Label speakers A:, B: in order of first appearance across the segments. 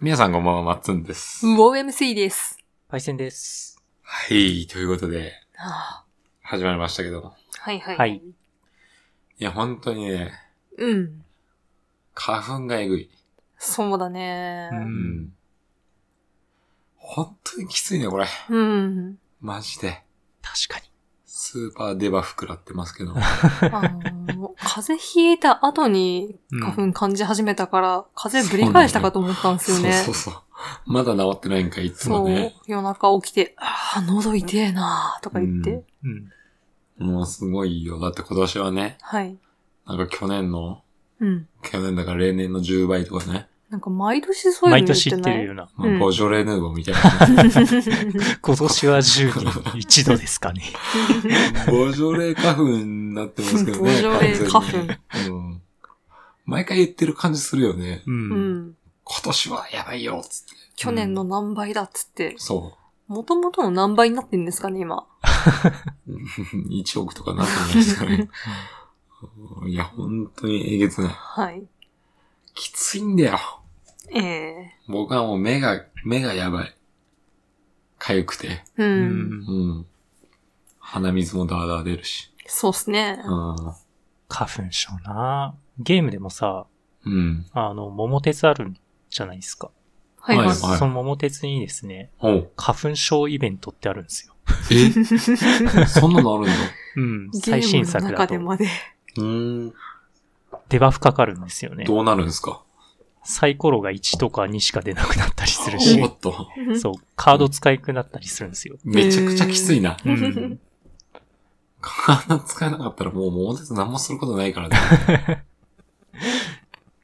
A: 皆さんこんばんは、まっつんです。
B: ウォー MC です。
C: パイセンです。
A: はい、ということで、
B: はあ
A: 始まりましたけども。
B: はいはい。
C: はい。
A: いや、本当にね、
B: うん。
A: 花粉がえぐい。
B: そうだね
C: う。
A: うんん。本当にきついね、これ。
B: うん。
A: マジで。
C: 確かに。
A: スーパーデバ食らってますけど。
B: あ の風邪ひいた後に花粉感じ始めたから、風邪ぶり返したかと思ったんですよ
A: そう
B: ね。
A: そうそう。まだ治ってないんかい、いつもね。
B: そう夜中起きて、ああ、喉痛えなーとか言って。
A: うん
C: うん。
A: もうすごいよ。だって今年はね、
B: はい。
A: なんか去年の、
B: うん。
A: 去年だから例年の10倍とかね。
B: なんか毎年そういう
C: 毎
B: の言っ
C: 年
B: て
C: 言って
B: な
C: る
B: い。
C: よう な。
A: まあ
B: うん
A: ボジョレ・ヌーボーみたいな ね、
C: 今年は10年一度ですかね。
A: ボジョレ花粉になってますけどね。
B: ボジョレ
A: 完全にうん。毎回言ってる感じするよね。
C: う。
B: うんん。
A: 今年はやばいよ、つって。
B: 去年の何倍だっつって、
A: そ
B: 元々の何倍になってんですかね、今。
A: う。1億とかなってないですか ね。うんいや、本当にえげつない。
B: はい。
A: きついんだよ。
B: ええ
A: 僕はもう目が、目がやばい。かゆくて。
B: う。
C: うんん。
A: うん。鼻水もダーダー出るし。
B: そうっすね。
A: うん。
C: 花粉症なゲームでもさ、
A: うん。
C: あの、桃鉄あるじゃないですか。
B: はいはい。
A: はい
C: その桃鉄にですね、
A: おう
C: 花粉症イベントってあるんですよ。
A: えそんなのあるんだ。
C: うん。
B: ゲ
C: 最
B: ー
C: 新
B: ムの
C: 作
B: 中
C: だ
B: で
C: と。
B: まで。
A: うーん。
C: デバフかかるんですよね。
A: どうなるんですか
C: サイコロが1とか2しか出なくなったりするし
A: お、っと。
C: そう、カード使いくなったりするんですよ。
A: めちゃくちゃきついな。
C: うん。
A: 体使えなかったらもう桃鉄何もすることないからね。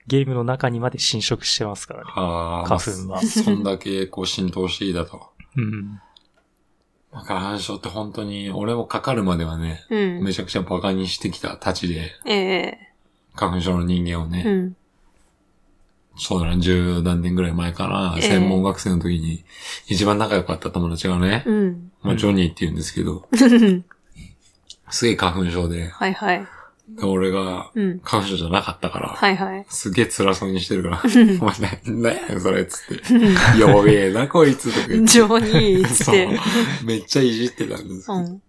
C: ゲームの中にまで侵食してますからね。
A: あー
C: 花粉は
A: そんだけこう浸透していたと。
C: うん。
A: まあ、花粉症って本当に、俺もかかるまではね、
B: うん。
A: めちゃくちゃバカにしてきたたちで、
B: ええ
A: 花粉症の人間をね、
B: うん。
A: そうだな、十何年ぐらい前かな、
B: ええ
A: 専門学生の時に、一番仲良かった友達がね、
B: うん。
A: まあ、ジョニーって言うんですけど、すげえ花粉症で、
B: はいはい。
A: で俺が
B: うん。
A: 花粉症じゃなかったから、
B: はいはい。
A: すげえ辛そうにしてるから、 お前な、なんやねんそれっつって。
B: う
A: 弱えな、こいつとか言
B: ん。
A: って。
B: ジョニーっつ
A: そ
B: っ
A: う
B: て。。
A: めっちゃいじってたんですけど、
B: うん。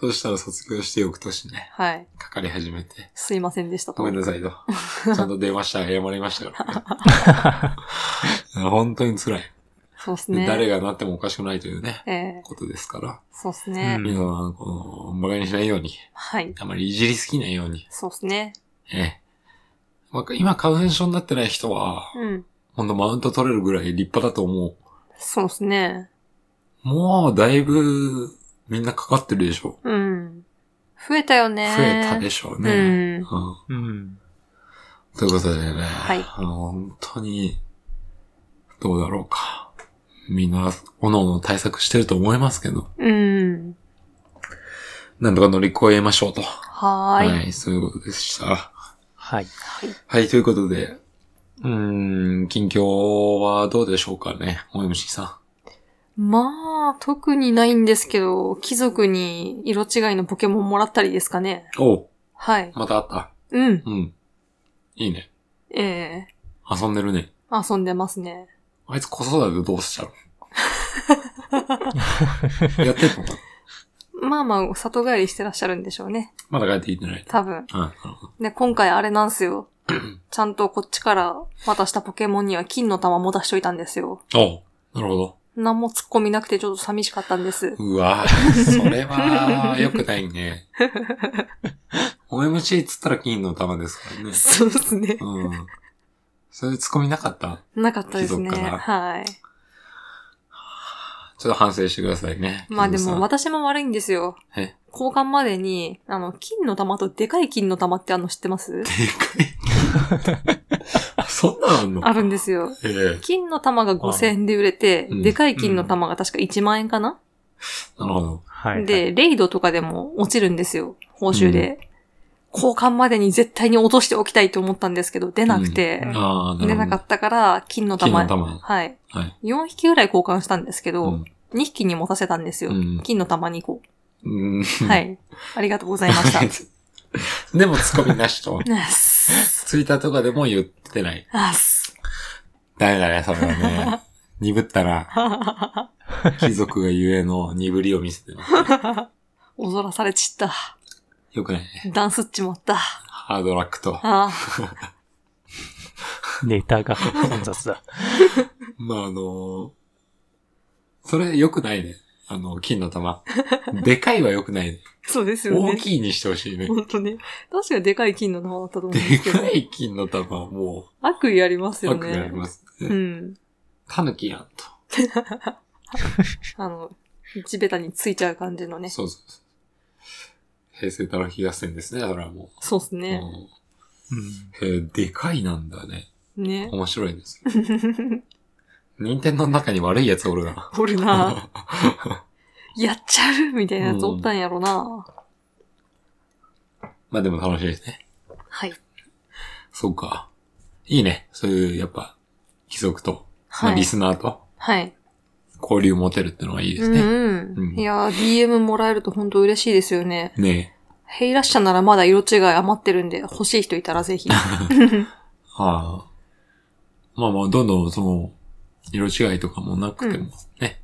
A: そしたら卒業して翌年ね、
B: はい。
A: かかり始めて、
B: すいませんでしたと。
A: ごめんなさいと。ちゃんと電話したら謝りました から。本当に辛い、
B: そうっす
A: で
B: ね。
A: 誰がなってもおかしくないというね、
B: ええ
A: ことですから。
B: そうっすね。
C: うん
A: 皆さんは、この、馬鹿にしないように、
B: はい。
A: あまりいじりすぎないように、
B: そうっすね。
A: ええ。まあ、今、花粉症になってない人は、
B: うん。
A: ほんとマウント取れるぐらい立派だと思う。
B: そうっすね。
A: もう、だいぶ、みんなかかってるでしょ。
B: うん。増えたよね。
A: 増えたでしょうね。
B: ね。うん。
A: うん
C: うん。
A: ということでね、
B: はい
A: あの本当に、どうだろうか。みんな、おのおの対策してると思いますけど、
B: うん。
A: なんとか乗り越えましょうと。は
B: はーい。
A: そういうことでした。
C: はい。
A: はい、ということで、うーん、近況はどうでしょうかね、OMC さ
B: まあ、特にないんですけど、貴族に色違いのポケモンもらったりですかね。
A: ん。おう
B: はい。
A: またあった。
B: うん。
A: うん。いいね。
B: ええ
A: 遊んでるね。
B: 遊んでますね。
A: あいつ子育てどうし ちゃうやってんのかな
B: まあまあ、里帰りしてらっしゃるんでしょうね。
A: まだ帰ってきてない。
B: 多
A: う
B: 分。
A: ん、なるほど
B: で、今回あれなんすよ。 ちゃんとこっちから渡したポケモンには金の玉も出しといたんですよ。
A: おうなるほど。
B: 何も突っ込みなくてちょっと寂しかったんです。
A: うわぁ、それは、良くない ね。OMC っつったら金の玉ですからね。
B: そうですね。
A: うん。それで突っ込みなかった
B: なかったですね。
A: 貴族かな
B: はい。
A: ちょっと反省してくださいね。
B: まあで
A: 金
B: も、
A: の
B: 私も悪いんですよ。
A: 玉、え、
B: 交換までに、あの、金の玉とでかい金の玉ってあるの知ってます
A: でかい。あ そんなんあんの
B: あるんですよ。
A: ええ
B: 金の玉が5000円で売れて、
A: うん
B: でかい金の玉が確か1万円かな、
A: なるほど。
C: はい。
B: で、レイドとかでも落ちるんですよ。報酬で。交換までに絶対に落としておきたいと思ったんですけど、出なくて、
C: うん
A: ああ、なるほど。
B: 出なかったから、金の
A: 金
B: 玉。
A: の玉。
B: はい。
A: はい。
B: 4匹ぐらい交換したんですけ
A: う
B: ど、
A: ん
B: 2匹に持たせたんですよ。
A: うん
B: 金の玉2個。
A: うん。。
B: はいい。ありがとうございま した。
A: でも突っ込みなしと。
B: ナイス。
A: ツイッターとかでも言ってない。
B: ナイス。
A: ダメだね、それはね。鈍ったら、貴族がゆえの鈍りを見せてる。
B: 踊らされちった。
A: よくないね。
B: ダンスっちまった。
A: ハードラックと。
B: あ
C: ネタが混雑だ。
A: まあ、あのーそれ良くないね。あの、金の 玉。でかいは良くないね。
B: ーそうですよ
A: 大
B: ね。
A: きいにしてほしいね。
B: 本当ね。確かにでかい金の玉だったと思うんで
A: です
B: けど
A: か。い金の玉はも
B: 悪意あります
A: う、
B: よ
A: 悪があり
B: ね。
A: ます
B: う
A: ね。
B: ん。
A: タヌキやんと。
B: あの、地べたについちゃう感じのね。
A: そうそうそう。平成たらき合戦ですね、それはも
B: そうっす
A: う。
B: ね。
C: うん。
A: うん、へえでかいなんだね。
B: ね。
A: 面白いです。 任天堂の中に悪いやつおるな。
B: おるなやっちゃうみたいなやつおったんやろな、
A: まあでも楽しいですね。
B: はい。
A: そうか。いいね。そういう、やっぱ、貴族と、ま
B: は
A: あ、リ
B: い。
A: スナーと
B: はい。交
A: 交流持てるってのがいいです
B: う
A: ね。
B: んう。
A: うんん
B: いやー、DM もらえると本当嬉しいですよね。
A: ねえ。
B: ヘイラッシャならまだ色違い余ってるんで、欲しい人いたらぜ ひ。
A: ああ。まあまあ、どんどん、その、色違いとかもなくても、ね。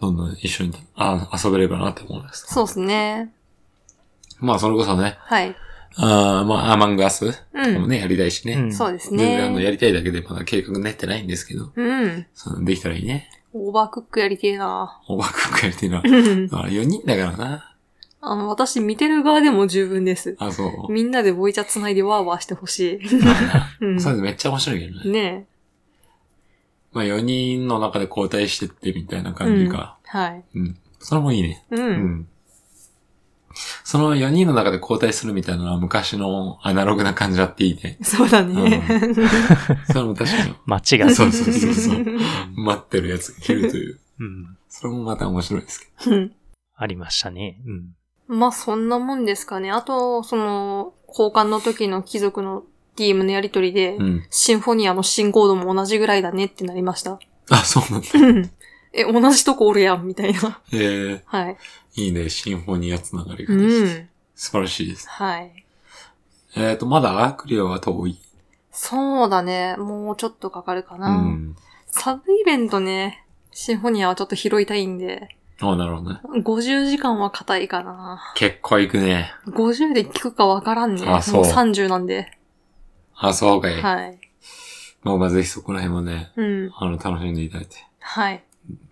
A: どんどん一緒にあ遊べればなって思います。
B: そうですね。
A: まあ、それこそね、
B: はい。
A: あーまあ、アーマングアス
B: う
A: も
B: ん。
A: ね、やりたいしね。
C: うん
B: そうです
A: 全然あの、
B: ね。
A: やりたいだけでまだ計画練ってないんですけど、
B: うん。
A: そのできたらいいね。
B: オーバークックやりて えな。
A: オーバークックやりてるのは。
B: うん
A: あ4人だからな。
B: あの、私見てる側でも十分です。
A: あ、そう。
B: みんなでボイチャ繋いでワーワーしてほしい。うん
A: それめっちゃ面白いけどね。
B: ね
A: まあ4人の中で交代してってみたいな感じか。
B: え。はい。
A: うん。それもいいね。
B: う。
A: うんん。その4人の中で交代するみたいなのは昔のアナログな感じだっていい ね。
B: そうだね。
A: それも確かに
C: 街が。
A: そうそうそうそう。待ってるやつがいるという。
C: うん。
A: それもまた面白いですけ
B: うん
C: ありましたね。うん。
B: まあ、そんなもんですかね。あと、その、交換の時の貴族の DM のやりとりで、
A: ど。うん。
B: シンフォニアの進行度も同じぐらいだねってなり ました。
A: あ、そうなんだ。
B: うんえ、同じとこおるやん、みたいな。
A: えー、
B: はい。
A: いいね。シンフォニアつながりが、
B: うん。
A: 素晴らしいです。
B: はい。
A: えっ、と、まだアークリアは遠い。
B: そうだね。もうちょっとかかるか
A: う
B: な。
A: ん。
B: サブイベントね、シンフォニアはちょっと拾いたいんで、
A: あ、なるほどね。
B: 50時間は硬いかな。
A: 結構行くね。
B: 50で聞くかわからんね。
A: あそう
B: もう30なんで。
A: あ、そうかい。
B: はい。
A: まあまあぜひそこら辺もね、
B: うん。
A: あの、楽しんでいただいて。
B: はい。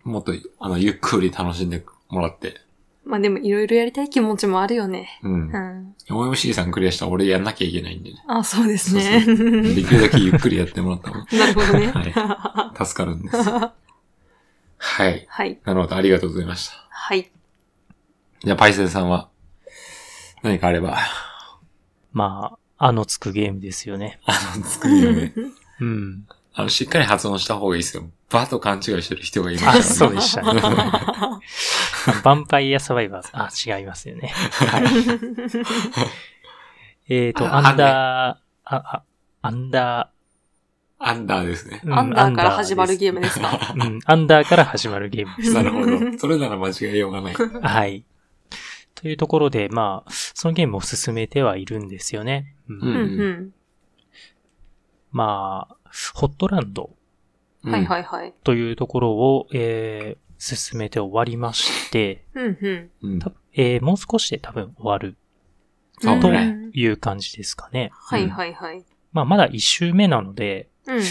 A: もっと、あの、ゆっくり楽しんでもらって。
B: まあでもいろいろやりたい気持ちもあるよね。
A: うん
B: う。ん。
A: OMC さんクリアしたら俺やんなきゃいけないんでね。
B: あ、そうですね。
A: できるだけゆっくりやってもらった方
B: なるほどね。
A: はが助かるんです。はい。
B: はい。
A: なるほど、ありがとうございました。
B: はい。
A: じゃあ、パイセンさんは、何かあれば、
C: まあ、あのつくゲームですよね。
A: あの、作りをね、
C: うん。
A: あの、しっかり発音した方がいいですよ。バと勘違いしてる人がいますから、
C: あ、そうでしたね。ヴァンパイアサバイバー。あ、違いますよね。はい。 えっと、
A: あ
C: アンダー、あ、あ、アンダ
A: アンダーですね。
C: ー、うん
B: アンダーから始まるゲームですか
C: アンダーですうん、アンダーから始まるゲーム です。
A: なるほど。それなら間違えようがない。
C: はい。というところで、まあ、そのゲームを進めてはいるんですよね。うん
A: う
B: うん
A: ん
B: うん。
C: まあ、ホットランド
B: はいはいはい。
C: というところを、えー、進めて終わりまして、
B: うんうん。
A: うん。
C: たえーもう少しで多分終わる
A: そう
C: と
A: ね。
C: いう感じですかね。
B: はいはいはい。
C: まあ、まだ一周目なので、
B: うん。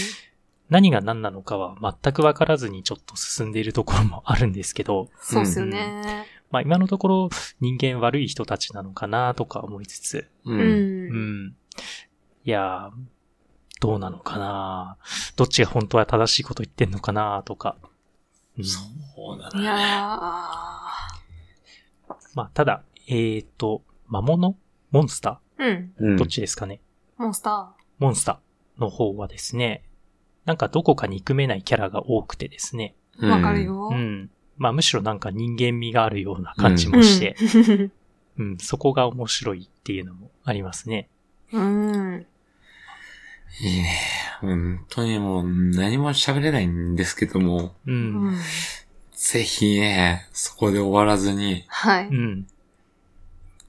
C: 何が何なのかは全くわからずにちょっと進んでいるところもあるんですけど、
B: そうっすよね。
C: まあ今のところ人間悪い人たちなのかなとか思いつつ、
A: う。
B: うん。
C: うんん。いやー、どうなのかなどっちが本当は正しいこと言ってんのかなとか。うん
A: そうだ
B: い
A: ね。
B: やーあ
C: まあただ、えーと、魔物モンスタ
B: ー。うん。
A: う
C: ー
A: ん
C: どっちですかね、
B: モンスタ
C: モンスターの方はですね、なんかどこか憎めないキャラが多くてですね。
B: ー。わかる。よ
C: う。ん。まあむしろなんか人間味があるような感じもして、うん、そこが面白いっていうのもありますね。
B: うん。
A: いいね。本当にもう何も喋れないんですけども、
C: う。
B: うんん。
A: ぜひね、そこで終わらずに、
B: はい
C: うん。。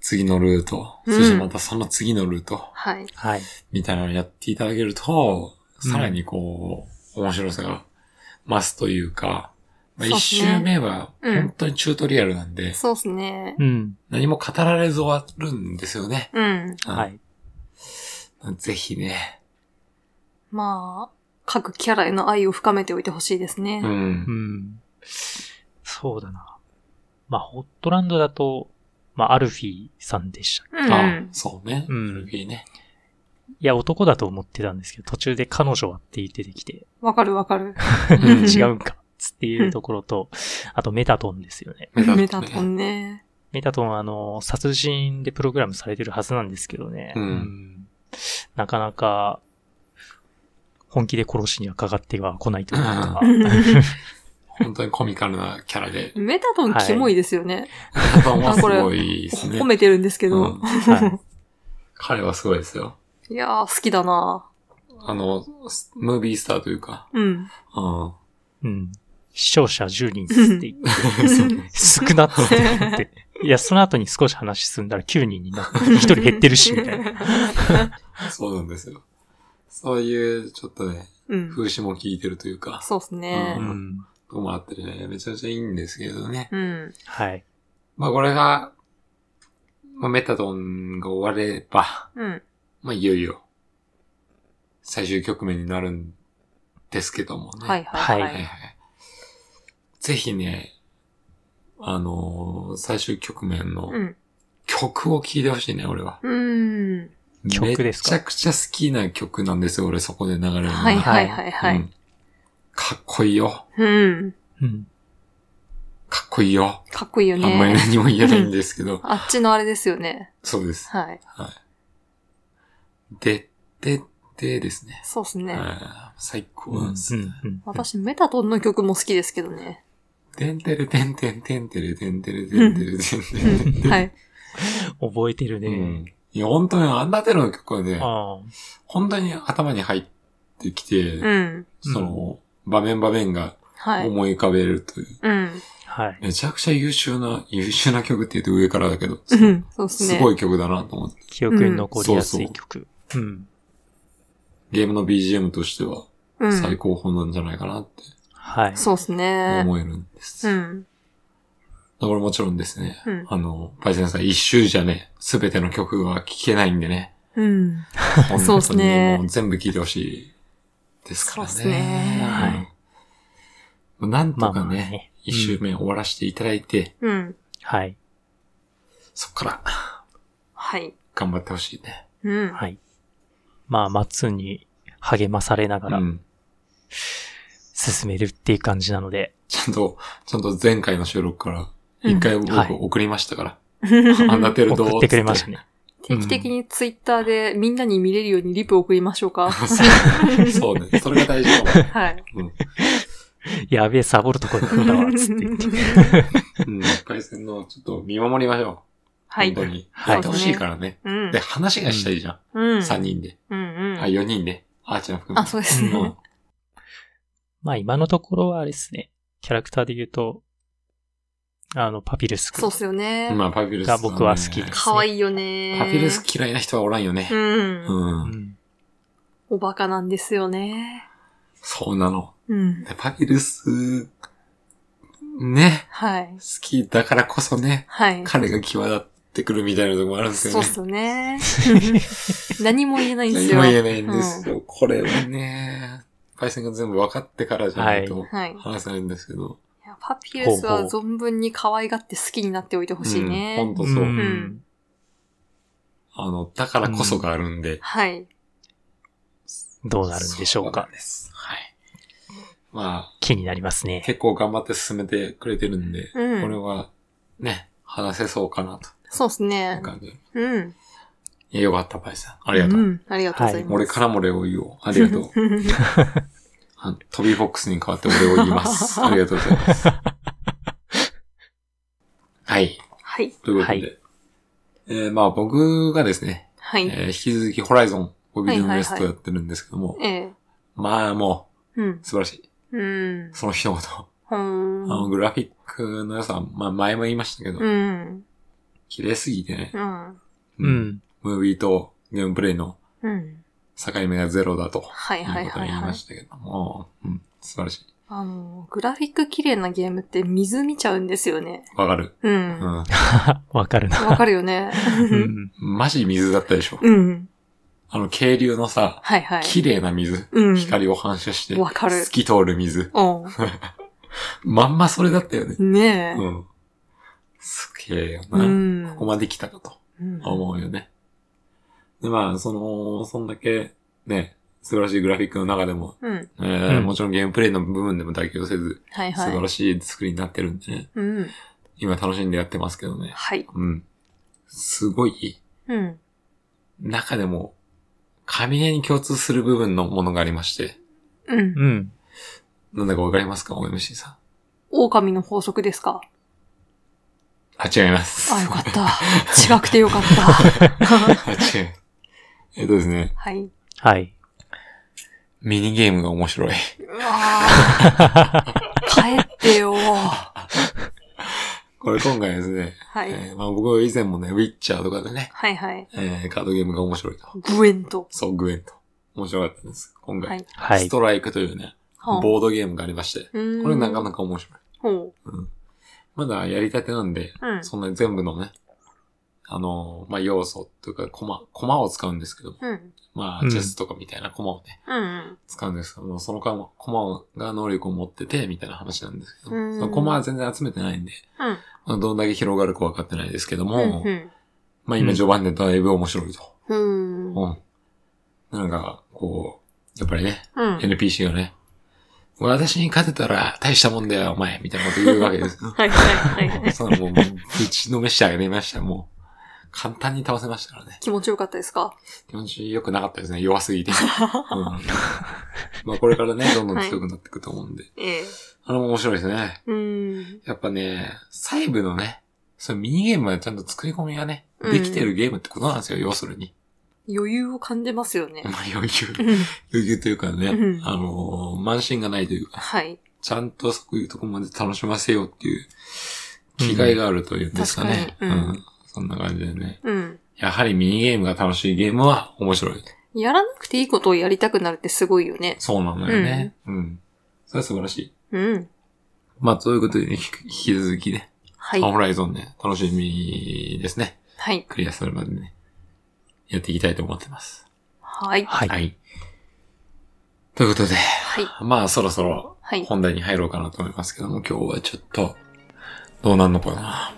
A: 次のルート、
B: うん
A: そしてまたその次のルート、
B: はい。
C: はい。
A: みたいなのをやっていただけると、
C: うん
A: さらにこう、面白さが増すというか、まあ、
B: そう
A: 一
B: っすね
A: 周目は
B: うん
A: 本当にチュートリアルなんで、
B: そうですね。
C: うん。
A: 何も語られず終わるんですよね。
B: うん。
C: は
A: うん
C: い。
A: ぜひね。
B: まあ、各キャラへの愛を深めておいてほしいです
A: う
B: ね。
A: ん
C: う。ん。そうだな。まあ、ホットランドだと、まあ、アルフィーさんでした。
B: うん。
A: あそうね。
C: うん
A: ルフィね。
C: いや、男だと思ってたんですけど、途中で彼女はって出てきて、
B: わかるわかる。
A: うん
C: 違うんか、つっていうところと、あとメタトンですよね。
B: メ
A: メ
B: タ
A: タ
B: ト
A: ト
B: ン
A: ン
B: ね。
C: メタトンはあの、殺人でプログラムされてるはずなんですけどね。
A: うん
C: なかなか、本気で殺しにはかかっては来ないというか、
A: 本当にコミカルなキャラで。
B: メタトンキモいですよね。
A: メタトンはすごいで すね。
B: 褒めてるんですけ
A: う
B: ど
A: ん。
C: はい
A: 彼はすごいですよ。
B: いやー、好きだな
A: あの、スムービースターというか。
B: うん。
A: うん。
C: うん。死傷者10人っつって言 って、 少なっつって言って。いや、その後に少し話進んだら9人になって、1人減ってるし、みたいな。
A: そうなんですよ。そういう、ちょっとね、
B: うん。
A: 風刺も効いてるというか、
B: そうですね
C: う。ん。
A: ともあってね、めちゃめちゃいいんですけどね。
B: うん。
C: はい。
A: まあこれが、まあメタトンが終われば、
B: うん。
A: まあいよいよ、最終局面になるんですけどもね。
B: はいはいは。
C: はい
A: はいはいい。ぜひね、あのー最終局面の
B: うん。
A: 曲を聴いてほしいね、俺は。
B: うん。
C: 曲ですか
A: めちゃくちゃ好きな曲なんですよ、俺そこで流れるのが。
B: はいはいはいは
A: う
B: い。
A: んかっこいいよ。
B: うん。
C: うん。
A: かっこいいよ。
B: かっこいいよ
A: あんまり
B: ね。
A: 何も言えないんですけど。
B: あっちのあれですよね。
A: そうです。
B: はい。
A: で、で、でですね。
B: そうですね。
A: あー最高なんです。
C: うん。
B: 私、メタトンの曲も好きですけどね。
A: てんてるてんてんてんてるてんてるてんてるてんてるてんて
B: う ん。はい。
C: 覚えてる
A: る。うん
C: ね。
A: いや、本当にあんなテロの曲はね、
C: ああ。
A: 本当に頭に入ってきて、
B: うん。
A: その、場面場面が
B: はい。
A: 思い浮かべるという、
B: うん。
C: はい。
A: めちゃくちゃ優秀な、優秀な曲って言うと上からだけど、
B: うん。そうです
A: す
B: ね。
A: ごい曲だなと思って。
C: 記憶に残りやすい曲。うん。
A: ゲームの BGM としては
B: う
A: 最
B: ん。
A: 高峰なんじゃないかなって
C: はい。
B: そうですね。
A: 思えるんです。
B: う
A: だ
B: ん。
A: からもちろんですね、
B: うん
A: あの、パイセンさん一周じゃね、すべての曲は聴けないんでね、
B: うん。
A: 本
B: そう
A: 当
B: っす
A: に
B: ね
A: もう全部聴いてほしいですからね。
B: そうっすね
C: はい
A: うん。なん
C: ま
A: と
C: あま
A: か
C: あ
A: ね、
C: ね。
A: 一、周目終わらせていただいて、
B: うん。
C: はい。
A: そっから
B: はい。
A: 頑張ってほしいね。
B: うん。
C: はい。まあ、松に励まされながら
A: うん。
C: 進めるっていう感じなので。
A: ちゃんと、ちゃんと前回の収録から、
B: うん
A: 一回僕
C: はい
A: 送りましたから。あんなてるどう
C: 送ってくれました。ね。
B: 定期的にツイッターでみんなに見れるようにリプ送りましょ うか。
A: つ ってそうね。それが大事かも。
B: はい。
C: やべえ、サボるとこだったわ、つって 言って。
A: うん。回線の、ちょっと見守りましょう。
B: はい。
A: 本当に。
C: はい
A: やってほしいからね。
B: うん
A: で、。話がしたいじゃ
B: うん
A: ん。。三人で。
B: うんうん。
A: あ、四人で。あーちゃん含め。
B: あ、そうですね。
A: うん
C: まあ、今のところはあれですね。キャラクターで言うと、あの、パピルス君
B: そうっすよね。
A: まあ、パピルス、
C: が僕は好きです。
B: かわいいよね。
A: パピルス嫌いな人はおらんよね
B: う。ん。
A: う。
C: うんん。
B: おバカなんですよね。
A: そうなの。
B: うん。
A: でパピルス、ね。
B: はい
A: 好。きだからこそね。
B: はい。
A: 彼が際立ってくるみたいなとこもあるんですよ
B: そう
A: ね。
B: っすよね。何も言えないんです
A: 何
B: よ。
A: も言えないんですよ。これはね、パイセンが全部分かってからじゃないと
B: はい。
A: 話せないんですけど。
B: いやパピルスは存分に可愛がって好きになっておいてほしいね。
A: うん、ほんと
C: う
A: そう、
C: ん。
A: あの、だからこそがあるんで。
B: はい。
C: どうなるんでしょう
A: そ
C: か
A: な。んです。はい。ま
C: 気になります
A: あ、
C: ね。
A: 結構頑張って進めてくれてるんで、
B: うん
A: これはね、話せそうかな
B: そうっす
A: とい
B: ね
A: う。感じ。
B: うん。
A: いやよかった、パイセン。あ
B: あ
A: りがとう。
B: うん。ありがとうございます。
A: 俺からも礼を言おう。ありがとう。
B: う。
A: あのトビーフォックスに代わってお礼を言います。 ありがとうございます。はい。
B: はい。
A: ということで。
C: はい
A: えーまあ僕がですね、
B: はい。
A: えー引き続きホライゾン、ボビー・ジョ
B: は
A: ン・
B: いはいはい
A: ウエストやってるんですけども、
B: ええ。
A: まあも
B: うん
A: う、。素晴らしい。
B: うん。
A: その一言。あ
B: ほーん。
A: の、グラフィックの良さ、まあ前も言いましたけど、
B: うん。
A: 綺麗すぎてね
B: う、ん。
C: うん。
A: ムービーとゲームプレイの
B: うん。
A: 境目がゼロだと。
B: はいはいいう
A: こと
B: は
A: に
B: い
A: 言い
B: は
A: ま
B: い。
A: したけども、うん、素晴らしい。
B: あの、グラフィック綺麗なゲームって水見ちゃうんですよね。
A: わかる。う
B: う。
A: ん
B: わ、
A: ん。
C: わかるな。
B: かるよね。
C: うん。
A: マジ水だったでしょ。
B: うん。
A: あの、渓流のさ、
B: はいはい。
A: 綺麗な水。
B: うん。
A: 光を反射して、
B: わかる
A: 透き通る水。
B: う
A: まんまそれだったよね。
B: ん。ね
A: う
B: え。
A: ん。すげえよ
B: う
A: な。
B: ん。
A: ここまで来たかと
B: うん
A: 思うよね。で、まあ、その、そんだけ、ね、素晴らしいグラフィックの中でも、
B: うん。
A: えー
C: うん
A: もちろんゲームプレイの部分でも妥協せず、
B: はい
A: 素
B: はい。
A: 晴らしい作りになってるんでね。
B: うん。
A: 今楽しんでやってますけどね。
B: はい。
A: うん。すごい、
B: うん。
A: 中でも、神絵に共通する部分のものがありまして、
B: うん。
C: うん。
A: なんだかわかりますか ?OMC さん。
B: 狼の法則ですか
A: あ、違います。
B: あ、よかった。違くてよかった。
A: あ、違う。えっとですね、
B: はい。
C: はい。
A: ミニゲームが面 白い。
B: うわー帰ってよー
A: これ今回ですね、
B: はい。
A: えーまあ、僕は以前もね、ウィッチャーとかでね、
B: はいはい。
A: えーカードゲームが面白いと。
B: グエンと。
A: そう、グエンと。面白かったんです。今
B: は
A: 回、
B: い。
C: は
A: ス
C: い。
A: トライクというね、ボードゲームがありまして、
B: こ
A: これなかなか面白い。
B: ほ
A: まだやりたてなんで、
B: う。うん。
A: そんなに全部のね、あのー、まあ、要素というか、コマ、コマを使うんですけども、
B: うん。
A: ま
C: う
A: あ、
C: ん
A: チェスとかみたいなコマをね、
B: うん。
A: 使うんですけども、そのコマコマが能力を持ってて、みたいな話なんですけども、
B: うん
A: そのコマは全然集めてないんで、
B: うん。
A: まあどんだけ広がるか分かってないですけど
B: う
A: も、
B: ん。うん。
A: まあ今序盤でだいぶ面白いと。
B: うん。
A: うん。なんか、こう、やっぱりね、
B: うん。
A: NPC がね、私に勝てたら大したもんだよ、お前、みたいなこと言うわけです。
B: はい はいはいはい。
A: そのもう、ぶちのめしてあげました。もう、簡単に倒せましたからね。
B: 気持ちよかったですか
A: 気持ち良くなかったですね。弱す ぎて。うん、まあこれからね、どんどん強くなっていくと思うんで。
B: ええ。
A: あれも面白いですね。
B: うん。
A: やっぱね、細部のね、そのミニゲームまでちゃんと作り込みがね、できてるゲームってことなんですよ、要するに。
B: 余裕を感じますよね
A: ま。あ余裕。
B: うん
A: 余裕というかね、
B: うん
A: あのー慢心がないというか、
B: はい。
A: ちゃんとそういうとこまで楽しませようっていう、気概があるというんですかね。
B: うん確かにうん
A: そんな感じでね。
B: うん。
A: やはりミニゲームが楽しいゲームは面白い。
B: やらなくていいことをやりたくなるってすごいよね。
A: そうなのよね。うん。それは素晴らしい。
B: うん。
A: まあ、そういうことで、ね、引き引き続きね、
B: はい
A: ア。ンホライゾンね、楽しみですね。
B: はい。
A: クリアするまでね、やっていきたいと思ってます。
B: はい。
C: はい。
A: はい。ということで、
B: はい。
A: まあ、そろそろ
B: はい。
A: 本題に入ろうかなと思いますけども、今日はちょっと、どうなんのかな。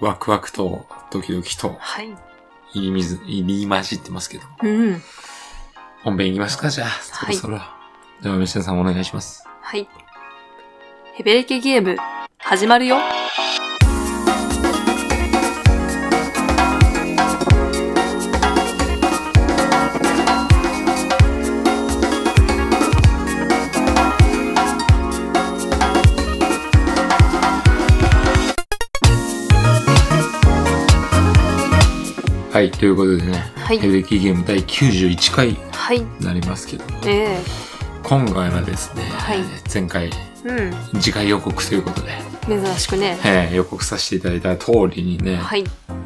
A: ワクワクと、ドキドキと、
B: はい。
A: 入り水、入り混じってますけども。
B: うん。
A: 本編いきますか、じゃあ。そろ
B: い
A: そろ。では、ミシェルさんお願いします。
B: はい。ヘベレケゲーム、始まるよ。
A: はい、ということでね、
B: はい
A: ヘ。ブレキゲーム第91回に
B: はい。
A: なりますけど、
B: ええ
A: 今回はですね、
B: はい
A: 前回、次回予告ということで、
B: うん。珍しくね。
A: えー予告させていただいた通りにね、
B: はい。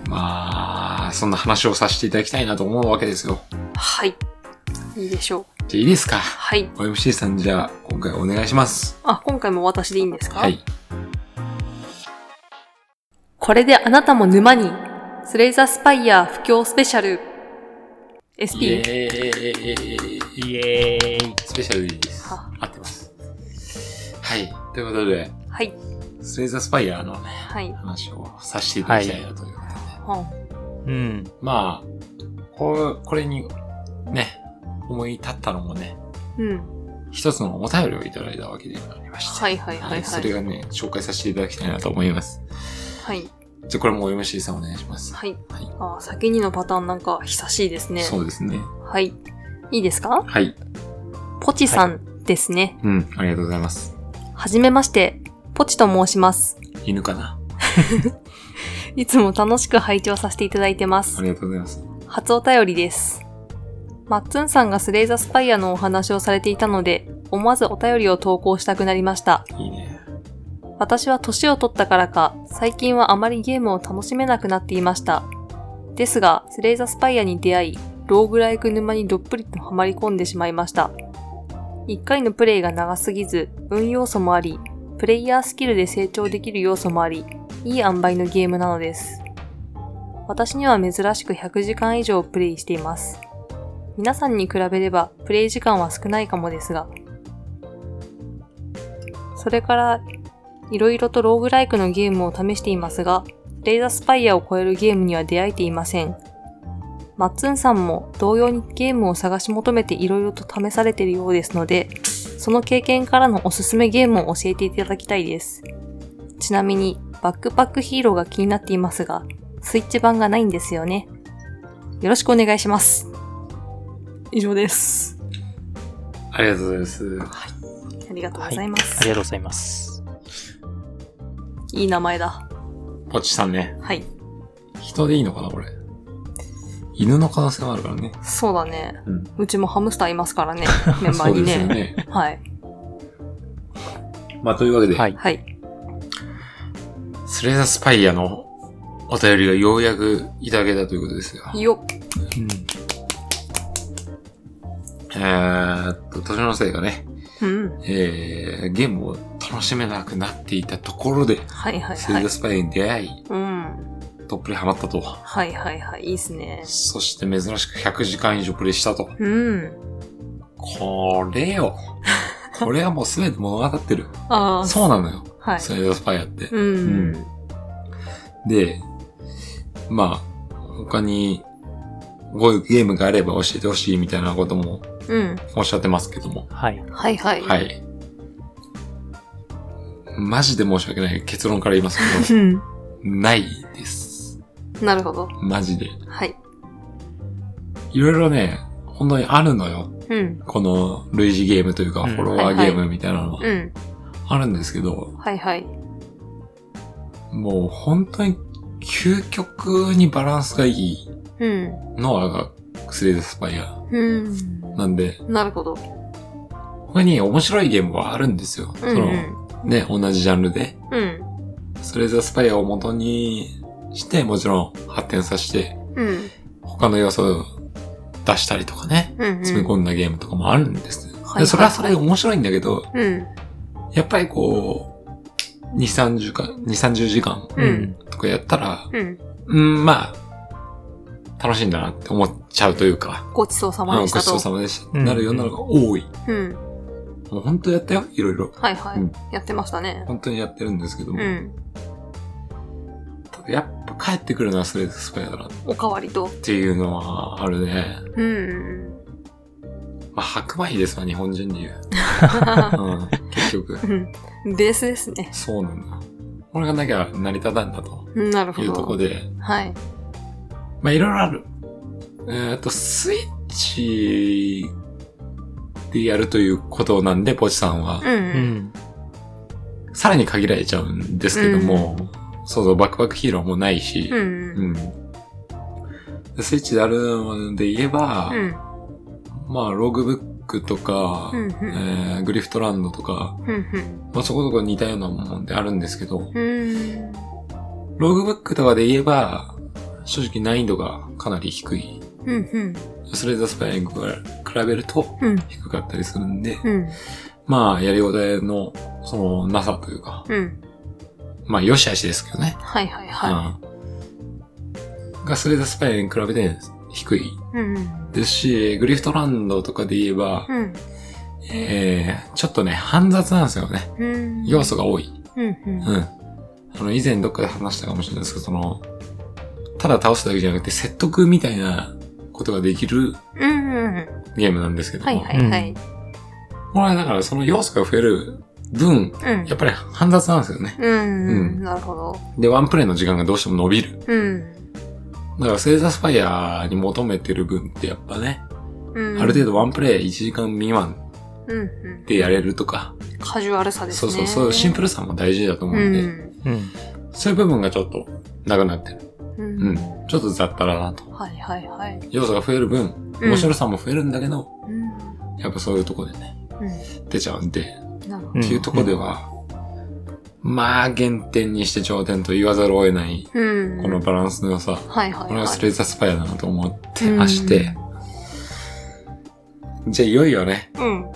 A: まあ、そんな話をさせていただきたいなと思うわけですよ。
B: はい。いいでしょう。
A: じゃあいいですか
B: はい。
A: OMC さんじゃあ今回お願いします。
B: あ、今回も私でいいんですか
A: はい。
B: これであなたも沼に。スレイザースパイア不況スペシャル。
A: イ
B: SP?
A: エーイ
C: イエーイ。
A: スペシャルです。
B: は
A: 合ってます。はい。ということで、
B: はい。
A: スレイザースパイアのね、
B: はい。
A: 話をさせていただきたいなということで、ね
B: は
C: うん。
A: まあ、こう、これに、ね、思い立ったのもね、
B: うん。
A: 一つのお便りをいただいたわけでありまして。
B: はいはいはい
A: それ
B: はい。
A: がね、紹介させていただきたいなと思います。
B: はい。
A: じゃあこれも OMC さんお願いします。
B: はい。
A: はい
B: あ、先にのパターンなんか久しいですね。
A: そうですね。
B: はい。いいですか
A: はい。
B: ポチさんですね。
A: うん、ありがとうございます。
B: はじめまして。ポチと申します。
A: 犬かない
B: つも楽しく拝聴させていただいてます
A: あ。りがとうございます。
B: 初お便りです。マッツンさんがスレイザースパイアのお話をされていたので、思わずお便りを投稿したくなりました。
A: いいね。
B: 私は年を取ったからか、最近はあまりゲームを楽しめなくなっていました。ですが、スレイザースパイアに出会い、ローグライク沼にどっぷりとはまり込んでしまいました。1回のプレイが長すぎず、運要素もあり、プレイヤースキルで成長できる要素もあり、いい塩梅のゲームなのです。私には珍しく100時間以上プレイしています。皆さんに比べればプレイ時間は少ないかもですが。それから、いろいろとローグライクのゲームを試していますが、レイザースパイアを超えるゲームには出会えていません。マッツンさんも同様にゲームを探し求めていろいろと試されているようですので、その経験からのおすすめゲームを教えていただきたいです。ちなみに、バックパックヒーローが気になっていますが、スイッチ版がないんですよね。よろしくお願いします。以上です。
A: ありがとうございます。
B: ありがとうございま
C: あり
B: す。
C: がとうございます。
B: い、い名前だ。
A: ポチさんね。
B: はい。
A: 人でいいのかな、これ。犬の可能性もあるからね。
B: そうだね。
A: うん。
B: うちもハムスターいま すからね。メンバー
A: そう
B: に
A: ですよ
B: ね。
A: ね。
B: はい。
A: まあ、というわけで、
C: はい。
B: はい。
A: スレザースパイアのお便りがようやくいただけたということですよ。
B: よ
C: うん
A: えーっと、年のせいがね、
B: っ。うん。
A: えー、ゲームを楽しめなくなっていたところで、
B: はいはい
A: スレ
B: は
A: ザー
B: い。
A: スパイに出会い、
B: うん。
A: どっぷりハマったと。
B: はいはいはい。いいっすね。
A: そして珍しく100時間以上プレイしたと。
B: うん。
A: これ よ。これはもうすべて物語ってる。
B: ああ、
A: そうなのよ。
B: はい。
A: スレザースパイアって。
B: うん。
A: で、まあ、他に、こういうゲームがあれば教えてほしいみたいなことも
B: うん。
A: おっしゃってますけども。
C: はい。
B: はいはい。
A: は。い。マジで申し訳ない。結論から言いますけ
B: うん。
A: ど、 ないです。
B: なるほど。
A: マジで。
B: はい。
A: いろいろね、本当にあるのよ。
B: うん。
A: この類似ゲームというか、
C: うん
A: フォロワーゲームみたいなのは。
B: うん。
A: あるんですけど、
B: はいはい。
A: もう本当に究極にバランスがいい
B: うん。
A: のがスレイザースパイア
B: うん。
A: なんで、
B: なるほど。
A: 他に面白いゲームはあるんですよ。
B: うんうん。
A: その、ね、同じジャンルで。
B: うん。
A: スレイザースパイアを元にして、もちろん発展させて、
B: うん。
A: 他の要素を出したりとかね、
B: うん。
A: 詰め込んだゲームとかもあるんです。
B: はい
A: でそれはそれで面白いんだけど、
B: うん。
A: やっぱりこう、2、30か、2、30時間
B: うん。
A: とかやったら、
B: うん。
A: うん、まあ、楽しいんだなって思っちゃうというか、
B: ごちそうさ
A: あ
B: ま
A: の
B: で
A: ご
B: した
A: ちそう
B: と。
A: さまでした、
C: うん
A: なるようなのが多い。
B: うん。
A: もう本当やったよ、いろいろ。
B: はいは
A: うん
B: い。やってましたね。
A: 本当にやってるんですけども、
B: うん。
A: ただやっぱ帰ってくるのはスレイズスパイアだなっ
B: おかわりと。
A: ていうのはあるね。
B: うん。
A: まあ、白米ですわ、日本人で言う。 うん、結局。
B: うんベースですね。
A: そうなんだ。これがなきゃ成り立たんだと
B: うんなるほ
A: いうとこ
B: ど。
A: で、
B: はい。
A: まあ、いろいろある。えーっと、スイッチでやるということなんで、ポチさんは
B: う。。
C: うんん。
A: さらに限られちゃうんですけども、そうそう、バックパックヒーローもないし、
B: うん。
A: う
B: うん。
A: ん。でスイッチであるので言えば、
B: うん。
A: まあ、ログブックとか、
B: うんうん
A: えーグリフトランドとか、
B: うん。
A: まあ、そこそこ似たようなもんであるんですけど、
B: うん。
A: ログブックとかで言えば、正直難易度がかなり低い。
B: うん。うん。
A: スレイザースパイアに比べると
B: うん。
A: 低かったりするんで、
B: うん。
A: まあ、やりごたえの、その、なさというか、
B: うん。
A: まあ、良し悪しですけどね。
B: はいはいは
A: うん。がスレイザースパイアに比べて低い
B: い。うん。
A: ですし、グリフトランドとかで言えば、
B: うん。
A: えー、ちょっとね、煩雑なんですよね。
B: うん。
A: 要素が多い。
B: うん。
A: う
B: うん
A: ん。あの、以前どっかで話したかもしれないですけど、その、ただ倒すだけじゃなくて説得みたいなことができる
B: うん。うん。
A: ゲームなんですけども、
B: はいはいはい。
A: これはだからその要素が増える分、
B: うん
A: や。っぱり煩雑なんですよね。
B: うん。う
A: うん
B: ん。なるほど。
A: で、ワンプレイの時間がどうしても伸びる。
B: うん。
A: だから、セーザースパイアに求めてる分ってやっぱね、
B: うん。
A: ある程度ワンプレイ1時間未満
B: うんうん。
A: でやれるとか、
B: カジュアルさです
A: そう
B: ね。
A: そう、そういうシンプルさも大事だと思うんで、
B: うん。
C: うん。
A: そういう部分がちょっとなくなってる。
B: うん。
A: うん。ちょっと雑多だなと。
B: はいはいはい。
A: 要素が増える分、面白さも増えるんだけど、
B: うん。
A: やっぱそういうとこでね、
B: う
A: 出ちゃうんで、
B: ん。なるほ
C: う
B: ど
C: ん。
A: っていうとこでは、まあ、原点にして頂点と言わざるを得ない、
B: うん。
A: このバランスの良さ、
B: はいはいはい。
A: これがスレイザースパイアだなと思ってまして、じゃあいよいよね、
B: うん。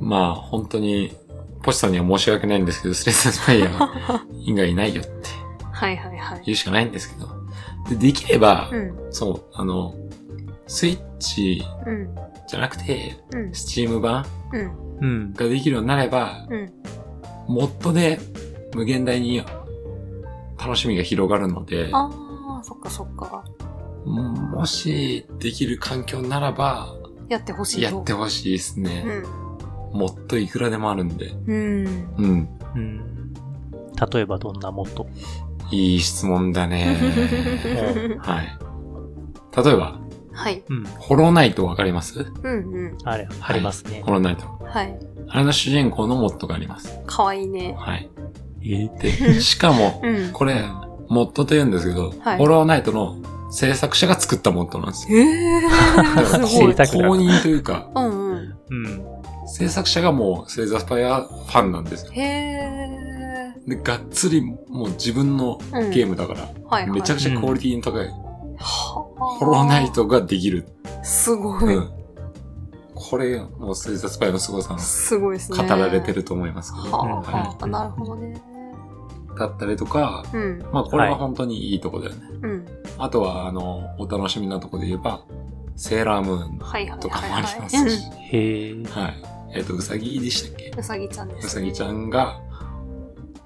A: まあ本当に、ポチさんには申し訳ないんですけど、スレッサースパイアー以外ないよって
B: はいはいはい。
A: 言うしかないんですけど。で、できれば、
B: うん。
A: そう、あの、スイッチ
B: うん。
A: じゃなくて、
B: うん。
A: スチーム版
B: うん。
C: うん。
A: ができるようになれば、
B: うん。
A: モッドで無限大に楽しみが広がるので、
B: あー、そっかそっか。
A: もしできる環境ならば、
B: やってほしい
A: や
B: と。
A: ってほしいですね。もっといくらでもあるんで。
B: うん。うん。
A: うん。
C: うん。例えばどんなもっと。
A: いい質問だ ね。はい。例えば、
B: はい。
C: うん。
A: ホローナイトわかります
B: うんうん。
C: あれ、ありますね
A: ホ。ローナイト。
B: はい。
A: あれの主人公のモッドがあります。
B: かわいいね。
A: はい。
C: え
A: で、しかも、
B: うん。
A: これ、モッドと言うんですけど、
B: はい
A: ホローナイトの制作者が作ったモッドなんですよ。
B: えー、すごい
C: 贅。沢だ
A: 公認というか、
B: うんうん。
C: うん。
A: 制作者がもう、スレイザースパイアファンなんですよ。
B: へえ。
A: で、がっつり、もう自分の
B: うん
A: ゲームだから、
B: はいはい。
A: めちゃくちゃクオリティの高い、ホ
B: ホ
A: ローナイ。トができる。
B: すご
A: う
B: い。
A: ん。これ、もうスレイザースパイアの凄さの
B: すごいですね。
A: 語られてると思いますけど、
B: はあ、はあ、
A: はい
B: なるほどね。
A: だったりとか、
B: うん、
A: まあこれは本当にいいとこだよね。
B: うん。
A: あとは、あの、お楽しみなとこで言えば、セーラームーン
B: はいはい
A: とか
B: はい、
A: もあ
B: はい。
A: りますし、
C: へえ。
A: はい。えっ、と、うさぎでしたっけ
B: うんうさぎちゃんで
A: う
B: す、
A: さ
B: ね。
A: ぎちゃんが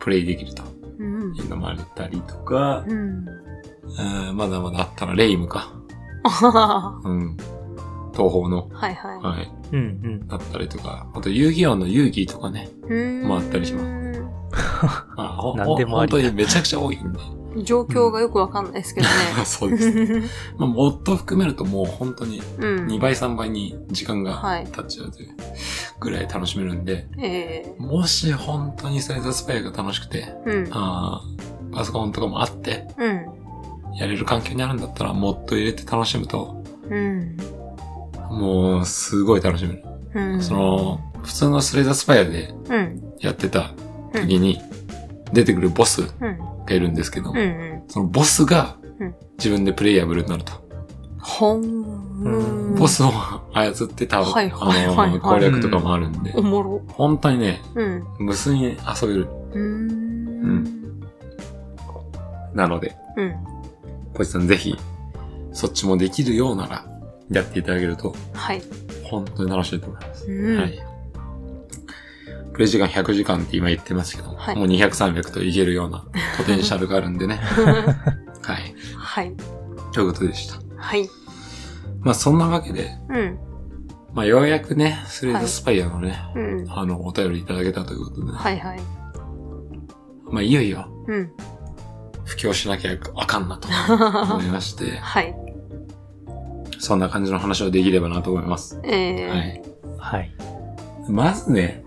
A: プレイできると
B: うん。
A: いうのもあったりとか、
B: うん。
A: うん、まだまだあったらレイムか。
B: あはは
A: うん。東宝の。
B: はいは
A: はい。
C: うん
A: だったりとか、あと遊戯王の遊戯とかね。
B: い。うん。。
A: もあったりしますまあ、ほん
C: 何でもあり
A: 本当にめちゃくちゃ多いん で。
B: 状況がよくわかんないですけど
A: そうですね。
B: ね。
A: まあ、もっと含めるともう本当に
B: うん。
A: 2倍3倍に時間
B: は
A: が
B: い
A: 経っちゃうというぐらい楽しめるんで、
B: ええ
A: もし本当にサイザースパイアが楽しくて、
B: うん。
A: あーパソコンとかもあって、
B: うん。
A: やれる環境にあるんだったら、もっと入れて楽しむと、
B: うん。
A: もう、すごい楽しめる。
B: うん。
A: そ、の、普通のスレイザースパイアで
B: うん。
A: やってた時に、出てくるボスが
B: うん。
A: いるんですけど、
B: うん。うん。
A: そのボスが
B: うん、
A: 自分でプレイヤブルになると。
B: ほん。
A: ボ。スを操ってた、
B: はいはいはい
A: あの攻略とかもあるんで、
B: おもろ。
A: 本当にね、
B: うん。
A: 無数に遊べる。
B: うん。
A: なので、
B: うん。
A: ポジさんぜひ、そっちもできるようなら、やっていただけると、
B: はい。
A: 本当に楽しいと思います。
B: うん。
A: はい。プレイ時間100時間って今言ってますけど、
B: はい
A: もう200、300といけるようなポテンシャルがあるん でね。はい。
B: はい。
A: ということでした。
B: はい。
A: まあそんなわけで、
B: うん。
A: まあようやくね、スレイザースパイアのね、
B: うん。
A: あの、お便りいただけたということで、ね
B: はいはい。
A: まあいよいよ、
B: うん。
A: 布教しなきゃあかん なと思いまして、
B: はい。
A: そんな感じの話をできればなと思います。
B: えー。
A: は
B: はい。
A: い。
C: うん。はい。
A: まずね、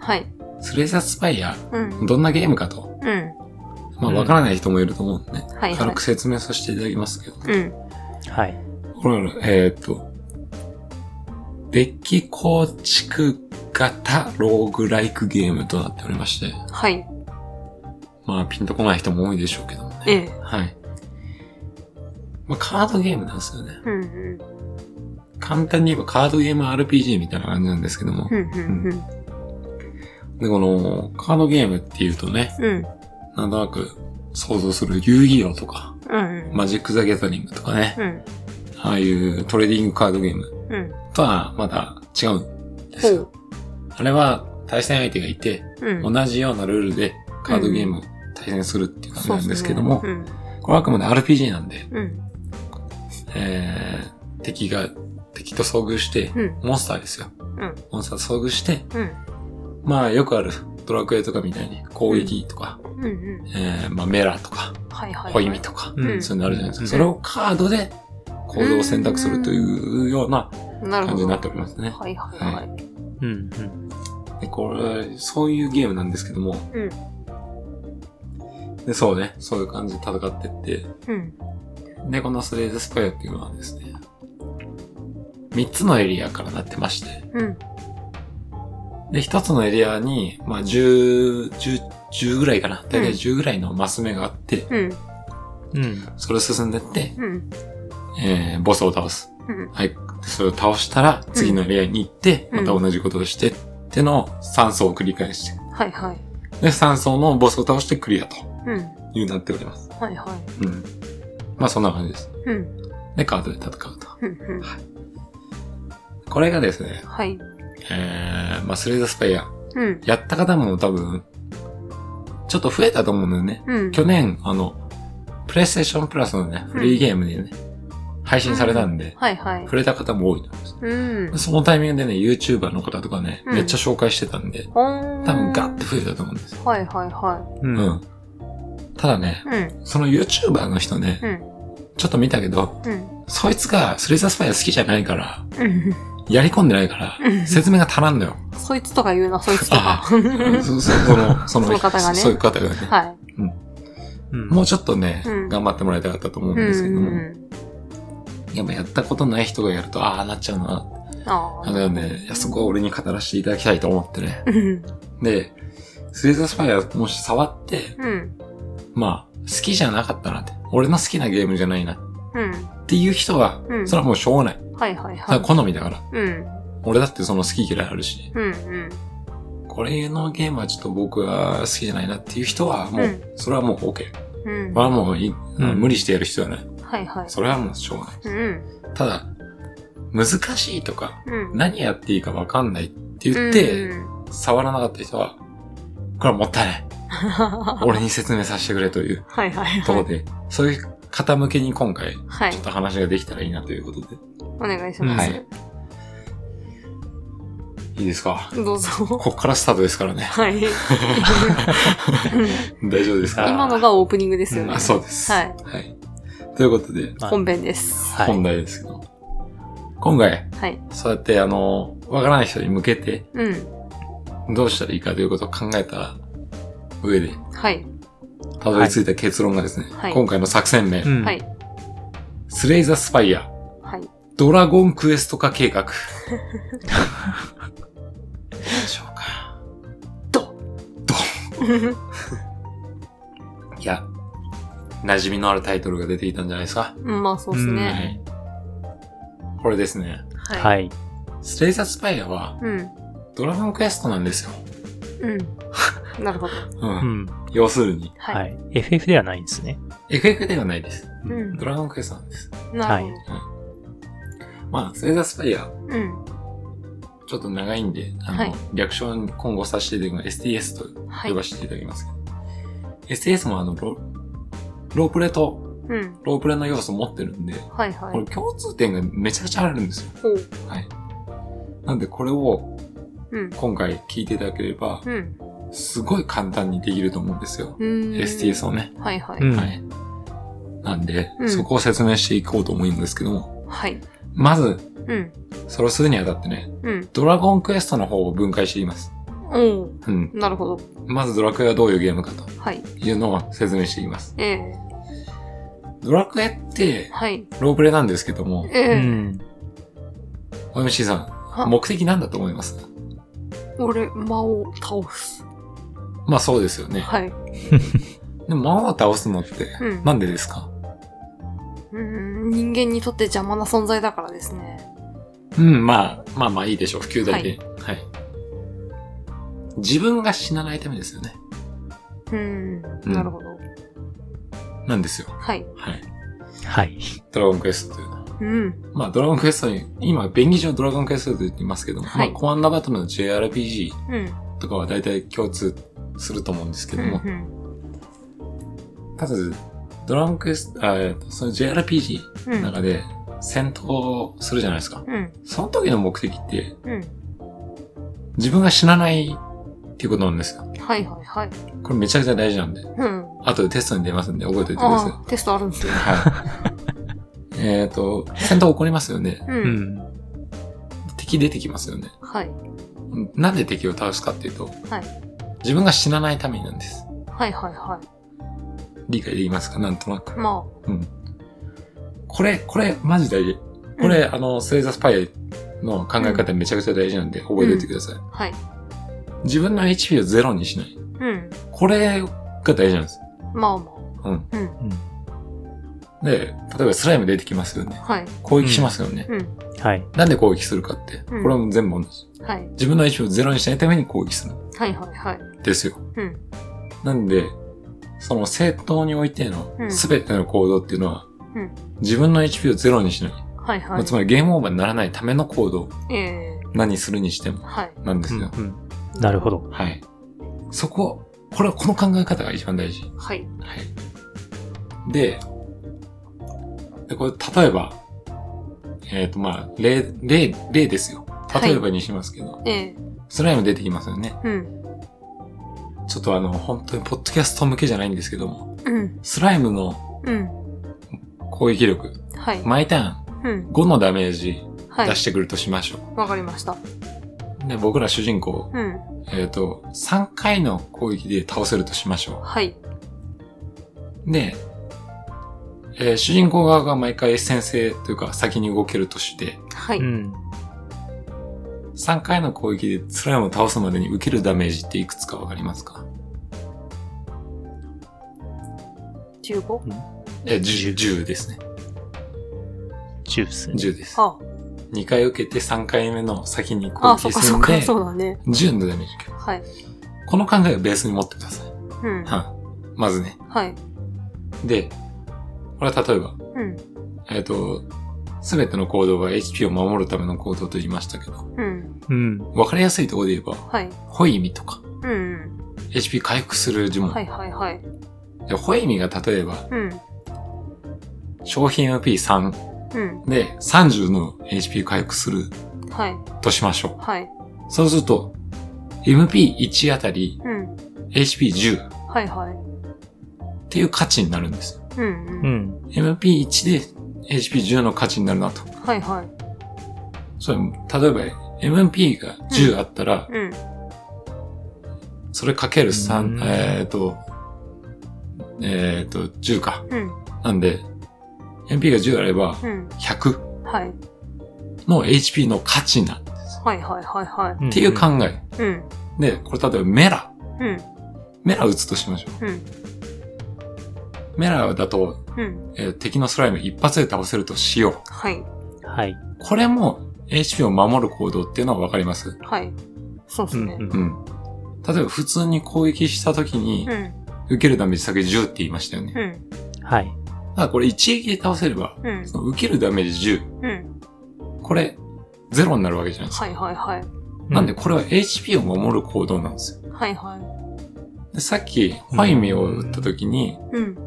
A: スレイザースパイア、
B: うん。
A: どんなゲームかと、
B: うん。
A: まあわからない人もいると思うんで、ね
B: はいは
A: 軽
B: い
A: く。説明させていただきますけど、
B: うん。
C: はい。
A: これ、えーっと、デッキ構築型ローグライクゲームとなっておりまして、
B: はい。
A: まあピンとこない人も多いでしょうけどもね。
B: ええ。
A: はい。まあカードゲームなんですよね。
B: うんうん。
A: 簡単に言えばカードゲーム RPG みたいな感じなんですけども
B: う。んうん
A: で、このカードゲームっていうとね、
B: うん。うん。
A: なんとなく想像する遊戯王とか、
B: うん。
A: マジック・ザ・ギャザリングとかね、
B: うん。
A: ああいうトレーディングカードゲーム
B: うん。
A: とはまた違うんです
B: ほ
A: よ
B: う。。
A: あれは対戦相手がいて、
B: うん。
A: 同じようなルールでカードゲームを対戦するっていう感じ
B: そう
A: なん
B: っすね
A: ですけども、
B: うん。
A: これはあくまで RPG なんで、
B: うん。
A: えー、敵が、敵と遭遇して、
B: うん。
A: モンスターですよ。
B: ん
A: モンスターと遭遇して、
B: うん。
A: まあよくあるドラクエとかみたいに攻撃とか、
B: うん。うん。
A: えー、まあメラとか、
B: はいはい。
A: ホイミとか、
B: ん
A: そういうのあるじゃないですか。
C: うん
A: それをカードで行動を選択するというような
B: なる
A: 感
B: ほど。
A: じになっておりますね。
B: はいはいはい。
C: うん。うん。
A: でこれ、そういうゲームなんですけども、
B: うん。
A: でそうね、そういう感じで戦ってって、
B: うん。
A: で、このスレイズスパイアっていうのはですね、3つのエリアからなってまして、
B: うん。
A: で、1つのエリアに、まあ、10、10、10ぐらいかな。だいたい10ぐらいのマス目があって、
B: うん。
C: うん。
A: それを進んでって、
B: うん。
A: えー、ボスを倒す。
B: うん。
A: はい、でそれを倒したら、次のエリアに行って、
B: うん
A: また同じことをして、ってのを3層を繰り返して。
B: はいはい。
A: で、3層のボスを倒してクリアと
B: うん。
A: いうなっております。
B: はいはい。
A: うん。まあそんな感じです。
B: うん。
A: で、カードで戦うと。
B: うん。うん。
A: これがですね、
B: はい。
A: えー、まあスレイザースパイア。
B: うん。
A: やった方も多分、ちょっと増えたと思うんだよね。
B: うん。
A: 去年、あの、プレイステーションプラスのね、フリーゲームでね、配信されたんで、
B: はいはい。
A: 触れた方も多いと思います。
B: うん。
A: そのタイミングでね、YouTuber の方とかね、
B: うん
A: めっちゃ紹介してたんで、
B: ほーん。
A: 多分ガッて増えたと思うんですよ。
B: はいはいは
C: う。
A: うんん。ただね、
B: い。うん。
A: その YouTuber の人ね、
B: うん。
A: ちょっと見たけど、
B: うん。
A: そいつがスレイザースパイア好きじゃないから、
B: うん。
A: やり込んでないから、
B: うん
A: 説明が足らんのよ。
B: そいつとか言うな、そいつとか。
A: そ そその、その、
B: その方がね
A: そういう方がね。
B: は
C: うん
A: もうちょっとね、
B: うん
A: 頑張ってもらいたかったと思うん
B: い。
A: ですけども、
B: うん。
A: やっぱやったことない人がやると、ああ、なっちゃうな。
B: あ
A: な
B: あ。
A: のでね、いやそこは俺に語らせていただきたいと思ってね。
B: うん。
A: で、スレイザースパイアもし触って、
B: うん。
A: まあ、好きじゃなかったなって、俺の好きなゲームじゃないなっ
B: うん。
A: ていう人は、
B: うん
A: それはもうしょうがない。
B: はいはいは
A: ただ
B: い。
A: 好みだから。
B: うん。
A: 俺だってその好き嫌いあるし、
B: うんうん。
A: これのゲームはちょっと僕は好きじゃないなっていう人は、も
B: う、
A: うんそれはもう OK。
B: うん。
A: これはもういい、
C: うん
A: 無理してやる必要はない。
B: はいはい。
A: それはもうしょうがない。
B: うん。
A: ただ、難しいとか、
B: うん。
A: 何やっていいか分かんないって言って、
B: うん
A: 触らなかった人は、これはもったいない。
B: は
A: 俺に説明させてくれという
B: いはいはい。
A: ところで、そういう方向けに今回、
B: はい
A: ちょっ。と話ができたらいいなということで。
B: お願いしま
A: は
B: す。
A: いいいですか
B: どうぞ。
A: こっからスタートですからね。
B: はい。
A: 大丈夫ですか
B: 今のがオープニングですよね。
A: あ、そうです。
B: はい。
A: はい。ということで、
B: 本編です。
C: はい
A: 本題ですけど、今回、
B: はい。
A: そうやってあの、わからない人に向けて、
B: うん。
A: どうしたらいいかということを考えた上で、
B: はい。
A: たどり着いた結論がですね、
B: はい
A: 今回の作戦名、
C: うん
B: はい。
A: スレイザースパイア、
B: はい。
A: ドラゴンクエスト化計画。どうでしょうか。
B: ど
A: どいや、馴染みのあるタイトルが出てきたんじゃないですか。
B: まあそうです
C: うん
B: ね。
A: い。これですね。
B: は。
C: はいい。
A: スレイザースパイアは
B: うん。
A: ドラゴンクエストなんですよ。
B: うん。なるほど。
A: う。
C: うんん。
A: 要するに、
B: は。
C: はいい。FF ではないんですね。
A: FF ではないです。
B: う
C: うん
B: ん。
A: ドラゴンクエストなんです。
B: なるほ
A: まあ、スレイザースパイア、
B: ど。うん。
A: ちょっと長いんで、あの、
B: はい
A: 略称に今後させていただくの STS と
B: はい
A: 呼。ばせていただきますけど、STS もあの、ロロープレと
B: うん。
A: ロープレの要素持ってるんで、
B: はいは
A: これ
B: い。
A: 共通点がめちゃくちゃあるんですよ。
B: ほう。
A: はい。なんでこれを
B: うん。
A: 今回聞いていただければ、
B: うん。
A: すごい簡単にできると思うんですよ。
B: うん。
A: STS をね。
B: はいはい。
C: うん
A: はい。なんで、
B: うん
A: そこを説明していこうと思うんですけども、
B: はい。
A: まず、
B: うん。
A: それをするにあたってね、
B: うん。
A: ドラゴンクエストの方を分解しています。
B: おう
A: うん。
B: なるほど。
A: まずドラクエはどういうゲームかと
B: はい。
A: いうのを説明しています。
B: ええ。
A: ドラクエって、
B: はい。
A: ロープレなんですけども、
B: え
C: う
B: え。
C: ん。
A: OMC さ
B: あ
A: ん、目的なんだと思います
B: 俺、魔を倒す。
A: まあそうですよね。
B: はい。
A: でも魔王を倒すのって
B: うん、
A: なんでですか
B: うん、人間にとって邪魔な存在だからですね。
A: うん、まあ、まあまあいいでしょう。普及だけ。はい。自分が死なないためですよね。
B: うん。
A: うん
B: なるほど。
A: なんですよ。
B: はい。
A: はい。
C: はい。
A: ドラゴンクエストというのは。
B: うん。
A: まあドラゴンクエストに、今、便宜上ドラゴンクエストと言っていますけども、
B: はい
A: まあコマンダーバトルの JRPG
B: うん。
A: とかは大体共通すると思うんですけど
B: う
A: も、
B: ん。
A: ただ、ドラゴンクエスト、あえっとその JRPG
B: う
A: の
B: ん。
A: 中で戦闘をするじゃないですか。
B: うん。
A: その時の目的って、
B: うん。
A: 自分が死なないっていうことなんですよ。
B: はいはいはい。
A: これめちゃくちゃ大事なんで。
B: うん。
A: 後でテストに出ますんで覚えておいてくだ
B: あ
A: さ
B: あ、テストあるんですよ
A: い。。はい。 えっと、戦闘起こりますよね。
B: う。
C: うんん。
A: 敵出てきますよね。
B: はい。
A: なんで敵を倒すかっていうと、
B: はい
A: 自分が死なないためになんです。
B: はいはいは。
A: 理解できますかなんとないく。
B: ま
A: うん。これ、これ、マジ大事。これ、あの、スレイザースパイの考え方めちゃくちゃ大事なんで覚えておいてください。
B: あ、はい。
A: 自分の HP をゼロにしない。
B: うん。
A: これが大事なんです。
B: まあま
A: うん。
C: うん。
A: で、例えばスライム出てきますよね。
B: はい。
A: 攻撃しますよね。
B: うん。
C: はい。
A: なんで攻撃するかって。こ
B: うん
A: れも全部同じ。
B: はい。
A: 自分の一部をゼロにしないために攻撃するん
B: はいはいはい。
A: ですよ。
B: うん。
A: なんで、その正当においての
B: うん
A: 全ての行動っていうのは、
B: うん
A: 自分の1秒ゼロにしない。
B: はい
A: ま
B: は
A: あ
B: い
A: つ。まりゲームオーバーにならないための行動、
B: え
A: 何するにして
B: ー
A: も、
B: はい。
A: なんです
C: うん、う
A: よ。
C: ん。なるほ。ど。
A: はい。そこ、これはこの考え方が一番大事。
B: はい。
A: はい。で、でこれ、例えば、えっ、と、まあ、例、例、例ですよ。例えばにしますけど、
B: え
A: スライム出てきますよね。
B: ーうん。
A: ちょっとあの、本当にポッドキャスト向けじゃないんですけども、
B: うん。
A: スライムの
B: うん。
A: 攻撃力、
B: はい。
A: 毎タ
B: うん
A: ーン。5のダメージ
B: はい
A: 出。してくるとしましょう。
B: わかりました。
A: で、僕ら主人公、
B: うん。
A: えっ、と、3回の攻撃で倒せるとしましょ
B: はい。
A: う。で、えー主人公側が毎回先制というか先に動けるとして、
B: は
C: う
B: い。
C: ん。
A: 3回の攻撃でスライムを倒すまでに受けるダメージっていくつかわかりますか
B: 15?
A: え、10、10ですね。
C: ジュース。
A: 10です。
B: あ、
A: 2回受けて3回目の先に攻
B: あ、
A: 撃
B: そっか
A: する
B: そ
A: ん
B: っ
A: で、
B: か、そうだね。
A: 10のダメージ受ける。
B: はい。
A: この考えをベースに持ってください。
B: うん。は
A: はい。まずね。
B: い。
A: で、これは例えば、
B: うん。
A: えっ、と、すべての行動が HP を守るための行動と言いましたけど、
B: うん。
C: うん。
A: わかりやすいところで言えば、
B: はい。
A: ホイミとか、
B: うんうん。
A: HP 回復する呪文。
B: はいはいはい。
A: でホイミが例えば、
B: うん。
A: 商品 MP3
B: う
A: で30の HP 回復する
B: ん。はい。
A: としましょう。
B: はい。
A: そうすると、MP1 あたり
B: うん。
A: HP10 っ
B: はいはい。
A: ていう価値になるんですよ。
B: うんう。
C: うんん。
A: MP1 で HP10 の価値になるなと。
B: はいはい。
A: それ、例えば MP が10あったら、
B: うん。
A: それかける
C: うん
A: 3、えっ、と、えっ、と、10か。
B: うん。
A: なんで、MP が10あれば、
B: うん。
A: 100
B: はい。
A: の HP の価値な、っ
B: はいはいはいは
C: って
A: いう考え。
B: い。うん。
A: で、これ例えばメラ。
B: うん。
A: メラ打つとしましょ
B: うん。
A: う。メラだと、
B: うん。
A: えー敵のスライム一発で倒せるとしよう。
B: はい。
C: はい。
A: これも HP を守る行動っていうのはわかります。
B: はい。そうで
C: う
B: す
C: ん。
B: ね。
C: うん
A: うん。例えば普通に攻撃した時に
B: う、ん。
A: 受けるダメージ先10って言いましたよね。
B: う
A: た
B: ん。
C: はい。
A: だこれ一撃で倒せれば、
B: うん。
A: その受けるダメージ10、
B: うん。
A: これゼロになるわけじゃないですか。
B: はいはいはい。
A: なんでこれは HP を守る行動なんですよ。
B: はいはい。
A: でさっき、ファイミを打った時に、
B: うん。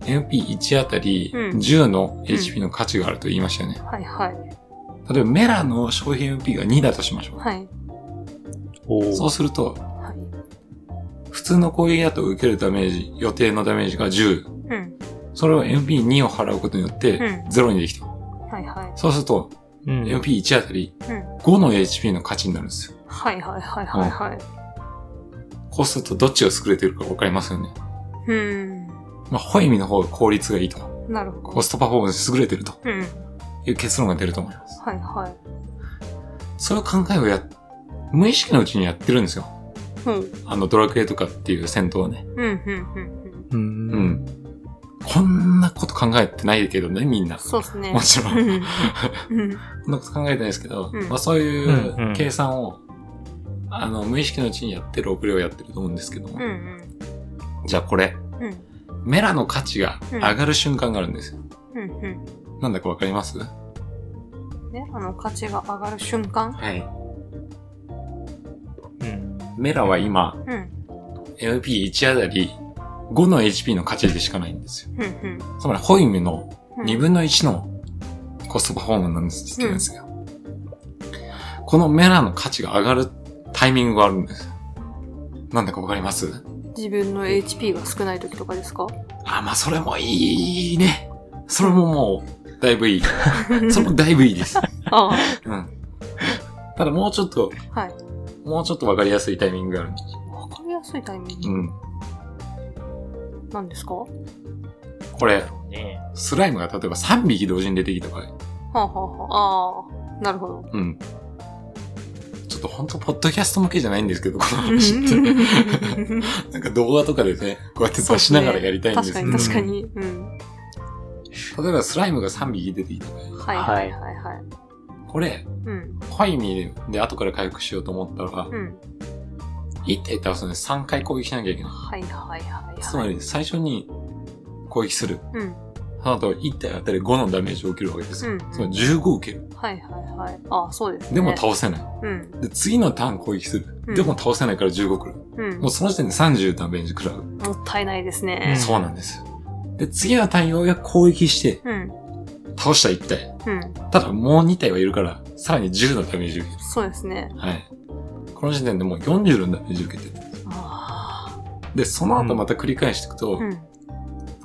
A: MP1 あたり
B: うん
A: 10の HP の価値があると言いましたよね。
B: はいはい。
A: 例えばメラの消費 MP が2だとしましょう。
B: はい。
C: おー
A: そうすると、
B: はい。
A: 普通の攻撃だと受けるダメージ、予定のダメージが10、
B: うん。
A: それを MP2 を払うことによって
B: うん
A: 0にできた。
B: はいはい。
A: そうすると
C: うん
A: MP1 あたり
B: うん。
A: 5の HP の価値になるんですよ。
B: はいはいはいはいはい。
A: こうするとどっちが優れてるかわかりますよね。
B: うん。
A: まあ、ホイミの方が効率がいいと。
B: なるほ
A: コ
B: ど。
A: ストパフォーマンス優れてると
B: うん。
A: いう結論が出ると思います。
B: はいはい。
A: そういう考えをや、無意識のうちにやってるんですよ。
B: ほう。
A: あのドラクエとかっていう戦闘はね。
B: うんうんうんうん。
C: う。
A: うんん。こんなこと考えてないけどね、みんな。
B: そうですね
A: も。ちろ。
B: うんん。うん。
A: そんなこと考えてないですけど、
B: うん
A: まあそうい
C: んう
A: うんう計算を、あの、無意識のうちにやってる遅れをやってると思うんですけども、
B: うん
A: じゃあこれ、
B: うん。うん。
A: メラの価値が上がる瞬間があるんですよ。
B: うんうん。
A: なんだかわかりますは
B: ね、あの価値が上がる瞬間。
A: い。
C: うん。
A: メラは今、
B: うん。
A: MP1 あたり5の HP の価値でしかないんですよ。
B: うんうん。
A: つまり、ホイミの
B: うん
A: 2分の1のコストパフォーマンスなんですよ。このメラの価値が上がるタイミングがあるんですよ。なんだかわかります
B: 自分の HP が少ない時とかですか
A: あ、まあ、それもいいね。それももう、だい ぶいい。それもだいぶいいです。
B: あ
A: うん。ただもうちょっと、
B: あ、はい。
A: もうちょっとわかりやすいタイミングがあるんです。
B: わかりやすいタイミン
A: う
B: グ
A: ん。
B: なんですか、は
A: これ、
C: ね
A: スライムが例えば3匹同時に出てきた場合。
B: あ、はあはあ、ああ、なるほど。
A: うん。ちょっとほんと、ポッドキャスト向けじゃないんですけど、この 話って。
B: 出
A: なんか動画とかでね、こうやって出しながらやりたいんですけど。
B: 確かに確かに。うん。
A: 例えばスライムが3匹出てきたね。
B: はいはいはいはい。
A: これ、
B: うん。
A: コイミで後から回復しようと思ったら、
B: うん。
A: 1体倒すのに3回攻撃しなきゃいけな
B: はいはいはいは
A: い。
B: い。
A: つまり最初に攻撃する。
B: うん。
A: その後1体当たり5のダメージを受けるわけですよ。
B: うん
A: つまり15受ける。
B: はいはいはい。あ、そうですね。
A: でも倒せない。
B: うん。
A: で、次のターン攻撃す
B: う
A: る。
B: ん
A: でも倒せないから15くる。
B: うん。
A: も
B: も
A: うその時点で30ダメージ食らう。
B: ったいないです
C: うん
B: ね。
A: そうなんですよ。で、次のターンようやく攻撃して、
B: うん。
A: 倒した1体。
B: うん。
A: ただもう2体はいるから、さらに10のダメージ受ける。
B: そうですね。
A: はい。この時点でもう40のダメージ受けてる。
B: あ
A: で、その後また繰り返していく
B: あ。
A: と
B: う、ん。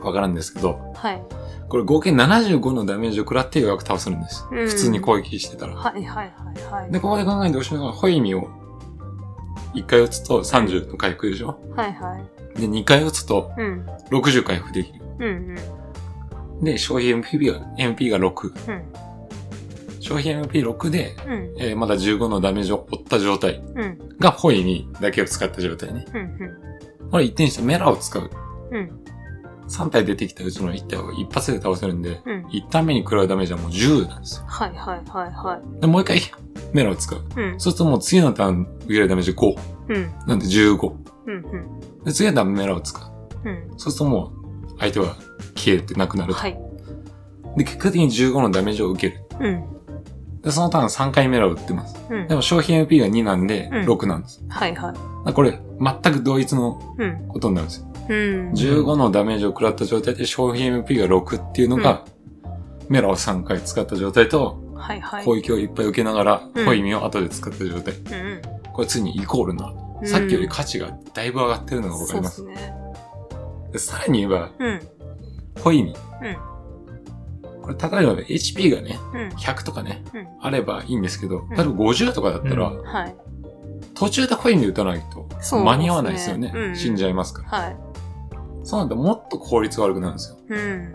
A: わからんですけど、
B: はい。
A: これ合計75のダメージを食らってようやく倒せるんです。
B: うん
A: 普通に攻撃してたら。
B: はいはいはいはい。
A: で、ここで考えてほしいのが、ホイミを1回打つと30の回復でしょ
B: はいはい。
A: で、2回打つと
B: うん。
A: 60回復できる。
B: うんうん。
A: で、消費 MP が、MP が6。
B: うん。
A: 消費 MP6 で、
B: うん。
A: えーまだ15のダメージを負った状態
B: うん。
A: がホイミだけを使った状態ね。
B: うん。うん。
A: これ一点にしてメラを使う。
B: うん。
A: 3体出てきたうちの1体を一発で倒せるんで、
B: うん。
A: 1体目に食らうダメージはもう10なんですよ。
B: はいはいはいは
A: で、もう一回メラを使う。
B: い。うん。
A: そうするともう次のターン受けるダメージ5。
B: うん。
A: なんで15。
B: うん。うん。
A: で、次はダメメラを使う。
B: うん。
A: そうするともう相手は消えてなくなると。
B: はい。
A: で、結果的に15のダメージを受ける。
B: うん。
A: で、そのターン3回メラを打ってます。
B: うん
A: で。も消費 MP が2なんで
B: うん
A: 6なんです。
B: はいは
A: だ
B: い。
A: からこれ全く同一の
B: うん。
A: ことになるんですよ。
B: うん。
A: 15のダメージを食らった状態で消費 MP が6っていうのが、メラを3回使った状態と、
B: はいはい。
A: 攻撃をいっぱい受けながら、
B: うん
A: ホイミを後で使った状態。
B: うん
A: これついにイコールな。
B: うん。
A: さっきより価値がだいぶ上がってるのがわか
B: そう
A: り
B: で
A: ます
B: す。ね。
A: でさらに言えば、
B: うん。
A: ホイミ。
B: う
A: これ例えば HP がね、
B: ん。うん。
A: 100とかね、
B: うん
A: あればいいんですけど、
B: ん
A: 例えば50とかだったら、
C: う
B: はい。
A: 途中でホイミ打たないと
B: そうですね
A: 間に合わないですよね。
B: うん
A: 死んじゃいますから。
B: はい。
A: そうなるともっと効率悪くなるんですよ。
B: うん。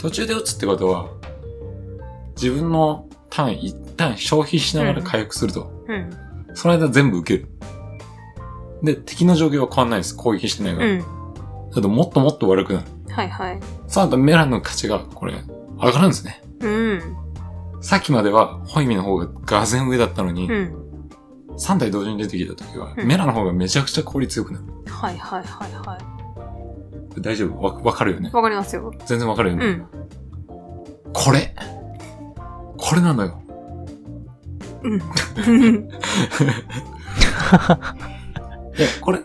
A: 途中で打つってことは、自分の単位、一旦消費しながら回復すると。
B: うん。
A: その間全部受ける。で、敵の状況は変わんないです。攻撃してないか
B: う
A: ら。
B: ん。
A: だともっともっと悪くなる。
B: はいはい。
A: そうなるとメランの価値が、これ、上がるんですね。
B: うん。
A: さっきまでは、ホイミの方が俄然上だったのに、
B: うん。
A: 3体同時に出てきた時は、
B: うん
A: メラの方がめちゃくちゃ効率よくなる。
B: はいはいはいはい。
A: 大丈夫わわかるよね。
B: わかりますよ。
A: 全然わかるよ
B: う
A: ね。
B: ん。
A: これこれなのよ。
B: うん。
A: いや、これ、
C: い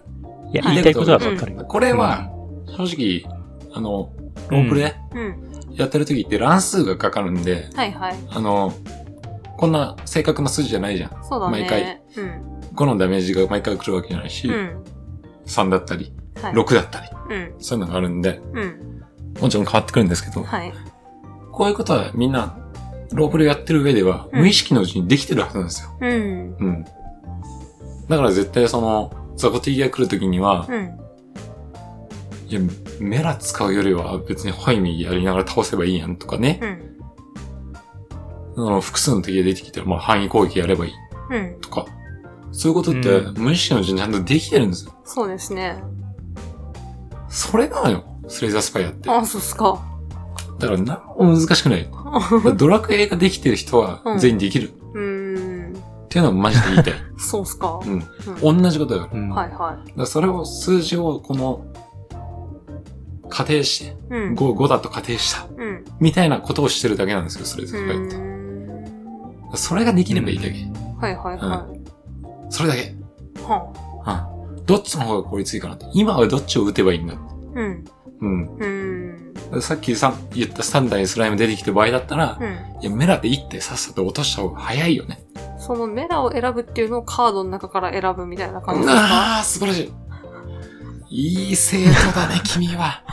C: や、
A: はい
C: 言いたいことはわかるよ。
A: これは、正直、あの、ロープレ
B: うん。
A: やってる時って乱数がかかるんで、
B: はいはい。
A: あの、こんな正確な数字じゃないじゃん。
B: そうだね。
A: 毎回。
B: うん。
A: 5のダメージが毎回来るわけじゃないし、
B: うん。
A: 3だったり、
B: はい。
A: 6だったり、
B: うん。
A: そういうのがあるんで、
B: うん。
A: もちろん変わってくるんですけど、
B: はい。
A: こういうことはみんな、ロープレやってる上では、
B: うん
A: 無意識のうちにできてるはずなんですよ。
B: うん。
A: うん。だから絶対その、ザコティが来る時には、
B: うん。
A: いや、メラ使うよりは別にホイミやりながら倒せばいいやんとかね。
B: うん。
A: あの複数の敵が出てきたら、まあ範囲攻撃やればいい
B: うん。
A: とか。そういうことって、
C: うん
A: 無意識のうちにちゃんとできてるんですよ。
B: そうですね。
A: それなのよ。スレイザースパイアって。だ
B: あ、そうっすか。
A: から何も難しくない。だからドラクエができてる人は
B: うん
A: 全員できる。っ
B: うん。
A: ていうのはマジで言 いたい。
B: そうっすか。う
A: うん。同じことだから。
C: うん
B: はいは
A: だからそれを数字をこの、仮定して、
B: い。うん。
A: 5、5だと仮定した。
B: うん。
A: みたいなことをしてるだけなんですよ、スレイ
B: う
A: ザースパイアって。だか
B: ん。
A: らそれができればいいだけ。
B: はいはいはい。
A: それだけ。
B: は
A: うん。どっちの方が効率いいかなって。今はどっちを打てばいいんだって。
B: うん。
A: うん。
B: うん。
A: さっきさん言った3体スライム出てきた場合だったら、
B: うん。
A: いや、メラで1体さっさと落とした方が早いよね。
B: そのメラを選ぶっていうのをカードの中から選ぶみたいな感じですか
A: ああ、素晴らしい。いい生徒だ ね、君は。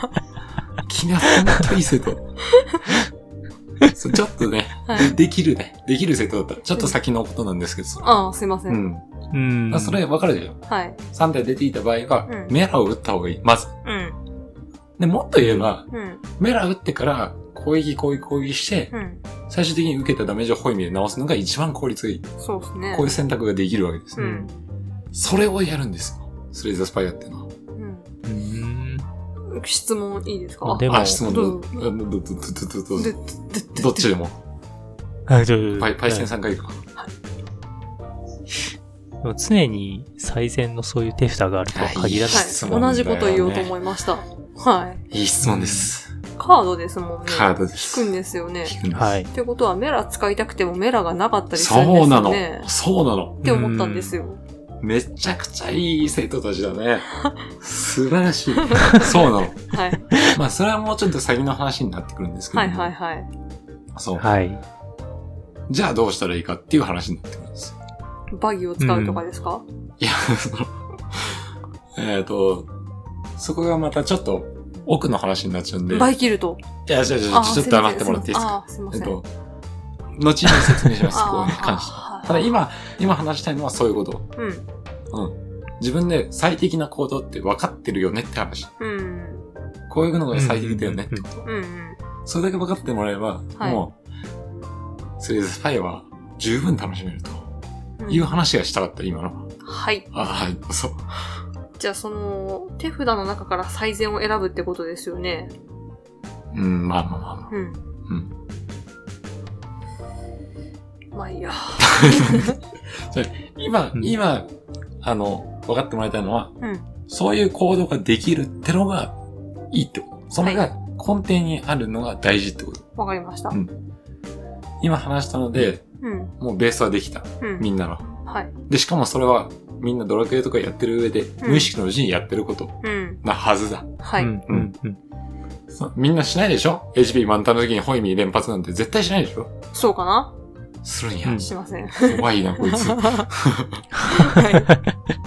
A: 君は本当いい生徒。 そうちょっとね、
B: はい
A: でできるね。できる生徒だったら、ちょっと先のことなんですけど、それ
B: ああ、すいませ。
A: うんん。
C: うん
A: あそれわかるでしょ
B: はい。
A: ?3 体出ていた場合は、
B: うん
A: メラを打った方がいい。まず。
B: うん。
A: で、もっと言えば、
B: うん。
A: メラ打ってから、攻撃、攻撃、攻撃して
B: う、ん。
A: 最終的に受けたダメージをホイミで直すのが一番効率がいい。
B: そうですね。
A: こういう選択ができるわけです
B: う
A: ね。
B: ん。
A: それをやるんですよ。スレイザースパイアっていうのは。
B: うん。
C: うん
B: 質問いいですか
C: でも
A: あ、質問
B: ど
A: ど
B: う、
A: ど、ど、ど、ど、ど、
B: で
A: ど、
B: で
A: どっちでも。
C: あどう
A: パイ、パイセンさんがいるか。
C: でも常に最善のそういう手札があるとは限らない。
A: い質
B: は
A: 問
B: い。
A: だよ
B: 同
A: ね
B: じこと言おうと思いました。はい。
A: いい質問です。
B: カードですもんね。
A: カードです。
B: 引くんですよね。
A: 引くんです。
C: はい。
B: ってことはメラ使いたくてもメラがなかったりするんです
A: そうな
B: よ
A: の
B: ね。。
A: そうなの
B: っ。て思ったんですよ。
A: めちゃくちゃいい生徒たちだね。素晴らしい。そうなの。
B: はい。
A: まあ、それはもうちょっと先の話になってくるんですけど
B: は
A: も。
B: いはいはい。
A: そう。
C: はい。
A: じゃあどうしたらいいかっていう話になってくるんですよ。
B: バギーを使うとかですか、
A: いや、その、えっと、そこがまたちょっと奥の話になっちゃうんで。
B: バ
A: い
B: イキルト。
A: や、ちょ、ちょ、ち
B: あ
A: ょ
B: ー
A: ちょっと黙ってもらっていいですか。
B: すいま
A: え
B: せ
A: っ
B: ん。あーすいま
A: と、後に説明します、
B: せん。
A: ここに関して。
B: あー
A: ただ、今、今話したいのはそういうこと。
B: はいはい
A: 自分で最適な行動って分かってるよねって話。
B: うん。うん。
A: こういうのが最適だよねって
C: うん
A: こと。
B: うんうん。
A: それだけ分かってもらえば、
B: はい
A: もう、スリーズスパイは十分楽しめると
B: うん
A: いう話がしたかった、今の。
B: はい。
A: あはい、そう。
B: じゃあその、手札の中から最善を選ぶってことですよね。
A: うん、まあまあまあまあ。
B: うん。
A: うん。
B: まあいいや。
A: 今
C: う、ん
A: 今、あの、分かってもらいたいのは、
B: うん
A: そういう行動ができるってのがいいってこと。それが根底にあるのが大事ってこと。
B: わかりました。
A: う
B: うんん。
A: 今話したので、
B: うん。
A: もうベースはできた。みんなの。
B: はい。
A: で、しかもそれは、みんなドラクエとかやってる上で、
B: ん
A: 無意識のうちにやってること
B: うん。
A: なはずだ。
B: はい。
C: うんうんうん
A: そみんなしないでしょ ?HP 満タンの時にホイミ連発なんて絶対しないでしょ
B: そうかな
A: するんや。
C: うん
B: しません。
A: 怖いな、こい つ。
B: は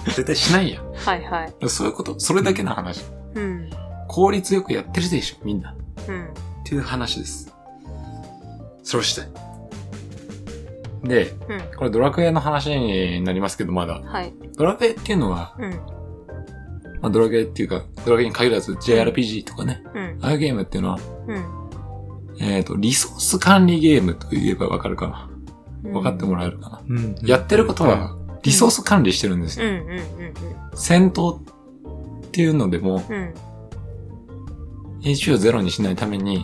A: 絶対しないや
B: い。はいはい。
A: ん。そういうこと。それだけの話。
B: うん。
A: 効率よくやってるでしょみんな。
B: うん。
A: っていう話です。それをしたい。で、
B: うん
A: これドラクエの話になりますけど、まだ。
B: はい。
A: ドラクエっていうのは、
B: うん。
A: まあ、ドラクエっていうか、ドラクエに限らず JRPG とかね、
B: うん。
A: ああいうゲームっていうのは、
B: うん。
A: えっ、と、リソース管理ゲームと言えばわかるかな。
B: うん
A: 分かってもらえるかな。
C: うんうん。
A: やってることは、リソース管理してるんです
B: う
A: よ。
B: んうんうん
A: 戦闘っていうのでも、
B: うん。うん。
A: HP をゼロにしないために、
B: う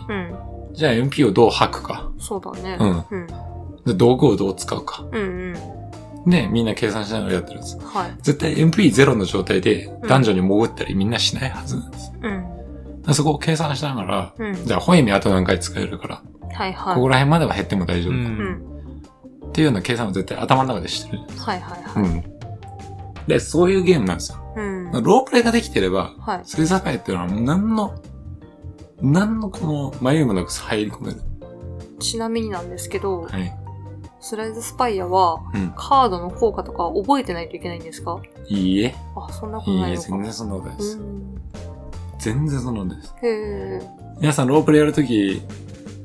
A: じゃあ MP をどう吐くか。
B: ん。そうだね。
A: うん。
B: うん。
A: で道具をどう使うか。
B: うんうん。
A: で、みんな計算しながらやってるんです。
B: はい。
A: 絶対 MP ゼロの状態で
B: うん
A: ダンジョンに潜ったりみんなしないはずなんです。
B: うん。
A: そこを計算しながら、
B: うん。
A: じゃあホイミあと何回使えるから、
B: はいはい。
A: ここら辺までは減っても大丈
C: う
A: 夫
C: ん
A: だ。
B: うん。
A: っていうような計算を絶対頭の中でしてる。
B: はいはいは
A: う
B: い。
A: ん。で、そういうゲームなんですよ。
B: うん。
A: ロープレイができてれば、
B: はい。
A: スレザーパイっていうのは何の、何のこの迷いもなく入り込める。
B: ちなみになんですけど、
A: はい。
B: スライズスパイアは、
A: うん。
B: カードの効果とか覚えてないといけないんですか
A: いいえ。
B: あ、そんなこと
A: いい
B: ない
A: え、
B: のか。
A: 全然そんなことないで
B: う
A: す。
B: ん。
A: 全然そんなことないです。
B: へえ。
A: 皆さんロープレイやるとき、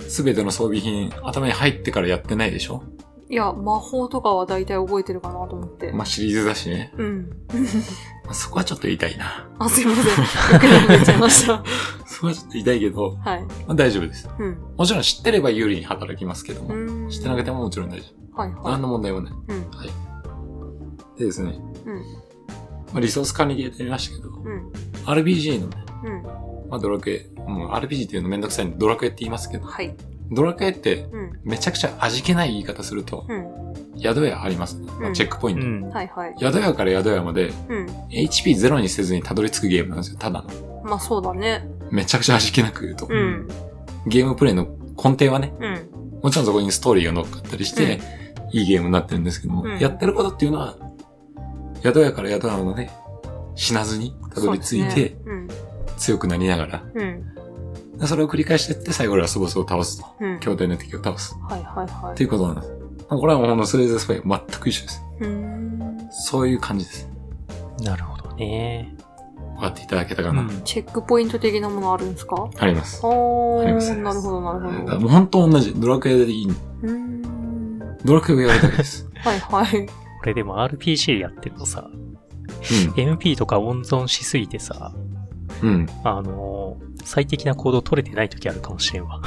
A: すべての装備品頭に入ってからやってないでしょ
B: いや、魔法とかは大体覚えてるかなと思って。
A: まあ、シリーズだしね。
B: うん。
A: そこはちょっと痛いな。
B: あ、すいません。よくなくなっちゃいました。
A: そこはちょっと痛いけど、
B: はい。
A: まあ、大丈夫です。
B: うん。
A: もちろん知ってれば有利に働きますけども、
B: うん。
A: 知ってなくてももちろん大丈
B: はい
A: 夫。何
B: は
A: の問題もない。
B: い。うん。
A: でですね、
B: うん
A: まあ、リソース管理系やってみましたけど、
B: うん。
A: RPG のね、
B: うん。
A: まあ、ドラクエ、もう RPG っていうのめんどくさいんでドラクエって言いますけど、
B: はい。
A: ドラクエって
B: うん。
A: めちゃくちゃ味気ない言い方すると、
B: うん。
A: 宿屋ありますね。まあ
B: うん
A: チェックポイン
C: う
A: ト。
C: ん。
B: はいはい。
A: 宿屋から宿屋まで
B: うん。
A: HP ゼロにせずにたどり着くゲームなんですよ、ただの。
B: まあそうだね。
A: めちゃくちゃ味気なく言うと。
B: うん。
A: ゲームプレイの根底はね、
B: うん。
A: もちろんそこにストーリーが乗っかったりして、いいゲームになってるんですけども、
B: うん
A: やってることっていうのは、宿屋から宿屋まで死なずにたどり着い
B: そうで
A: て
B: すねうん。
A: 強くなりながら、
B: うん。
A: でそれを繰り返していって最後ラスボスを倒すと。
B: うん。
A: 筐体の敵を倒す。
B: はいはいは
A: って
B: い
A: いうことなんです。これはもうほんのスレイズスパイは全く一緒です。。
B: うーん。
A: そういう感じです。
C: なるほどね。
A: 分かっていただけた
C: う
A: かな。
C: ん。
B: チェックポイント的なものあるんですか
A: あります。
B: あー、
A: あります
B: なるほどなるほ
A: だから
B: ど。
A: もう本当同じ。ドラクエでいい。
B: うーん。
A: ドラクエをやるだけです。
B: はいはい。
C: これでも RPG やってるとさ、
A: う
C: MP とか温存しすぎてさ、
A: ん。うん。
C: あのー最適な行動取れてない時あるかもしれんわ。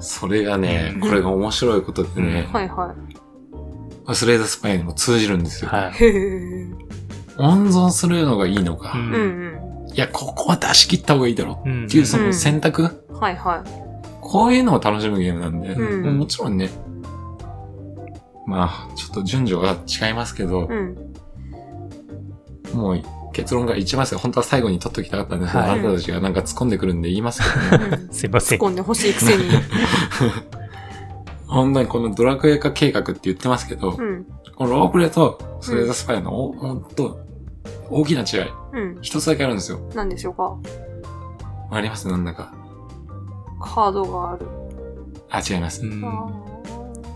A: それがね
C: う、ん
A: これが面白いことでね、
B: はいは
A: スレイザースパイにも通じるんですよ。
C: は
B: い。
C: い
B: へー
A: 温存するのがいいのか、
C: うん
B: うんうん。
A: いや、ここは出し切った方がいいだろ。
C: うん
A: っていうその選択、
B: はいは
A: こういうのを楽しむゲームなんで、
B: うん
A: もちろんね、まあ、ちょっと順序が違いますけど
B: い。、 うん。
A: もう結論から言っちゃいますよ。本当は最後に取っときたかったんですけど、
C: はい
A: あなたたちがなんか突っ込んでくるんで言いますけど、ね、
B: うん
C: すいませ
B: 突っ
C: ん。
B: 込んでほしいくせに。
A: 本当にこのドラクエ化計画って言ってますけど、
B: うん。
A: このロープレとスレザスパイアの、おほんと、大きな違い、
B: うん。
A: 一つだけあるんですよ。
B: なんでしょうか
A: ありますなんだか。
B: カードがある。
A: あ、違います
C: う。ん
B: あ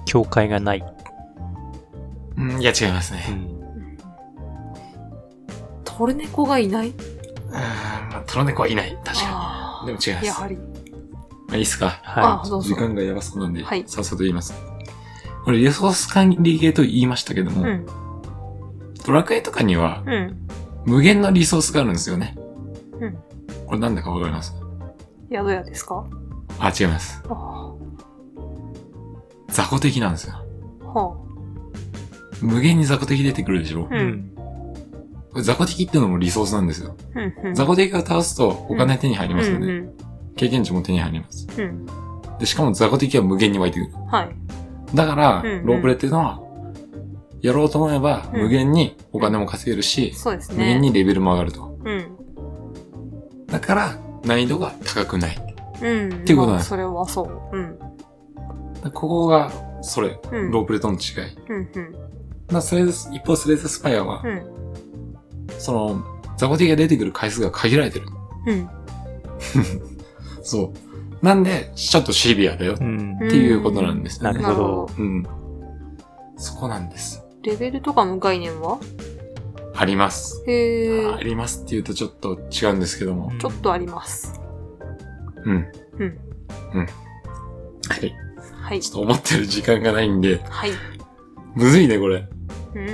C: 境界がない。
A: うん、いや、違います
C: う
A: ね。
C: ん
B: ートルネコがいない
A: うん、まあ、トロネコはいない。確かに。
B: あ
A: でも違いま
B: ーや
A: す。
B: はり。
A: まあ、いいっすか。
B: あ
C: は
B: あ、どう
A: 時
B: ぞ。
A: 間がやばそうなんで、
B: はい
A: さっさと言います。これ、リソース管理ゲーと言いましたけども、
B: うん。
A: ドラクエとかには、
B: うん。
A: 無限のリソースがあるんですよね。
B: うん
A: これなんだかわかります
B: 宿屋ですか
A: あ、違います。
B: あー
A: 雑魚的なんですよ。
B: は
A: 無限に雑魚的出てくるでしょ
B: う
C: い。
B: ん。
A: これ雑魚的ってのもリソースなんですよ。
B: あ。うん。うん。
A: 雑魚敵が倒すとお金手に入りますよ
B: う
A: ね。
B: ん
A: 経験値も手に入ります。
B: うん。うん。
A: で、しかも雑魚敵は無限に湧いてくる。
B: はい。
A: だから
B: うんう、ん
A: ロープレっていうのは、やろうと思えば
B: うん
A: 無限にお金も稼げるし、
B: そうです
A: 無限
B: ね。
A: にレベルも上がると。
B: うん。
A: だから、難易度が高くない。
B: うん。って
A: いうことなんです
B: それはそう。うん。
A: ここが、それ、
B: うん。
A: ロープレとの違い。
B: うん。うん。
A: なスレーズ一方スレーズスパイアは
B: う、ん。
A: その、雑魚敵が出てくる回数が限られてる。
B: うん。
A: そう。なんで、ちょっとシビアだよっ
C: うん。
B: うん
A: ていうことなんですよね。
B: なるほど。
A: うん。そこなんです。
B: レベルとかの概念は
A: あります。
B: へ
A: あ
B: え。
A: りますって言うとちょっと違うんですけども。
B: ちょっとあります。
A: うん。
B: うん。
A: はい。
B: はい
A: ちょ。っと思ってる時間がないんで、
B: はい。
A: むずいね、これ。
B: うん。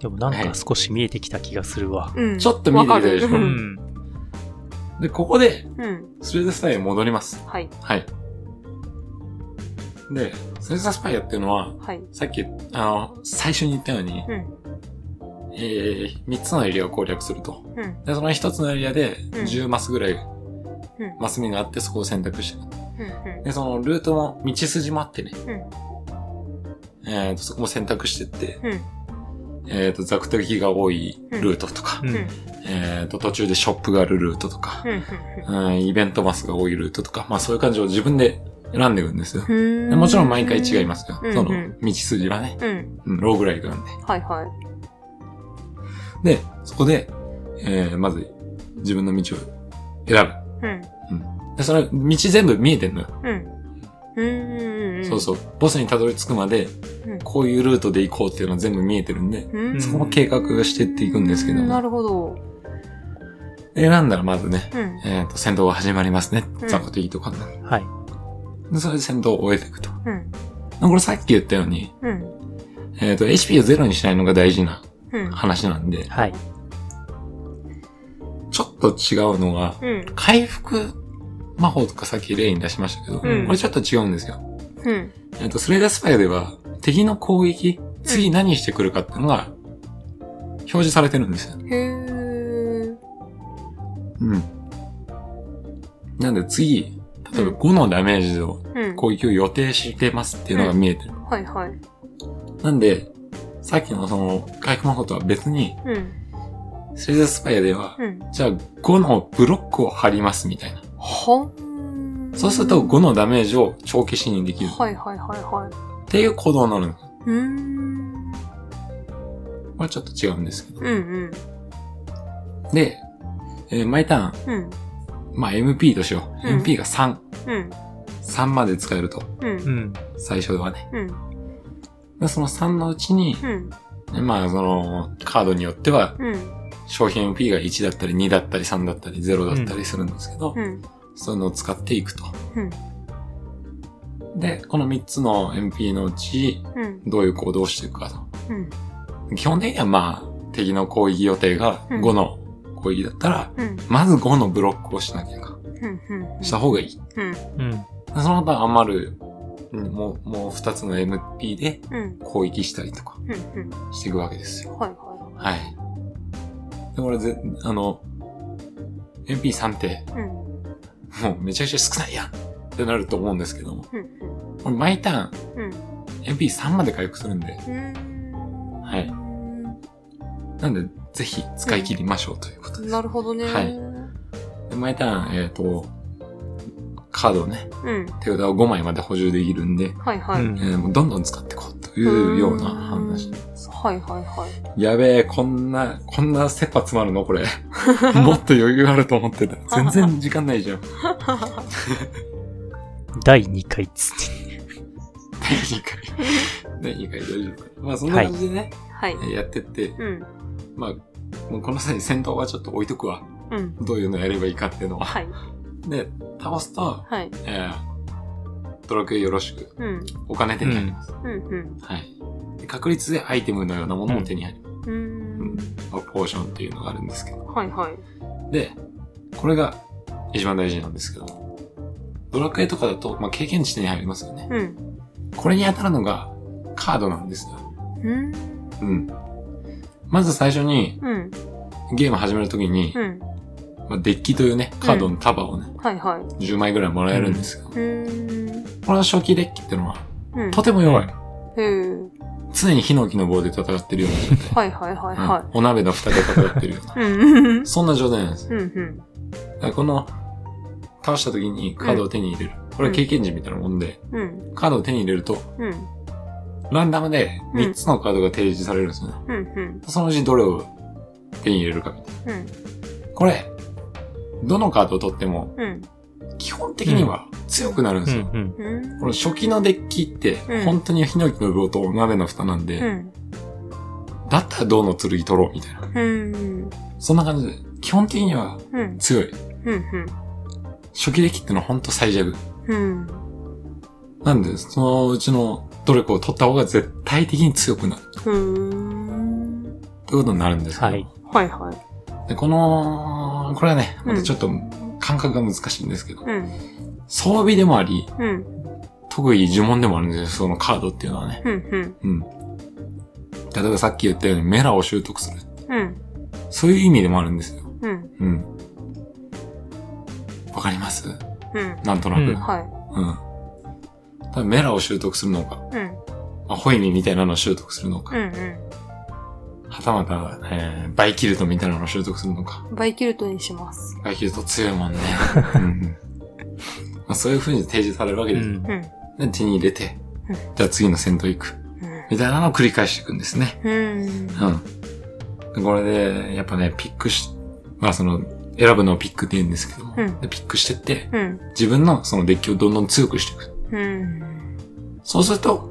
C: でもなんか少し見えてきた気がするわ。
B: うん。
A: ちょっと見えてきたでしょ
B: わ
C: う
B: かるうん。
C: ん。
A: で、ここで、
B: うん。
A: スレーザスパイアに戻ります。
B: はい。
A: はい。で、スレーザスパイアっていうのは、
B: はい。
A: さっき、あの、最初に言ったように、
B: うん。
A: えー、3つのエリアを攻略すると。
B: うん。
A: で、その1つのエリアで、
B: うん
A: 10マスぐらい、
B: うん
A: マス目があって、そこを選択して。
B: うん。
A: で、そのルートも、道筋もあってね、
B: うん。
A: えーと、そこも選択してって、
B: うん。
A: えーと、ザクテキが多いルートとか、
C: うん。うん
A: えーと、途中でショップがあるルートとか、
B: うん。
A: うん、イベントマスが多いルートとか、まあそういう感じを自分で選んでいくんですよ。
B: うん。
A: でもちろん毎回違いますよ。
B: うん
A: そうの
B: ん、
A: 道筋はね、
B: す。うん。
A: うん、ローグライドなんで。
B: はいはい。
A: で、そこで、えー、まず、自分の道を選
B: うん。
A: ぶ。で、その道全部見えてんのよ。
B: うん。うん。うん。
A: そうそう。ボスにたどり着くまで、
B: うん
A: こういうルートで行こうっていうのは全部見えてるんで、
B: うん。うん。
A: そこも計画してっていくんですけども
B: なるほど。
A: 選んだらまずね、
B: うん。
A: えーと、戦闘が始まりますね
B: う。ん
A: ザコテキとかの。
C: はい。
A: で、それで戦闘を終えていくと。
B: うん。
A: これさっき言ったように、
B: うん。
A: えっ、と、HP をゼロにしないのが大事な
B: うん。
A: 話なんで、
C: はい。
A: ちょっと違うのが、
B: うん。
A: 回復魔法とかさっき例に出しましたけど、
B: うん
A: これちょっと違うんですよ。
B: うん。
A: えっ、と、スレイダースパイアでは、敵の攻撃、次何してくるかっていうのが、表示されてるんですよ。
B: へー。
A: うん。なんで次、例えば5のダメージを、
B: うん。
A: 攻撃を予定してますっていうのが見えてる。
B: はいはい。
A: なんで、さっきのその、回復魔法とは別に、
B: うん。
A: スレイダースパイアでは、
B: うん。
A: じゃあ5のブロックを張りますみたいな。
B: はん。
A: そうすると5のダメージを長期死にできる。
B: はいはいはいはい。
A: っていう行動になるの。こ
B: うーん。
A: れはちょっと違うんですけど。
B: うんうん。
A: で、えー毎ターン、
B: うん。
A: まあ MP としよう。
B: うん
A: MP が3。
B: うん。
A: 3まで使えると。
B: うん
C: う。ん。
A: 最初はね。
B: うん。
A: でその3のうちに、
B: うん。
A: まあその、カードによっては、
B: うん。
A: 商品 MP が1だったり2だったり3だったり0だったりするんですけど、
B: うん。
A: そういうのを使っていくと。
B: うん。
A: で、この3つの MP のうち、
B: うん。
A: どういう行動をしていくかと。
B: うん。
A: 基本的にはまあ、敵の攻撃予定が
B: うん
A: 5の攻撃だったら、
B: うん。
A: まず5のブロックをしなきゃいけない
B: うん。
A: した方がいい。
B: うん。
C: うん。
A: その他余る、うんもう、もう2つの MP で
B: うん。
A: 攻撃したりとか
B: うん。うん。
A: していくわけですよ。
B: はいは
A: はい。で、これぜ、あの、 MP3 って、
B: うん。
A: もうめちゃくちゃ少ないやんってなると思うんですけども、
B: うん。
A: これ毎タ
B: うん。
A: ーン MP3 まで回復するんで、
B: うん。
A: はい
B: い。
A: なんでぜひ使い切りましょうということです。
B: なるほどね。
A: はい
B: うん。
A: で毎ターン、えっ、と、カードをね、手札を5枚まで補充できるんで、
B: はいはい。
C: うん
A: えーもうどんどん使っていこうというような話。
B: はいはいはい。
A: やべえ、こんな、こんな切羽詰まるのこれ。 もっと余裕あると思 ってた。全然時間ないじゃん。
C: 第2回っつって。
A: 第2回。第2回大丈夫まあそんな感じでね、
B: はい。
A: えーやってって、
B: うん。
A: まあ、もうこの際戦闘はちょっと置いとくわ。
B: うん。
A: どういうのやればいいかっていうのは。
B: はい。
A: で、倒すと、
B: はい。
A: えードラクエよろしく、
B: うん。
A: お金手に入ります。
B: うん。
A: はい。で確率でアイテムのようなものも手に入ります。
B: うん。うん。
A: まあポーションっていうのがあるんですけど。
B: はいはい。
A: で、これが一番大事なんですけども、ドラクエとかだと、まあ、経験値に入りますよね。
B: うん。
A: これに当たるのがカードなんですよ。
B: うん。
A: うん。まず最初に
B: うん。
A: ゲーム始めるときに、
B: うん。
A: まあ、デッキというね、カードの束をね、
B: はいはい。
A: 10枚ぐらいもらえるんですけど、
B: うん。
A: この初期デッキってのは
B: うん。
A: とても弱い。
B: へえ。
A: 常にヒノキの棒で戦ってるような状態。
B: はいはいはい は
A: うんお鍋の蓋で戦ってるような。
B: い。うん。
A: そんな状態なんです。
B: うんうん。
A: だからこの、倒した時にカードを手に入れる。これは経験値みたいなもんで、
B: うん。
A: カードを手に入れると、
B: うん。
A: ランダムで
B: うん
A: 3つのカードが提示されるんですよね。
B: うん。うん。
A: そのうちどれを手に入れるかみたい
B: うん。
A: な。これ、どのカードを取っても
B: うん。
A: 基本的には強くなるんですよ。
C: ん。
B: うん。
A: この初期のデッキって
B: うん
A: 本当にヒノキの棒とお鍋の蓋なんで、
B: うん。
A: だったら銅の剣取ろうみたいな。
B: うん。
A: そんな感じで、基本的には
B: うん。
A: 強い。
B: うん。
A: 初期デッキってのは本当最弱。
B: うん。
A: なんで、そのうちのどれかを取った方が絶対的に強くなる。
B: うん。
A: ということになるんですけど。
C: はい
B: はいはい。
A: で、この、これはね、またちょっと感覚が難しいんですけど、
B: うん。
A: 装備でもあり、
B: うん。
A: 特技呪文でもあるんですよ、そのカードっていうのはね。
B: うん。うん。
A: うん。例えばさっき言ったようにメラを習得する。
B: うん。
A: そういう意味でもあるんですよ。
B: うん。
A: うん。わかります
B: うん。
A: なんとなく。う。
C: うんん
B: は
A: 多分メラを習得するのか、
B: い。うん。
A: アホイミみたいなのを習得するのか、
B: うん。う
A: はたまた、えー、バイキルトみたいなのを習得するのか。
B: ん。バイキルトにします。
A: バイキルト強い もんね。うんうん。まあ、そういう風に提示されるわけ
C: う
A: です。
C: ん
B: うん。
A: で手に入れて
B: うん、
A: じゃあ次の戦闘行く。みたいなのを繰り返していくんですね。
B: うん。
A: うん。これで、やっぱね、ピックし、まあその、選ぶのをピックって言うんですけども、
B: うん
A: でピックしてって、
B: うん。
A: 自分のそのデッキをどんどん強くしていく。
B: うん。
A: そうすると、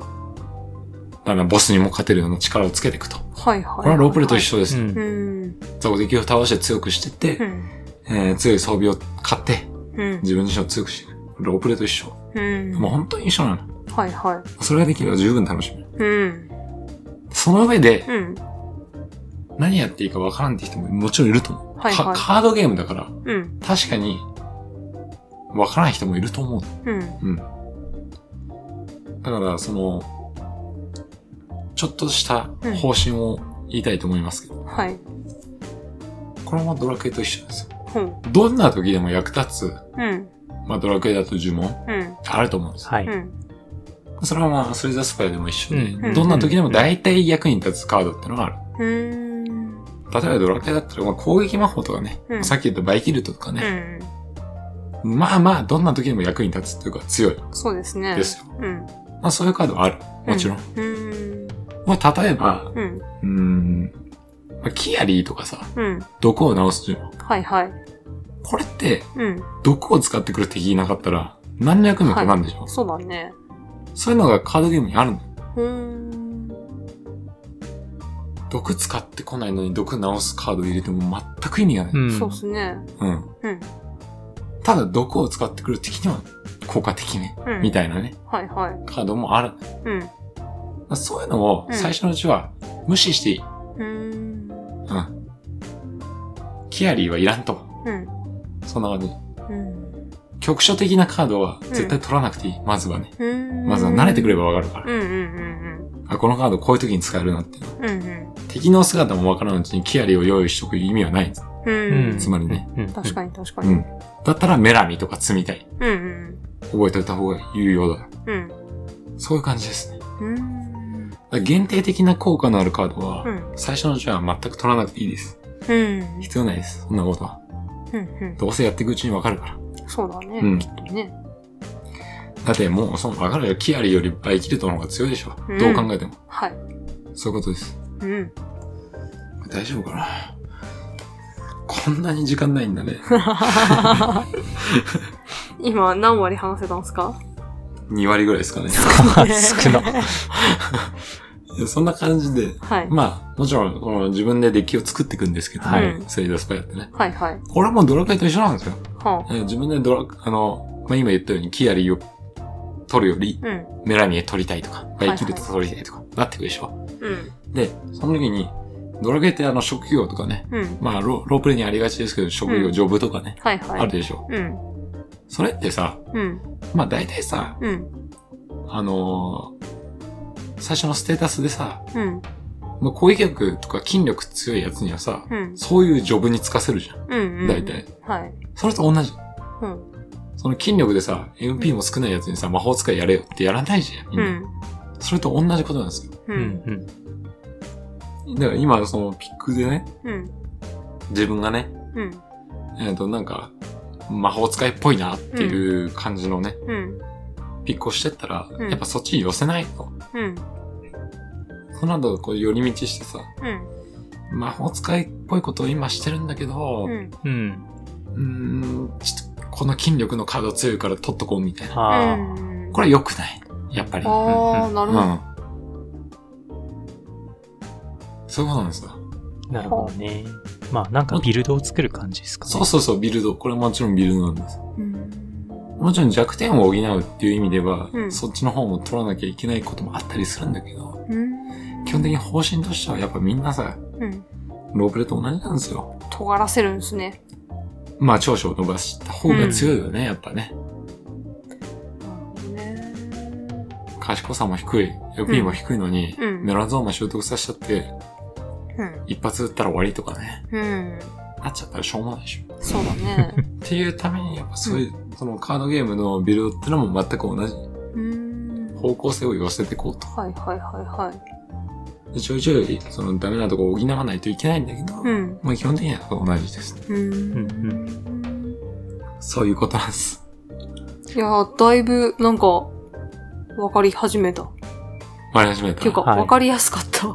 A: だからボスにも勝てるような力をつけていくと。
B: はいはい。
A: これはロープレと一。緒です。
C: うん
B: うん。
A: そう、デッキを倒して強くしてって、
B: うん。
A: えー強い装備を買って、
B: うん。
A: 自分自身を強くしていく。ロープレと一緒。
B: うん。
A: もう本当に一緒なの。
B: はいは
A: それができれば十分楽しめる。
B: い。うん。
A: その上で、
B: うん。
A: 何やっていいかわからんって人ももちろんいると思う。
B: はいはい
A: かカードゲームだから、
B: うん。
A: 確かに、わからん人もいると思う。
B: うん。
A: うん。だから、その、ちょっとした方針を言いたいと思いますけど、
B: はい。
A: これもドラクエと一緒ですよ。
B: ほう。
A: どんな時でも役立つ、
B: うん。
A: まあドラクエだと呪文、
B: うん。。
A: あると思うんですよ。
C: はいう
B: ん。
A: それはまあ、スレザスパイでも一緒で、
C: うん
A: どんな時でも大体役に立つカードってのがある。
B: うん。
A: 例えばドラクエだったら、まあ、攻撃魔法とかね、
B: うん
A: さっき言ったバイキルトとか
B: う
A: ね、
B: ん。
A: まあまあ、どんな時でも役に立つというか強い
B: そうですね。
A: ですよ。
B: うん。
A: まあそういうカードはある。もちろん。
B: うん。
A: まあ、例えば、
B: うん。
A: うーん、まあ、キアリーとかさ、
B: うん。
A: 毒を治す呪文。
B: はいはい。
A: これって、
B: うん。
A: 毒を使ってくる敵いなかったら、何の役にも立たんでしょ、
B: そうだね。
A: そういうのがカードゲームにあるの。
B: うん。
A: 毒使ってこないのに毒治すカード入れても全く意味がない。
C: うん
B: そうですね。
A: うん。
B: うん。
A: ただ、毒を使ってくる敵には効果的ね。
B: うん。
A: みたいなね、
B: はいはい。
A: カードもある。
B: うん。
A: まあそういうのを
B: うん
A: 最初のうちは無視していい。
B: うん。
A: うん。キアリーはいらんと。
B: うん。
A: そんな感じ。
B: うん。
A: 局所的なカードは絶対取らなくていい。まずはね。
B: うん。
A: まずは慣れてくればわかるから。
B: うんうんうん
A: あ、このカードこういう時に使えるなっていうの。
B: うん。うんうん。
A: 敵の姿もわからんうちにキアリを用意しとく意味はない。
B: うう
C: うんん。
A: つまりね。
C: うん。
B: 確かに確か
A: う
B: に。
A: ん。だったらメラミとか積みたい。
B: うんうん
A: 覚えておいた方が有用だ。
B: うん。
A: そういう感じですね。だか
B: うん。うん。
A: ら限定的な効果のあるカードは、
B: うん。
A: 最初のうちは全く取らなくていいです。
B: うん。
A: 必要ないです。そんなことは。
B: うん。
A: どうせやっていくうちにわかるから。
B: そうだね。
A: うん
B: きっとね。
A: だってもう、その、わかるよ。キアリよりバイキルトの方が強いでしょ。
B: うん
A: どう考えても。
B: はい。
A: そういうことです。
B: うん。
A: 大丈夫かなこんなに時間ないんだね。
B: 今何割話せたんすか
A: 2割ぐらいですかね。
C: 少な。
A: いやそんな感じで、
B: はい。
A: まあ、もちろん、この自分でデッキを作っていくんですけど、
C: はい
A: セイドスパイアってね。
B: はいはい。
A: これはもうドラクエと一緒なんですよ。
B: はあ。
A: え自分でドラ、あの、まあ、今言ったように、キアリーを取るより、
B: うん。
A: メラミエ取りたいとか、
B: い
A: バイキルト取りたいとか、なってくるでしょ。
B: うん。
A: で、その時に、ドラクエってあの、職業とかね、
B: うん。
A: まあロ、ロープレイにありがちですけど、職
B: う
A: 業、
B: ん
A: ジョブとかね、
B: はいはい。
A: あるでしょ。
B: うん。
A: それってさ、
B: うん。
A: まあ大体さ、
B: うん。
A: あのー最初のステータスでさ、
B: うん。
A: まあ、攻撃力とか筋力強いやつにはさ、
B: うん。
A: そういうジョブにつかせるじゃん。
B: うん。
A: 大体。
B: はい。
A: それと同じ。
B: うん。
A: その筋力でさ、MP も少ないやつにさ、魔法使いやれよってやらないじゃん、みん
B: う
A: な。
B: ん。
A: それと同じことなんですよ。
B: う。
C: うんん。
A: だから今、そのピックでね、
B: うん。
A: 自分がね、
B: うん。
A: えっ、と、なんか、魔法使いっぽいなっていう感じのね、
B: うん。
A: ピックをしてったら、
B: うん
A: やっぱそっちに寄せないと。
B: うん。
A: その後、こう、寄り道してさ、
B: うん。
A: 魔法使いっぽいことを今してるんだけど、
B: うん。
C: うん。うん。
A: うーん、ちょっと、この筋力のカード強いから取っとこうみたいな。
C: ああ。
B: うん。
A: これ良くない。やっぱり。う
B: ああ、なるほど。
A: ん。そういうことなんですよ。
C: なるほどね。まあ、なんかビルドを作る感じですかね。
A: そうそうそう、ビルド。これもちろんビルドなんです。
B: うん。
A: もちろん弱点を補うっていう意味では、
B: うん
A: そっちの方も取らなきゃいけないこともあったりするんだけど、
B: うん。
A: 基本的に方針としてはやっぱみんなさ、
B: うん。
A: ロープレと同じなんですよ。
B: 尖らせるんですね。
A: まあ長所を伸ばした方が強いよね、やっぱね。
B: なるほどね。
A: 賢さも低い、FP も低いのに、
B: うん
A: メラゾーマ習得させちゃって、
B: うん。
A: 一発撃ったら終わりとかね。
B: うん。
A: なっちゃったらしょうもないでしょ。
B: そうだね。
A: っていうために、やっぱそういう、そのカードゲームのビルドってのも全く同じ
B: うん。
A: 方向性を寄せていこうと。
B: はいはいはいはい。
A: でちょいちょい、そのダメなとこを補わないといけないんだけど、
B: うん。
A: まあ基本的には同じです。
B: う
C: うん
B: ん。
A: そういうことなんです。
B: いやー、だいぶ、なんか、わかり始めた。っ
A: 割り始め
B: てい
A: た
B: うか、
A: ら。
C: はい
B: わかりやすかった。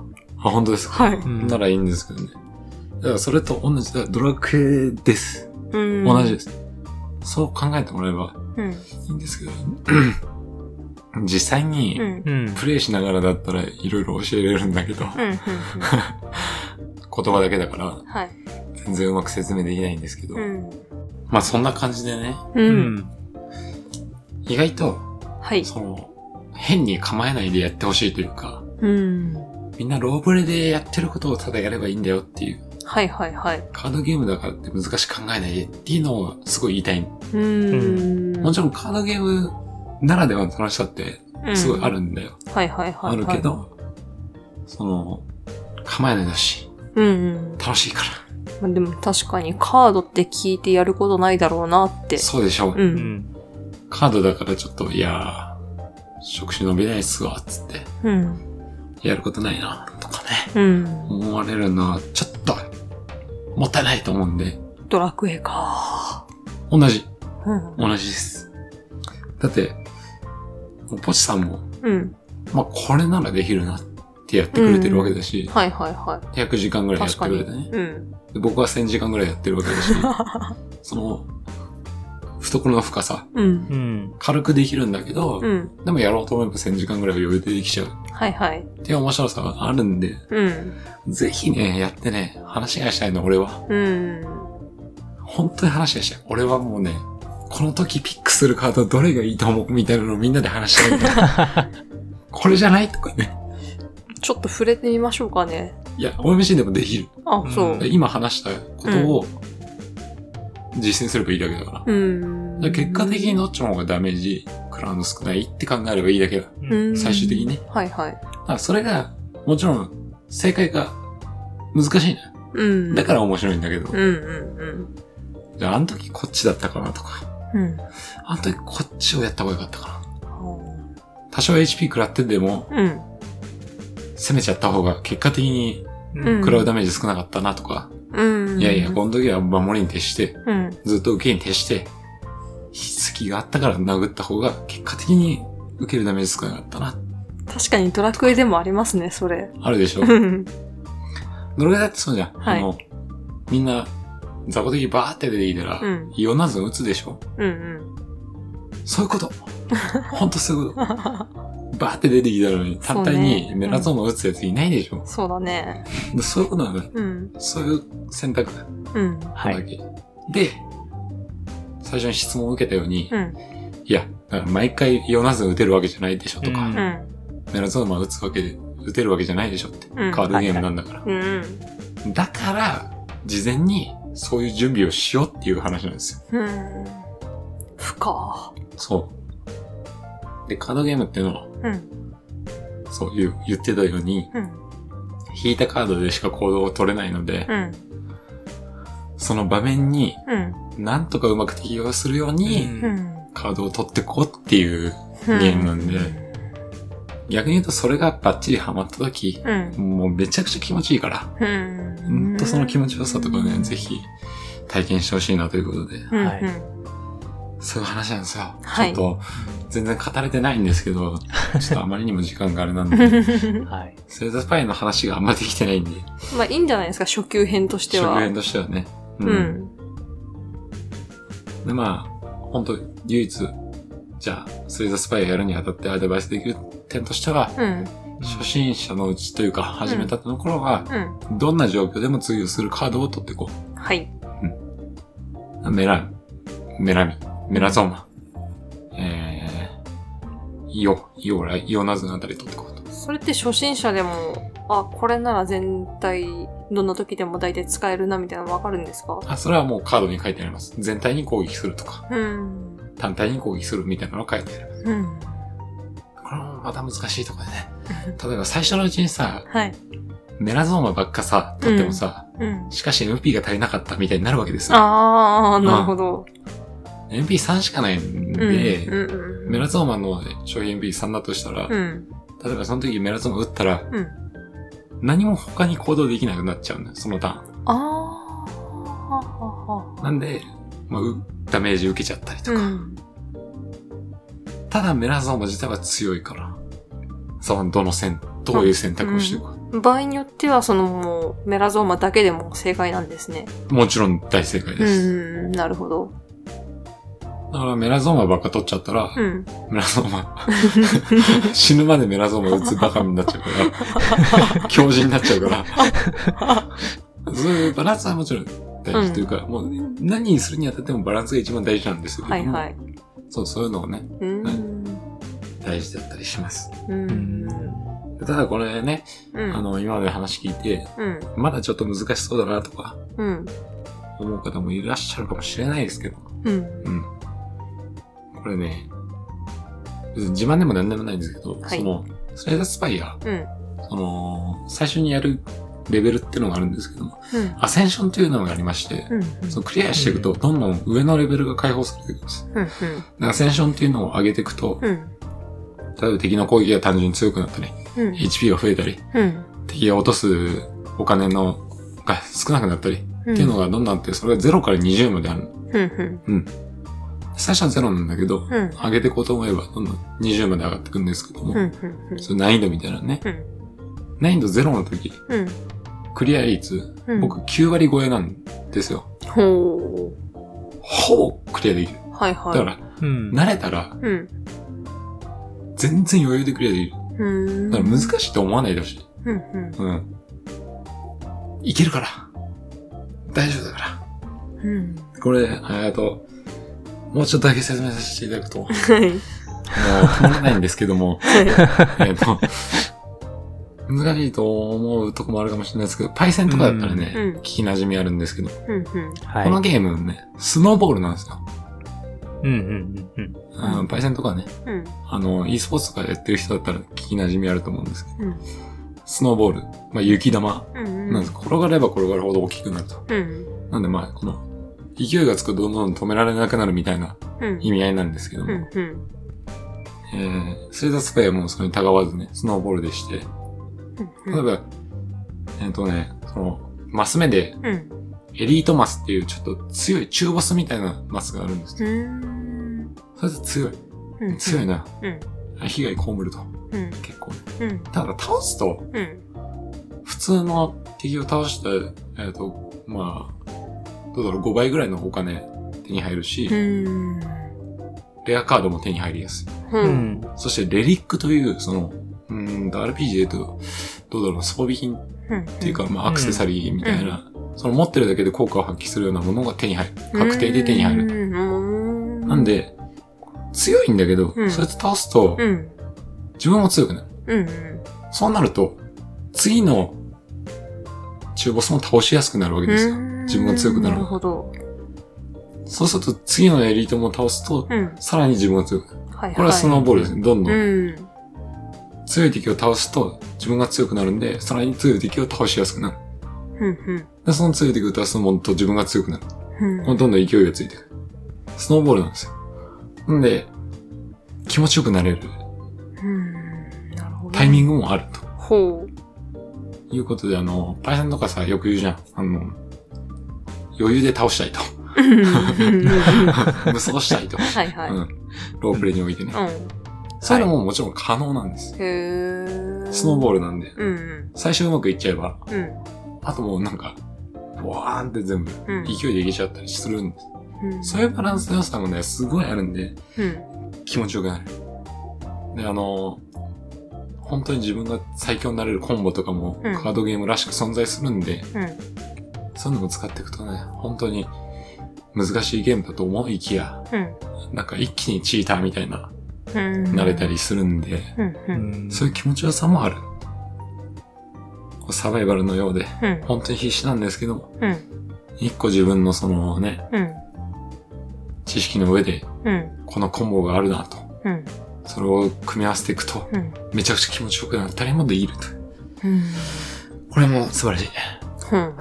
A: あ、本当ですか。
B: はい。
C: うん
A: ならいいんですけどね。だからそれと同じだ。ドラクエです。
B: うん。
A: 同じです。そう考えてもらえば
B: うん。
A: いいんですけど、 実際に
B: うん。うん。
C: うん。
A: プレイしながらだったらいろいろ教えれるんだけど、
B: うん。うん。
A: 言葉だけだから
B: はい。
A: 全然うまく説明できないんですけど、
B: うん。
A: まあそんな感じでね、
B: う。
C: うんん。
A: 意外と、
B: はい。
A: その、変に構えないでやってほしいというか、
B: うん。
A: みんなローブレでやってることをただやればいいんだよっていう、
B: はいはいはい。
A: カードゲームだからって難しく考えないでっていうのをすごい言いたい。
B: うん。
A: もちろんカードゲームならではの楽しさって
B: うん
A: すごいある。んだよ。
B: はいはいはい。
A: あるけ。ど、その、構えないでほしい。
B: うん。
A: 楽しいか
B: まあでも確かにカードって聞いてやることないだろうなって
A: ら。。そうでしょう。
B: う。
C: うんん。
A: カードだからちょっと、いやー、職種伸びないっすわ、つって。
B: うん。
A: やることないな、とかね。
B: うん。
A: 思われるのは、ちょっと、もったいないと思うんで、
B: ドラクエか。
A: 同じ。
B: うん。
A: 同じです。だって、ポチさんも、
B: うん。
A: まあ、これならできるなってやってくれてるわけだし、
B: はいはいは
A: 100時間ぐ
B: い。
A: らいやっ
B: 確
A: てく
B: かに。
A: れてね。
B: うん。
A: で僕は1000時間ぐらいやってるわけだ し、その、懐の深さ、
B: うん。
C: うん。
A: 軽くできるんだけど、
B: うん。
A: でもやろうと思えば1000時間ぐらいは余裕でできちゃう
B: はいはい。
A: っていう面白さがあるんで、
B: うん。
A: ぜひね、やってね、話がしたいの、俺は。
B: うん。
A: 本当に話がしたい。俺はもうね、この時ピックするカードどれがいいと思うみたいなのをみんなで話したいんだ。 これじゃないとかね。
B: ちょっと触れてみましょうかね。
A: いや、OMC でもできる。
B: あ、そうう。
A: 今話したことを実践すればいいだけだから。
B: うん。
A: だから結果的にどっちの方がダメージ、食らうの少ないって考えればいいだけだ。
B: うん
A: 最終的にね。
B: はいはい。
A: だからそれが、もちろん、正解が難しいのよ
B: うん。
A: だから面白いんだけど
B: う、んうん
A: じゃああの時こっちだったかなとか、
B: うん。うん。
A: あの時こっちをやった方が良かったかな。
B: は
A: 多少 HP 食らってでも
B: あ、うん。
A: 攻めちゃった方が結果的に
B: うん
A: 食らうダメージ少なかったなとか、
B: うん。
A: いやいや、
B: う
A: この時は守りに徹して、
B: ん。
A: ずっと受けに徹して、隙があったから殴った方が結果的に受けるダメージ少なかったな。
B: 確かにドラクエでもありますね、それ。
A: あるでしょ
B: うん。
A: どれだってそうじゃん。
B: はい
A: あの、みんな、雑魚敵バーって出てきたら
B: う、ん。
A: ヨナズン撃つでしょ
B: うんうん。
A: そういう こと。ほんとそういうこと。バーって出てきたのに、単体
B: そう
A: に
B: ね
A: メラゾーマ撃つやついないでしょ
B: そうだね。
A: でそういうことなんだ。
B: うん。
A: そういう選択だ
B: うん。
C: は
A: だ
C: い。
A: け。で、最初に質問を受けたように、
B: うん。
A: いや、だから毎回ヨナズン撃てるわけじゃないでしょとか、
C: うん
B: うん。
A: メラゾーマ撃つわけで、撃てるわけじゃないでしょって。
B: うん。
A: カードゲームなんだから。
B: うん。
A: だから、事前にそういう準備をしようっていう話なんですよ。
B: うん。不可。
A: そう。で、カードゲームっていうのは、
B: うん。
A: そういう、言ってたように、
B: うん。
A: 引いたカードでしか行動を取れないので、
B: うん。
A: その場面に、
B: うん。
A: なんとかうまく適用するよう
C: う
A: に、
C: ん
B: うん。
A: カードを取ってこうっていう
B: う
A: ゲ
B: ん
A: ームなんで、逆に言うとそれがバッチリハマった時、
B: うん。
A: もうめちゃくちゃ気持ちいいから、
B: うん。
A: ほんとその気持ちよさとかね、ぜひ体験してほしいなということで、
B: うん。
C: はい
B: うん
A: そういう話なんですよ。
B: はい
A: ちょっと、全然語れてないんですけ ど、ちょっとあまりにも時間があれなんで、
B: ま
C: はい。
A: セーザスパイの話があんまできてないんで、
B: あいいんじゃないですか、初級編として
A: 職
B: は。
A: 編としてはね。う
B: うん。
A: で、まあ、本当唯一、じゃあ、スレイザースパイをやるにあたってアドバイスできる点としては、
B: うん。
A: 初心者のうちというか、始めたての頃は、
B: うん。
A: どんな状況でも通用するカードを取っていこ
B: はい。
A: う。メラ、メラミ、メラゾーマ、えー、イオ、イオライ、イオナズのあたり取っていこうと。
B: それって初心者でも、あ、これなら全体、どんな時でも大体使えるなみたいなのわかるんですか
A: あ、それはもうカードに書いてあります。全体に攻撃するとか、
B: うん。
A: 単体に攻撃するみたいなのが書いてあります。
B: うん。
A: これもまた難しいところでね。例えば最初のうちにさ、
B: はい。
A: メラゾーマばっかさ、取ってもさ、
B: うん。
A: しかし MP が足りなかったみたいになるわけですよ。
B: あー、なるほど。
A: MP3 しかないん
B: うん。
A: で、
B: うん
A: メラゾーマの消費 MP3 だとしたら、
B: うん。うん。
A: 例えばその時メラゾーマ打ったら、
B: うん。
A: 何も他に行動できなくなっちゃうんだよ、そのターン。
B: あー。ははは
A: なんで、まあ、うダメージ受けちゃったりと
B: う
A: か。
B: ん。
A: ただメラゾーマ自体は強いから、そのどの選、どういう選択をしていくか。
B: 場合によっては、そのもう、メラゾーマだけでも正解なんですね。
A: もちろん大正解
B: う
A: です。
B: ん。なるほど。
A: だからメラゾーマばっか取っちゃったら、
B: うん。
A: メラゾーマ、 死ぬまでメラゾーマ打つバカになっちゃうから、強靭になっちゃうから、そういうバランスはもちろん大事というか、もう何にするにあたってもバランスが一番大事なんですけど
B: はい
A: も、
B: はい。
A: そう、そういうのをね、
B: うん。
A: 大事だったりします。
B: うん。
C: ん
A: ただこれね、
B: うん。
A: あの、今まで話聞いて、
B: うん。
A: まだちょっと難しそうだなとか
B: うん。
A: 思う方もいらっしゃるかもしれないですけど、
B: うん。
A: うん。これね、別に自慢でも何でもないんですけど、
B: はい
A: その、スライダースパイア、
B: うん。
A: その、最初にやるレベルっていうのがあるんですけども、
B: うん。
A: アセンションというのがありまして、
B: うん。
A: そのクリアしていくと、どんどん上のレベルが解放されていくんです。
B: うん。
A: でアセンションっていうのを上げていくと、
B: うん。
A: 例えば敵の攻撃が単純に強くなったり、
B: うん。
A: HP が増えたり、
B: うん。
A: 敵が落とすお金のが少なくなったり、っ
B: って
A: いうのがどんどんあって、それが0から20まである。
B: うんうん
A: 最初は0なんだけど、
B: うん
A: 上げていこうと思えば、どんどん20まで上がっていくんですけど
B: うんう
A: も、
B: んうん
A: その難易度みたいなのね、
B: うん
A: 難易度0の時、
B: うん
A: クリア率、
B: うん
A: 僕9割超えなんですよ。
B: ほ
A: ほぼクリアできる。
B: うはいは
A: だ
B: い
A: から、
C: うん。
A: 慣れたら、
B: うん
A: 全然余裕でクリアできる。
B: うーん
A: だから難しいと思わないでほしい。
B: うんう
A: う
B: ん
A: ん。いけるから。大丈夫だか
B: うん
A: ら。これ、えっと、もうちょっとだけ説明させていただくと、もう、
B: はい
A: 止まらないんですけども、
B: はい
A: えっと、 難しいと思うとこもあるかもしれないですけど、パイセンとかだったらね、
B: うんうん
A: 聞き馴染みあるんですけど、
B: うんうん
C: は
A: こ
C: い。
A: のゲームね、スノーボールなんですよ。
C: うんうんうんうん。
A: あ
B: うん
A: のパイセンとかね、
B: うん
A: あの、e スポーツとかやってる人だったら聞き馴染みあると思うんですけど、
B: うん
A: スノーボール、まあ雪玉
B: うん
A: なんです。転がれば転がるほど大きくなると。
B: うん。
A: なんでまあ、この、勢いがつくとどんどん止められなくなるみたいな
B: うん。
A: 意味合いなんですけども、
B: うん。うん。
A: えー、スレザースパイはもうそれにたがわずね、スノーボールでして、例えば、えっ、とね、その、マス目で、
B: うん。
A: エリートマスっていうちょっと強い中ボスみたいなマスがあるんですけ
B: うん。
A: ど、それで強い。
B: うん。
A: 強いな。
B: うん。
A: 被害被ると。
B: うん。
A: 結構ね。
B: うん。
A: ただ倒すと、
B: うん。
A: 普通の敵を倒した、えっ、と、まあ、どうだろう、5倍ぐらいのお金手に入るし、
B: うん。
A: レアカードも手に入りやすい。
C: う
B: うん。
C: ん。
A: そしてレリックという、その、うーんと、RPG で言うと、どうだろう、装備品っ
B: うん。
A: ていうか、まあ、アクセサリーみたいな、その持ってるだけで効果を発揮するようなものが手に入る。確定で手に入る。
B: る。
A: なん、で、強いんだけど、
B: うん
A: それと倒すと
B: う、ん。
A: 自分も強くなる。
B: うん。
A: そうなると、次の中ボスも倒しやすくなるわけですよ。
B: なるほど。
A: そうすると、次のエリートも倒すと、
B: うん。
A: さらに自分が強くなる。
B: はい。
A: これはスノーボールですね。どんどん
B: うん。
A: 強い敵を倒すと自分が強くなるんで、さらに強い敵を倒しやすくなる。
B: うん。
A: で、その強い敵を倒すともっと自分が強くなる。
B: うん。
A: どんどん勢いがついてくる。スノーボールなんですよ。んで、気持ちよくなれる
B: うん。なるほど。
A: タイミン
B: グ。
A: グもあると
B: ほ
A: いうことで、あの、パイセンとかさ、よく言うじゃん。あの、余裕で倒 したいと。
B: う。は
A: 無双したいと。。
B: いはいう
A: ん。ロープレイにおいてね。
B: う
A: そういうのももちろん可能なんです。
B: ん。へえ。
A: スノーボ
B: ー
A: ールなんで。
B: ル。うん。
A: 最初うまくいっちゃえば、
B: うん。
A: あともうなんか、ボワーンって全部
B: うん。
A: 勢いでいけちゃったりするんです。
B: うん
A: そういうバランスの良さもね、すごいあるんで、
B: うん。
A: 気持ちよくなる。で、あのー本当に自分が最強になれるコンボとかも、
B: うん
A: カードゲームらしく存在するんで、
B: うん。
A: そういうのも使っていくとね、本当に難しいゲームだと思いきや、
B: うん。
A: なんか一気にチーターみたいな、
B: うん。
A: なれたり。するんで、
B: うん。う。
C: うんん
A: そういう気持ちよさもある。こうサバイバルのようで、
B: うん。
A: 本当に必死なんですけども、
B: うん。
A: 一個自分のそのね、
B: うん。
A: 知識の上で、
B: うん。
A: このコンボがあるなと。
B: うん。
A: それを組み合わせていくと、
B: うん。
A: めちゃくちゃ気持ちよくなったりもできると。
B: うん。
A: これも素晴らしい。
B: うん。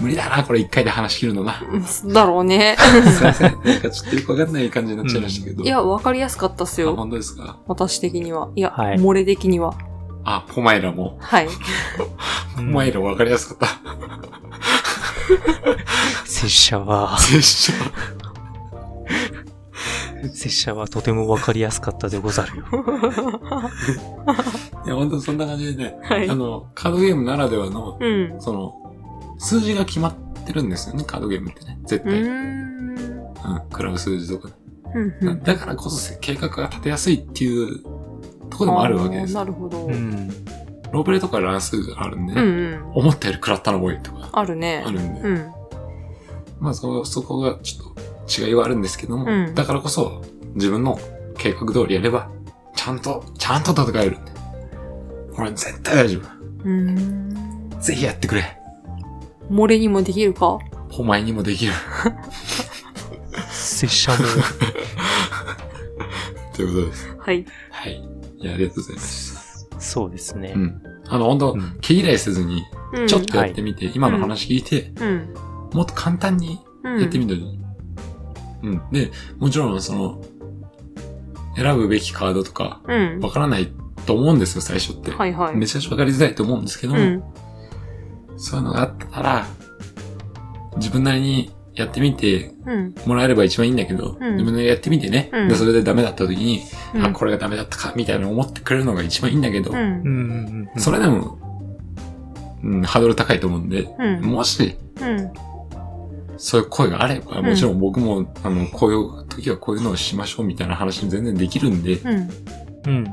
A: 無理だな、これ一回で話し切るのな。
B: だろうね。
A: すいません。なんかちょっとよくわかんない感じになっちゃいましたけど。
B: いや、わかりやすかったっす
A: あ、
B: よ。
A: 本当ですか。
B: 私的には。いや、
C: はい
B: 漏れ的には。
A: あ、ポマイラも。
B: はい。
C: う
A: ポ
C: ん
A: マイラわかりやすかった。
C: 拙者 は、
A: 拙者。
C: 拙者はとてもわかりやすかったでござるよ。
A: いや、本当そんな感じでね。
B: はい
A: あ。の、カードゲームならではの、
B: うん。
A: その、数字が決まってるんですよね、カードゲームってね。絶
B: う
A: 対。
B: ー
A: うん。
B: ん。
A: 食らう数字とか。
B: うんうん
A: だからこそ計画が立てやすいっていうところでもあるわけです
B: あー。なるほど。う
C: うんん。
A: ロープレとか乱数があるんでね、
B: うん。
A: 思ったより食らったの多いとか
B: あるね
A: あ。るんで、
B: うん。
A: まあそ、そこがちょっと違いはあるんですけども、
B: うん
A: だからこそ自分の計画通りやれば、ちゃんと、ちゃんと戦えるんで。これ絶対大丈
B: うーん。
A: 夫。ぜひやってくれ。
B: 漏れにもできるか
A: お前にもできる。
C: 拙者も、
A: ということです。
B: はい。
A: はい。いや、ありがとうございます。
C: そうですね
A: う。ん。あの、本当、
C: うん
A: 毛嫌いせずに、
B: うん
A: ちょっとやってみて、今の話聞いて、
B: うん。
A: もっと簡単に
B: うん。
A: やってみたらいいうん。で、もちろん、その、選ぶべきカードとか、
B: うん。
A: わからないと思うんですよ、最初って。
B: はいはい。
A: めちゃくちゃわかりづらいと思うんですけど
B: う
A: も、
B: ん。
A: そういうのがあったら、自分なりにやってみて
B: うん。
A: もらえれば一番いいんだけど、
B: うん
A: 自分でやってみてね、
B: うん
A: で、それでダメだった時に、
B: うん
A: あ、これがダメだったか、みたいな思ってくれるのが一番いいんだけど、
B: うん
C: う。んうんうん。
A: それでも、うん、ハードル高いと思うんで、
B: うん。
A: もし、
B: うん。
A: そういう声があれば、
B: ん
A: もちろん僕も、あの、こういう時はこういうのをしましょうみたいな話も全然できるんで、
B: うん。
C: うん。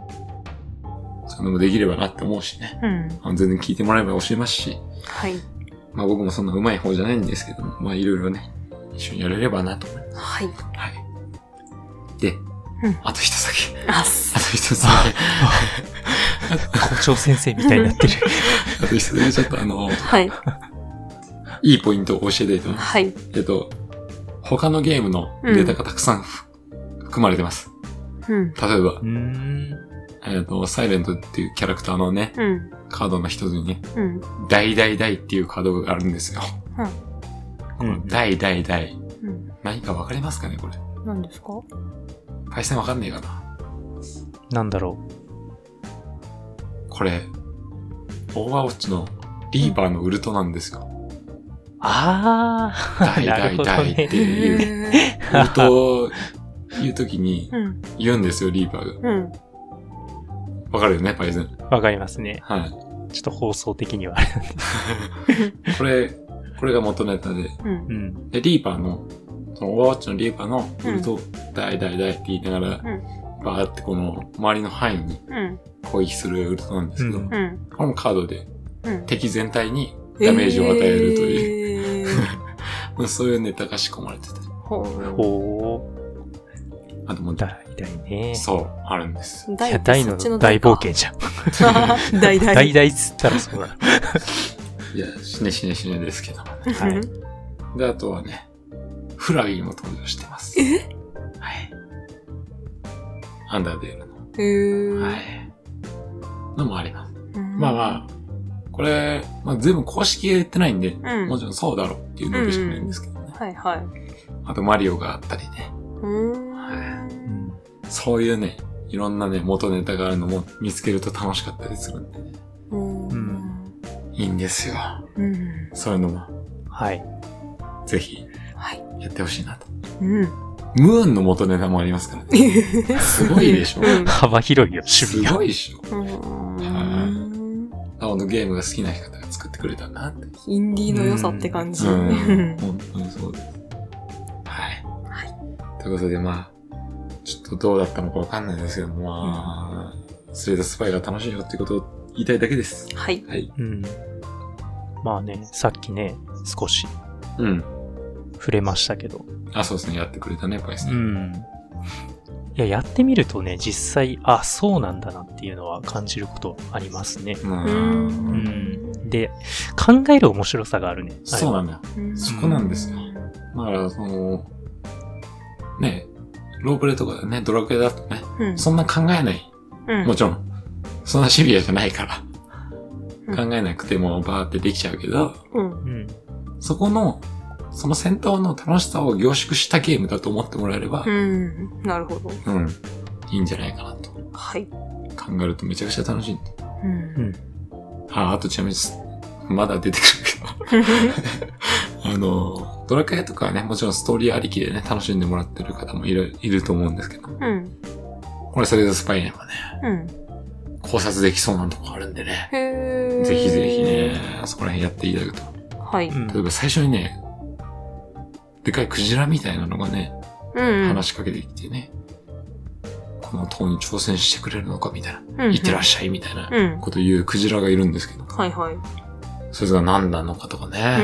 A: そういうのもできればなって思うしね。
B: う
A: あ
B: ん。
A: の全然聞いてもらえば教えますし、
B: はい。
A: まあ僕もそんな上手い方じゃないんですけども、まあいろいろね、一緒にやれればなと思います。
B: はい。
A: はい。で、
B: うん
A: あと一つだけ、
B: あっす
A: あ。と一つだ
C: 校長先生みたいになってる。
A: け、あと一つだけちょっとあの、
B: はい。
A: いいポイントを教えていただきます。
B: はい。
A: えっと、他のゲームのデータがたくさんふ、含まれてます。
B: う
A: 例
B: ん。
A: えば
C: う、ーん。
A: えっと、サイレントっていうキャラクターのね、
B: うん。
A: カードの一つにね、
B: うん。
A: 大大大っていうカードがあるんですよ。
C: うん。
A: 大大大。
B: うん。
A: 何かわかりますかね、これ。
B: 何ですか
A: パイセンわかんねえかな。
C: なんだろ
A: これ、オーバーウォッチのリーバーのウルトなんですよ。
C: う。ああ、
A: 大
C: な
A: 大
C: るほど
A: 大って
C: ね。
A: いう、
B: え
A: ウルトを言うときに
B: ーうん。
A: 言うんですよ、リーバーが。
B: うん。
A: わかるよね、パイセン。
C: わかりますね。
A: はい。
C: ちょっと放送的にはあれ。
A: これ、これが元ネタで。
B: うん
C: う。ん。
A: で、リーパーの、そのオーバーウォッチのリーパーのウルト、大大大って言いながら、バーってこの周りの範囲に
B: うん。
A: 攻撃するウルトなんですけど、
C: うん
B: うん。
A: これもカードで
B: うん。
A: 敵全体にダメージを与えるという、
B: いう。
A: そういうネタが仕込まれてて。
B: ほう。
C: ほ
A: あともう
C: う。、大大ね。
A: そう、あるんです。
C: い
B: 大
C: や、大の大冒。険じゃん。
B: そっちの大か大大。
C: 大大っつったらそうだ。
A: いや、死ね死ね死ねですけど。
C: はい
A: で、あとはね、フラビーも登場してます。
B: え
A: はい。アンダーデールの。
B: へー
A: はい。のもあります。
B: うん
A: まあまあ、これ、まあ全部公式で言ってないんで、
B: うん
A: もちろんそうだろうっていうのでしかないんですけどね。
B: はいはい。う
A: あとマリオがあったりね。
B: ーん
C: うん。
A: そういうね、いろんなね、元ネタがあるのも見つけると楽しかったりするんでね。
B: うーん
C: ん。
A: いいんですよ。
B: うん。
A: そういうのも、
C: はい。
A: ぜひ、
B: はい。
A: やってほしいなと。
B: うん。
A: ムーンの元ネタもありますからね。すごいでしょ
B: うん
C: 幅広いよ、趣
A: す
C: 味が
A: ご。いでしょ。
B: うん
A: あのゲームが好きな方が作ってくれたなって。
B: インディーの良さって感じ。
A: うん。本当にそうです。はい。ということで、まあ、ちょっとどうだったのかわかんないですけど、まあ、スレイドスパイが楽しいよっていうことを言いたいだけです。
B: はい。
A: はい。
C: うん。まあね、さっきね、少し
A: うん。
C: 触れましたけど。
A: あ、そうですね。やってくれたね、パイセ
C: う
A: ン。
C: ん。いや、やってみるとね、実際、あ、そうなんだなっていうのは感じることありますね。
A: まあ
B: うん
C: うん。で、考える面白さがあるね。あれ
A: そうなんだよ。そこなんですよ。だから、その、ね、ロープレとかね、ドラクエだとね、
B: うん。
A: そんな考えない。
B: うん
A: もちろん、そんなシビアじゃないから。
B: うん
A: 考えなくてもバーってできちゃうけど、
B: うん。
C: うん。
A: そこの、その戦闘の楽しさを凝縮したゲームだと思ってもらえれば
B: う、ん。なるほど。
A: うん、いいんじゃないかなと。
B: はい。
A: 考えるとめちゃくちゃ楽しいんで。
B: うん。
A: あ、あとちなみに、まだ出てくるけ ど、あの、ドラクエとかはね、もちろんストーリーありきでね、楽しんでもらってる方もいる、いると思うんですけど、
B: うん。
A: これそれでスパイにはね、
B: うん。
A: 考察できそうなとこあるんでね、
B: へえ。
A: ぜひぜひね。、そこら辺やっていただくと。
B: はい。
C: うん
A: 例えば最初にね、でかいクジラみたいなのがね、
B: うん。
A: 話しかけてきてね、この塔に挑戦してくれるのかみたいな、
B: うん。
A: いってらっしゃいみたいな
B: うん。
A: こと言うクジラがいるんですけど、
B: はいはい。
A: そいつが何なのかとかね、
B: う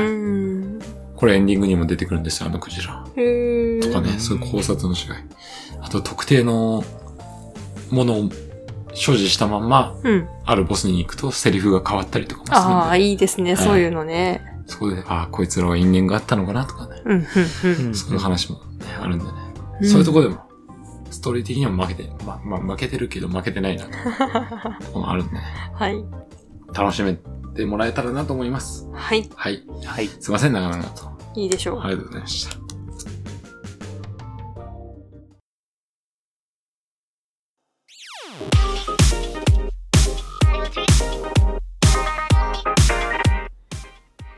B: ん。
A: これエンディングにも出てくるんですよ、あのクジラ。
B: へえ。
A: とか
C: う
A: ね、
C: ん
A: そういう考察の違い。あと特定のものを所持したまんま、
B: うん。
A: あるボスに行くとセリフが変わったりとかもするん
B: あ
A: で
B: あ、いいですね。そういうのね。
A: そこで、ああ、こいつらは因縁があったのかなとかね、
B: うん。うん。
C: うん
A: そういう話も、ね、あるんでね。
B: うん。
A: そういうとこでも、ストーリー的にも負けて、ま、まあ、負けてるけど負けて ないな、とかもあるんでね、
B: はい。
A: 楽しめてもらえたらなと思います。
B: はい。
A: はい。
C: はい。
A: すいません、長々と。
B: いいでしょう。
A: ありがとうございました。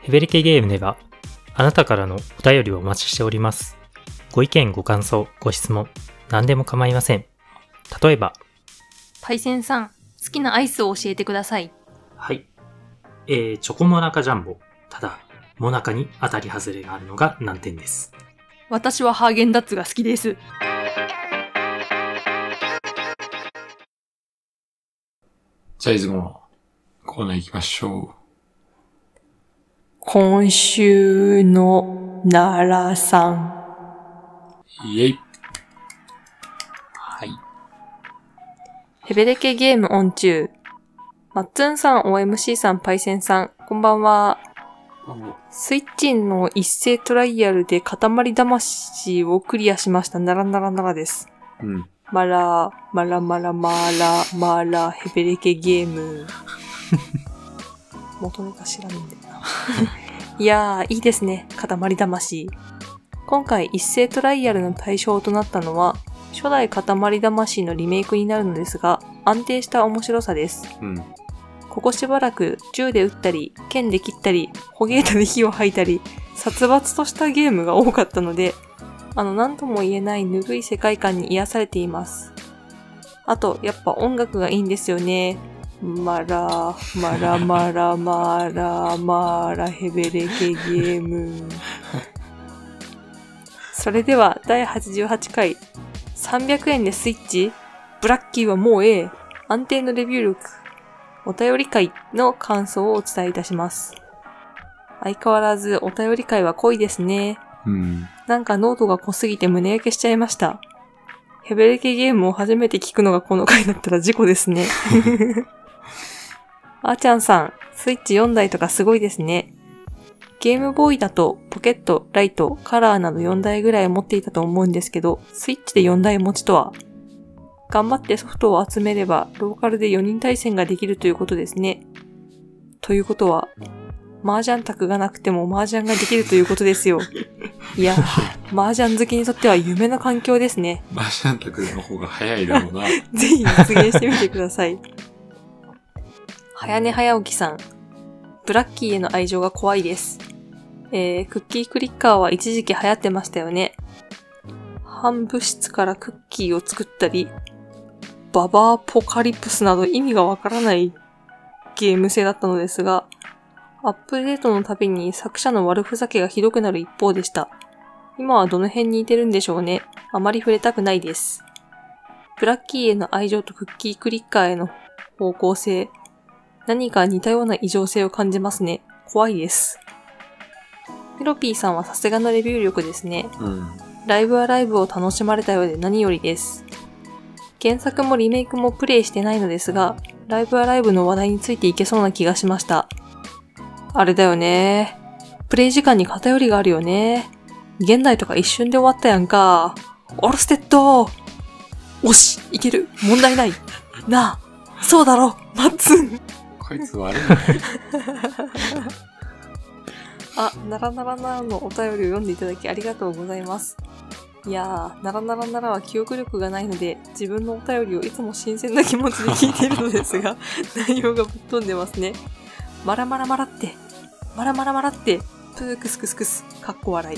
C: ヘベリケゲームでは、あなたからのお便りをお待ちしております。ご意見、ご感想、ご質問、何でも構いません。例えば、
B: パイセンさん、好きなアイスを教えてください。
C: はい。えー、チョコモナカジャンボ。ただ、モナカに当たり外れがあるのが難点です。
B: 私はハーゲンダッツが好きです。
A: じゃあ、いつものコーナー行きましょ
B: 今週の奈良さん。
A: う。イェイ。
C: はい。
B: ヘベレケゲームオン中。マッツンさん、OMC さん、パイセンさん、こんばんは。スイッチンの一斉トライアルで塊魂をクリアしました。ならならならです。
A: うん。
B: マラー、マラマラマラ、マラ、ヘベレケゲーム。元のか知らねえんだよな。 いやー、いいですね。塊魂。今回一斉トライアルの対象となったのは、初代塊魂のリメイクになるのですが、安定した面白さです。
A: うん。
B: ここしばらく銃で撃ったり、剣で切ったり、ホゲータで火を吐いたり、殺伐としたゲームが多かったので、あの、何とも言えないぬぐい世界観に癒されています。あと、やっぱ音楽がいいんですよね。マラー、マラマラマラマラヘベレケゲーム。それでは、第88回、300円でスイッチブラッキーはもうええ安定のレビュー力お便り会の感想をお伝えいたします。相変わらずお便り会は濃いですね。
A: うん。
B: なんか濃度が濃すぎて胸焼けしちゃいました。ヘベレケゲームを初めて聞くのがこの回だったら事故ですね。あーちゃんさん、スイッチ4台とかすごいですね。ゲームボーイだとポケット、ライト、カラーなど4台ぐらい持っていたと思うんですけど、スイッチで4台持ちとは。頑張ってソフトを集めればローカルで4人対戦ができるということですね。ということは、麻雀卓がなくても麻雀ができるということですよ。いやー、麻雀好きにとっては夢の環境ですね。
A: マーシャンタクの方が早いだろう な。
B: ぜひ実現してみてください。早寝早起きさん。ブラッキーへの愛情が怖いです。えー、クッキークリッカーは一時期流行ってましたよね。半物質からクッキーを作ったり、ババアポカリプスなど意味がわからないゲーム性だったのですが、アップデートのたびに作者の悪ふざけがひどくなる一方でした。今はどの辺にいてるんでしょうね。あまり触れたくないです。ブラッキーへの愛情とクッキークリッカーへの方向性。何か似たような異常性を感じますね。怖いです。ヒロピーさんはさすがのレビュー力ですね。
A: うん。
B: ライブアライブを楽しまれたようで何よりです。原作もリメイクもプレイしてないのですが、ライブアライブの話題についていけそうな気がしました。あれだよね。プレイ時間に偏りがあるよね。現代とか一瞬で終わったやんか。オルステッドおし、いける。問題ない。なあ、そうだろ、マッツン。
A: こいつ悪い
B: あ、ならならならのお便りを読んでいただきありがとうございます。いやー、ならならならは記憶力がないので、自分のお便りをいつも新鮮な気持ちで聞いているのですが、内容がぶっ飛んでますね。マラマラマラって、マラマラマラって、プークスクスクス、かっこ笑い。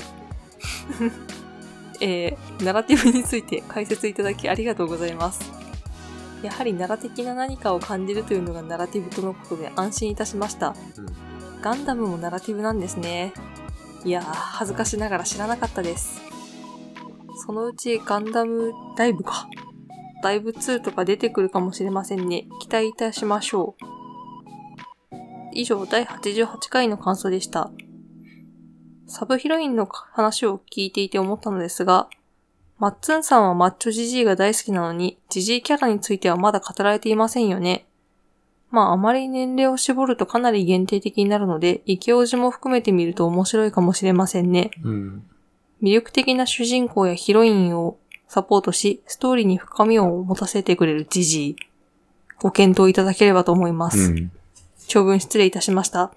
B: えー、ナラティブについて解説いただきありがとうございます。やはり奈良的な何かを感じるというのがナラティブとのことで安心いたしました。ガンダムもナラティブなんですね。いやー、恥ずかしながら知らなかったです。そのうちガンダムダイブか。ダイブ2とか出てくるかもしれませんね。期待いたしましょう。以上、第88回の感想でした。サブヒロインの話を聞いていて思ったのですが、マッツンさんはマッチョジジイが大好きなのに、ジジイキャラについてはまだ語られていませんよね。まあ、あまり年齢を絞るとかなり限定的になるので、イケオジも含めてみると面白いかもしれませんね。
A: うん。
B: 魅力的な主人公やヒロインをサポートし、ストーリーに深みを持たせてくれるジジイ。ご検討いただければと思います。
A: うん。
B: 長文失礼いたしました。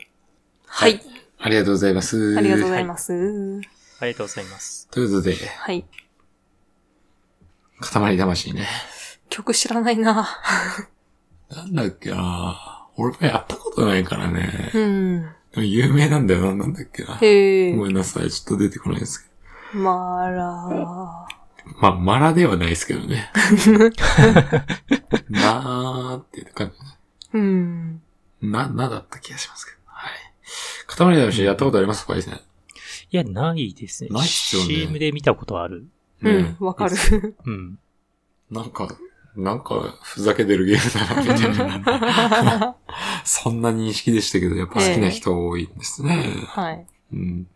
B: はい。
A: ありがとうございます。
B: ありがとうござい
A: は
B: ます。
C: ありがとうございます。
A: い。ということで、
B: はい。
A: 塊魂ね。
B: 曲知らないな。
A: なんだっけな俺もやったことないからね。
B: うん。
A: でも有名なんだよな。なんだっけな。
B: へえ。
A: ごめんなさい。ちょっと出てこないです
B: まら
A: けど。まあ、マラではないですけど ね。なーっていうか、
B: ー。うん。
A: な、なだった気がしますけど。はい。塊魂やったことありますかいですね。
C: いや、ないですね。
A: ないっすよね
C: CM で見たことある。
B: うん、わかる。。
C: うん。
A: なんか、なんか、ふざけてるゲームだな、みたい な。そんな認識でしたけど、やっぱ好きな人多いんですね。
B: はい。
A: うん。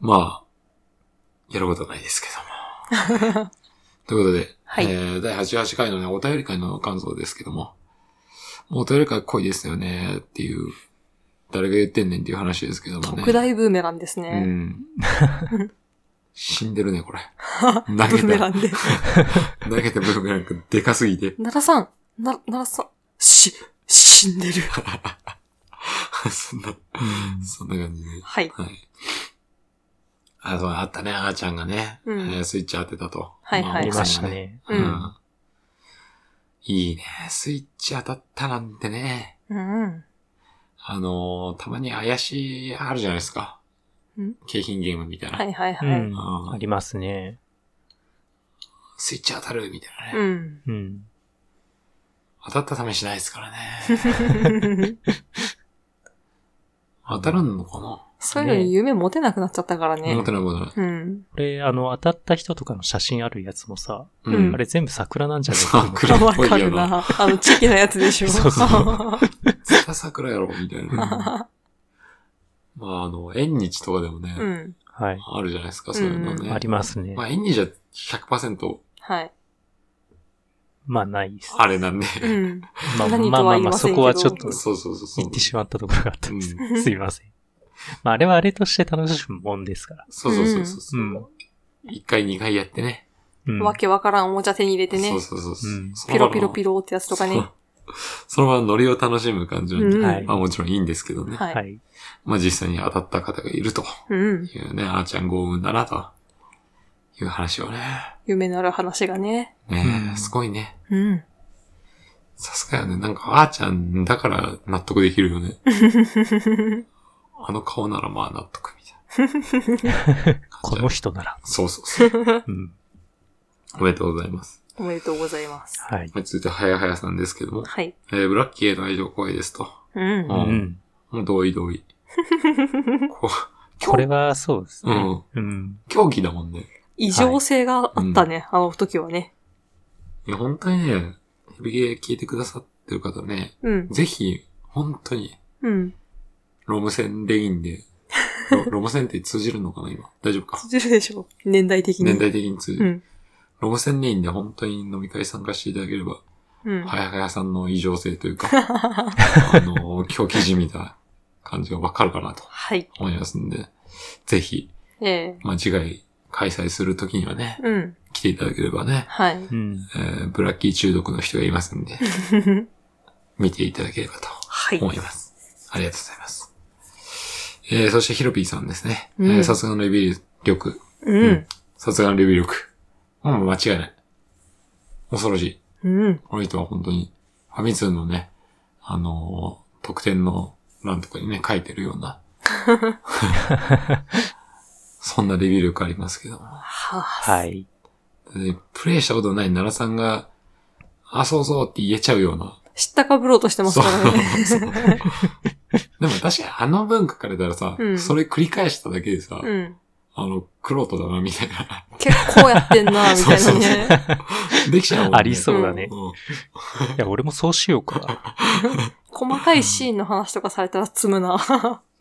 A: まあ、やることはないですけ ども。ということで、
B: はい
A: えー第88回のね、お便り会の感想ですけども、もうお便り会濃いですよね、っていう、誰が言ってんねんっていう話ですけどもね。
B: 特大ブーメランですね。
A: うん。死んでるね、こ れ。投
B: ブー
A: げ
B: メラ
A: た、
B: ンで。
A: 投げたブーメランがでかすぎて。
B: 奈良さん、な、奈良さん、し、死んでる。
A: そんな、そんな感じで。
B: はい。
A: はい。あ、そう、あったね、あーちゃんがね、
B: うん
A: えースイッチ当てたと。
B: はいはい
A: あ
C: ありま
A: 奥
C: し
A: さん
C: た
A: が
C: ね。
B: う
A: うんん。いいね、スイッチ当たったなんてね。
B: うん。
A: あのーたまに怪しい、あるじゃないですか
B: うん。
A: 景品ゲームみたいな。
B: はいはいは
C: う
B: い。
C: ん。
A: あー
C: ありますね。
A: スイッチ当たるみたいなね。
B: うん。
C: うん。
A: 当たったためしないですから ね。当たらんのかな
B: そういうのに夢持てなくなっちゃったからね
A: 持。てないことない。
B: うん。
C: これ、あの、当たった人とかの写真あるやつもさ、
A: う
B: うん
A: ん
C: あ。れ全部桜なんじゃないかと思う
A: 桜
B: わ
A: っぽ
B: か
A: いよ
B: る
A: な。
B: な。あの、地域のやつでしょ。
C: そうそう
A: 絶対桜やろ、みたい な。まあ、あの、縁日とかでもね、
B: うん。
C: はい。
A: あるじゃないですか、そういうの
B: う
A: ね。
C: ありますね
A: ま。あ、縁日は100%
B: はい。
C: まあ、ないです。
A: あれなんで。
B: うん。
C: まあまあ
B: 何と
C: ま
B: は
C: あ
B: 言い
C: ま
B: ませ
C: あ、
B: ん
C: そ
B: けど
C: こはちょっと
A: そうそうそうそう。
C: 言ってしまったところがあったんです。
A: う
C: すいません。まあ、あれはあれとして楽しむもんですから。
A: そうそうそうそう
C: うん
A: そ
C: う
A: う。一、回二回やってね。
C: うん。
B: わけわからんおもちゃ手に入れてね
A: そう。そうそうそう、
C: うん
A: そ
B: ピ
A: の場
B: ロ
A: の
B: ピロピロってやつとかね。
A: そうそのままノリを楽しむ感じはね、
B: うん
C: はい
A: まあもちろんいいんですけどね。
B: は。
C: はいい。
A: まあ実際に当たった方がいると
B: うん。
A: いうね、あーちゃん幸運だなという話をね。
B: 夢のある話がね。
A: ねえ、
C: うん
A: すごいね。
B: うん。
A: さすがよね。なんかあーちゃんだから納得できるよ ね。あの顔ならまあ納得みたい な。
C: この人なら。
A: そうそうそう。
C: うん。
A: おめでとうございます。
B: おめでとうございます。
C: はい。
A: 続いて、はやはやさんですけども、
B: はい。
A: えー、ブラッキーへの愛情声ですと。
B: うん
A: う
C: うんん。
A: もう同意 同意。こ
C: これはそうです
A: う、う
C: ね。
A: ん。
C: うん。
A: 狂気だもんね。
B: 異常性があったね、あの時はね。
A: いや、本当にね、ヘビゲー聞いてくださってる方ね、
B: うん。
A: ぜひ、本当に、
B: うん。
A: ロム線でいいん で、ロロム線って通じるのかな、今。大丈夫か。
B: 通じるでしょ年代的に。
A: 年代的に通じ
B: う
A: る。
B: ん。
A: ロム線でいいんで、本当に飲み会参加していただければ、
B: うん。
A: はやはやさんの異常性と いうか、あの、狂気じみた感じがわかるかなと
B: はい。
A: 思いますんで、ぜひ、
B: ええ。
A: まあ、次回開催するときにはね、
B: うん。
A: 来ていただければね、
B: はい。
C: うん。
A: えー、ブラッキー中毒の人がいますんで、見ていただければと
B: はい。
A: 思います。ありがとうございます。えー、そしてヒロピーさんですね。
B: うん
A: えーさすがのレビュー力。
B: うん。
A: さすがのレビュー力。うん、間違いない。恐ろしい。
B: うん。
A: この人は本当に、ファミ通のね、あのー、特典の欄とかにね、書いてるよう な。そんなレビュー力ありますけども。
B: はあ。
C: はい。
A: でプレイしたことのない奈良さんが、あ、そうそうって言えちゃうような。
B: 知ったかぶろうとしてますからね。
A: そうでも確かにあの文化から言ったらさ、
B: うん
A: それ繰り返しただけでさ、
B: うん。
A: あの、クロートだな、みたいな。
B: 結構やってんな、みた
A: そう
B: い
A: そう
B: なね。
A: できちゃうもんね。
C: ありそうだね。
A: うん
C: いや、俺もそうしようか。
B: 細かいシーンの話とかされたら積むな。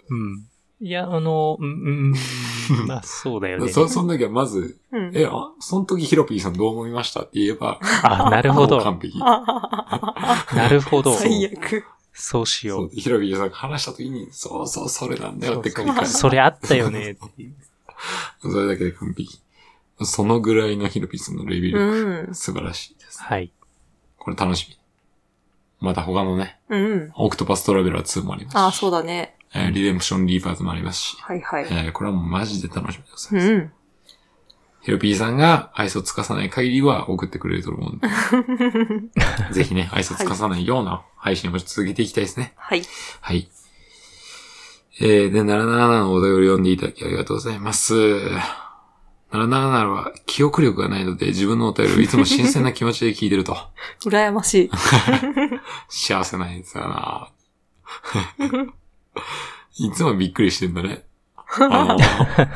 C: うん。いや、あの、うん、うん うん、まあ、そうだよね。
A: そ、その時はまず、
B: うん。
A: え、あ、その時ヒロピーさんどう思いましたって言えば、
C: あ、なるほ
A: もう
C: ど。
A: 完璧。
C: なるほど。
B: 最悪。
C: そうし
A: そ
C: よ
A: う
C: う。。
A: ヒロピーさんが話した時に、そうそう、それなんだよって繰り
C: そ
A: 返
C: うそう
A: す。
C: それあったよね。っていう
A: それだけで完璧。そのぐらいのヒロピーさんのレビュー
B: う
A: 力、
B: ん。
A: 素晴らしいです。
C: はい。
A: これ楽しみ。また他のね、
B: うん。
A: オクトパストラベラー2もありますし。
B: あ、そうだね。
A: えーリデンプションリーパーズもありますし。
B: はいはい。
A: えーこれはもうマジで楽しみでございます。
B: うん。
A: ヒロピーさんが愛想つかさない限りは送ってくれると思うんで。ぜひね、愛想つかさないような配信を続けていきたいですね。
B: はい。
A: はい。えー、で、777のお便りを読んでいただきありがとうございます。777は記憶力がないので自分のお便りをいつも新鮮な気持ちで聞いてると。
B: 羨ましい。
A: 幸せなやつだないつもびっくりしてんだね。あの、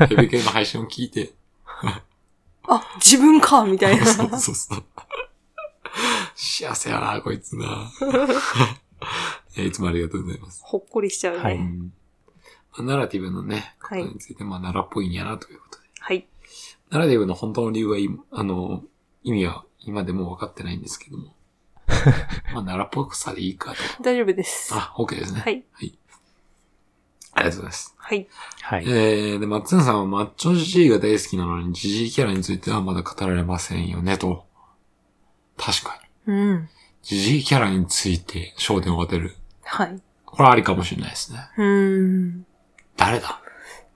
A: ヘビ系の配信を聞いて。
B: あ、自分かみたい な。
A: そうそうそう。幸せやな、こいつな。 えいつもありがとうございます。。
B: ほっこりしちゃうね。
C: はいう
A: んまあナラティブのね、こ
B: はい
A: とについて、まあ、奈良っぽいんやな、ということで。
B: はい。
A: ナラティブの本当の理由は、いあの、意味は今でも分かってないんですけども。まあ、奈良っぽくさでいいかと。
B: 大丈夫です。
A: あ、OK ですね。
B: はい。
A: はい。ありがとうございます。
B: はい。
C: はい。
A: えー、で、マッツンさんはマッチョジジイが大好きなのに、ジジイキャラについてはまだ語られませんよね、と。確かに。
B: うん。
A: ジジイキャラについて焦点を当てる。
B: はい。
A: これはありかもしれないですね。
B: うーん。
A: 誰だ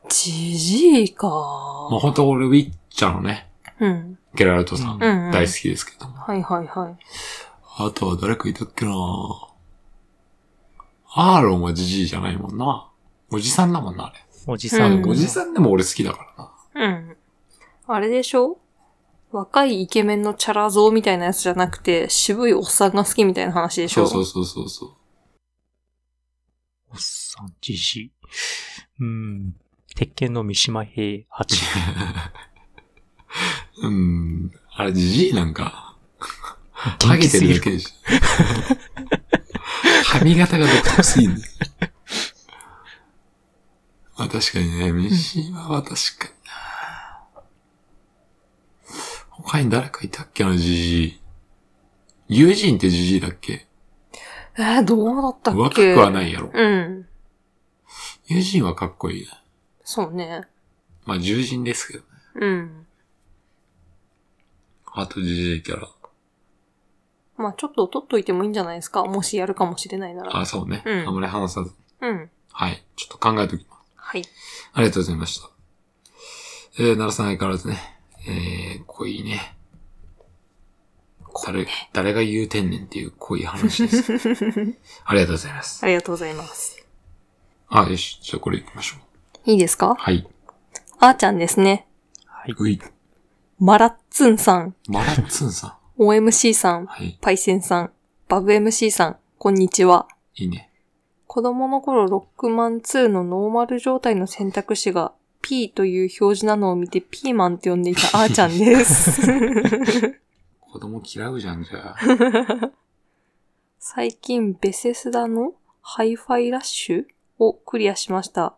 B: じじいか。
A: もう本当俺、ウィッチャーのね、
B: うん。
A: ゲラルトさん、
B: うんうん
A: 大好きですけども。
B: はいはいはい。
A: あとは誰かいたっけなアーロンはジジイじゃないもんな。おじさんだもんな、あれ。
C: おじ
A: あ
C: さ
A: で
C: ん
A: も
C: も。
A: おじさんでも俺好きだからな。
B: うん。あれでしょ若いイケメンのチャラ像みたいなやつじゃなくて、渋いおっさんが好きみたいな話でし
A: そ
B: ょ
A: うそうそうそうそう。
C: おっさん、じじい。うん。鉄拳の三島平八。
A: うん。あれ、ジジイなんか。ハゲてるだけでしょ。髪型が独特すぎる、ね。 まあ確かにね、三島は確かにな。他に誰かいたっけな、ジジイ。友人ってジジイだっけ
B: えー、どうだったっけ
A: 若くはないやろ。
B: うん。
A: 友人はかっこいいな。
B: そうね。
A: まあ獣人ですけどね。
B: うん。
A: あとジジイキャラ。
B: まあちょっと取っといてもいいんじゃないですかもしやるかもしれないなら。
A: あ、そうね。
B: うん
A: あんまり話さず。
B: うん。
A: はい。ちょっと考えときます。
B: はい。
A: ありがとうございました。えー、奈良さん相変わらずね、えー、濃いね。誰、誰が言うてんねんっていう濃い話です けど。ありがとうございます
B: あ。りがとうございます。
A: あ、よし。じゃあこれ行きましょう。
B: いいですか
A: はい。
B: あーちゃんですね。
C: はい。
A: うい。
B: マラッツンさん、
A: マラッツンさん。
B: OMC さん、
A: はい。
B: パイセンさん、バブ MC さん、こんにちは。
A: いいね。
B: 子供の頃ロックマン2のノーマル状態の選択肢が P という表示なのを見てピーマンって呼んでいたあーちゃんです。
A: 子供嫌うじゃん、じ ゃあ。
B: 最近ベセスダのハイファイラッシュをクリアしました。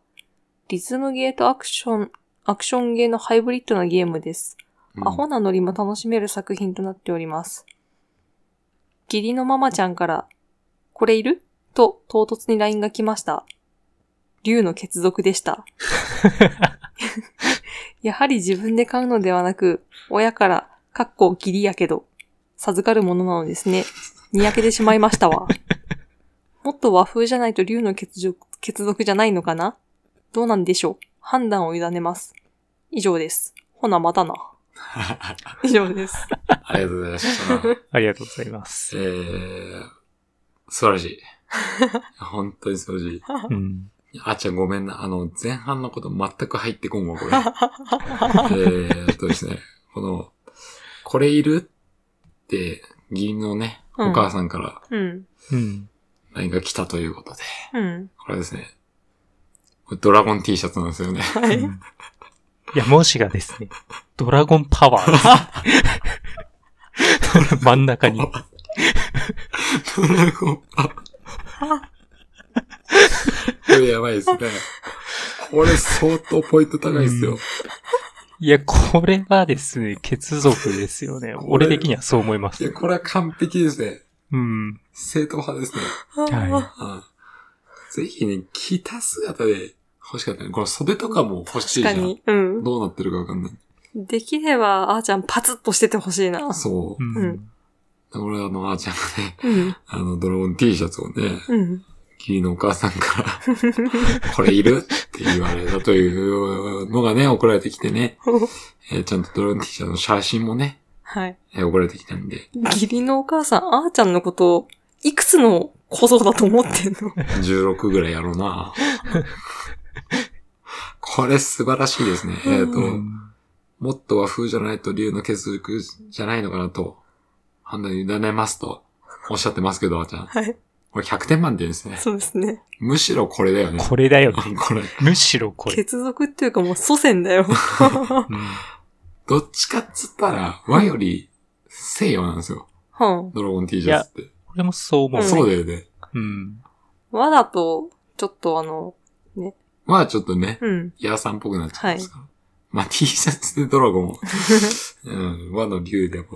B: リズムゲートアクション、アクションゲーのハイブリッドなゲームです。
A: うん
B: アホなノリも楽しめる作品となっております。義理のママちゃんから、これいると唐突に LINE が来ました。竜の血族でした。 やはり自分で買うのではなく、親から、かっこ義理やけど、授かるものなのですね。にやけてしまいましたわ。もっと和風じゃないと竜の血族血族じゃないのかなどうなんでしょう判断を委ねます。以上です。ほな、またな。以上です。
A: ありがとうございました。
C: ありがとうございます
A: え。ー、素晴らし い。本当に素晴らしい。
C: うん。
A: あーちゃんごめんな。あの、前半のこと全く入ってこんわ、これ。えーっとですね、この、これいるって、義理のね、
B: うん
A: お母さんから
B: うん。
C: うん。
A: LINE が来たということで、
B: うん。
A: これですね、これドラゴン T シャツなんですよね。
B: はい。
C: いや、文字がですね、ドラゴンパワーですね 真ん中に。
A: ドラゴンパワー。これやばいですね。これ相当ポイント高いです
C: う
A: よ
C: ん。いや、これはですね、血族ですよね。
A: これ
C: 俺的にはそう思いま
A: い
C: す
A: や、。これは完璧ですね。
C: うん。
A: 正統派ですね。
C: は
A: うんぜひね、着た姿で欲しかったね。これ袖とかも欲しいじゃ
B: 確か
A: ん
B: に。。うん。
A: どうなってるかわかんない。
B: できれば、あーちゃんパツッとしててほしいな。
A: そうう。
C: ん。
A: 俺はあの、あーちゃんがね、
B: う
A: あ
B: ん。
A: の、ドラゴン T シャツをね、
B: うん。
A: 君のお母さんから、 これいるって言われたというのがね、送られてきてね、えーちゃんとドラゴン T シャツの写真もね、
B: はい。
A: えー送られてきたんで、
B: 義理のお母さん、あーちゃんのことを、いくつの小僧だと思ってんの
A: 16ぐらいやろうな。これ素晴らしいですね。えっ、
C: う
A: と、
C: ん
A: もっと和風じゃないと竜の血族じゃないのかなと、判断に委ねますと、おっしゃってますけど、あーちゃん。
B: はい。
A: これ100点満点ですね。
B: そうですね。
A: むしろこれだ よね。
C: これだよね。
A: これ。
C: むしろこれ。
B: 血族っていうかもう祖先だ よ。
C: うん
A: どっちかっつったら、和より西洋なんですよ。
B: は
A: ドラゴン T シャツっ
C: 俺もそう思う
A: て。
B: や。
A: そうだよね。
C: うん。
B: ん。和だと、ちょっとあの、
A: まあちょっとね、
B: うん。
A: ヤーさんっぽくなっちゃうんですから。まあ T シャツでドラゴ ンも、うん、和の竜でも、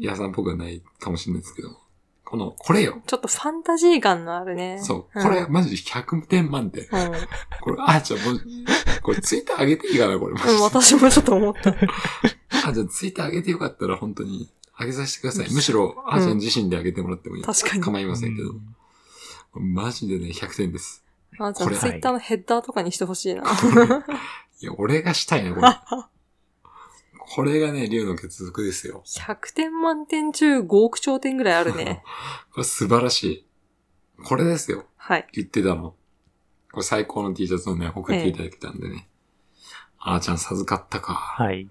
A: ヤーさんっぽくはないかもしれないですけども。この、これよ。
B: ちょっとファンタジー感のあるね。
A: そう。これ、マジで100点満点。
B: うん。うん
A: これ、あーちゃん、もう、これツイッター上げていいかな、これ。マジ
B: うん、
A: で。
B: 私もちょっと思った。
A: あーちゃん、ツイッター上げてよかったら、本当に、上げさせてください。むしろ、あーちゃん自身で上げてもらってもいい。
B: 確かに
A: 構いませんけど。マジでね、100点です。
B: あ、じゃあ
A: これ
B: ツイッターのヘッダーとかにしてほしいな。
A: いや、俺がしたいな、これ。これがね、竜の血族ですよ。
B: 100点満点中5億兆点ぐらいある ね。
A: これ素晴らしい。これですよ。
B: はい。
A: 言ってたの。これ最高の T シャツをね、送っていただけたんでね。あーちゃん授かったか。
C: はい。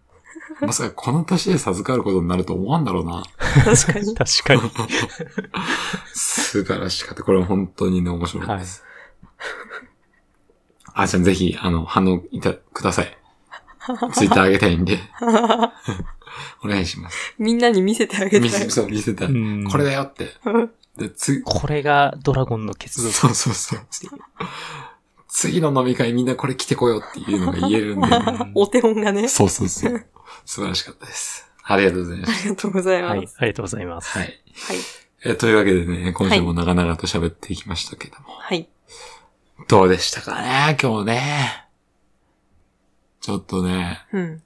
A: まさかこの年で授かることになると思わんだろうな。
B: 確か に。
C: 確かに。
A: 素晴らしかった。これ本当にね、面白かったです。あーちゃんぜひ、あの、反応いた、ください。ツイッターあげたいんで。 お願いします。
B: みんなに見せてあげた
A: 見
B: い。
A: せ、そう、見せたい。
C: うん
A: これだよって。で、つ、
C: これがドラゴンの結論。
A: そうそうそう。次の飲み会みんなこれ来てこようっていうのが言えるんで、
B: お手本がね。
A: そうそう そう。素晴らしかったです。ありがとうございま
B: あ
A: す。
B: りがとうございます。
C: は
B: はい
C: い。。ありがとうございます。
A: はい。えというわけでね、今週も長々と喋っていきましたけども。
B: はい。
A: どうでしたかね、今日ね。ちょっとね、
B: うん。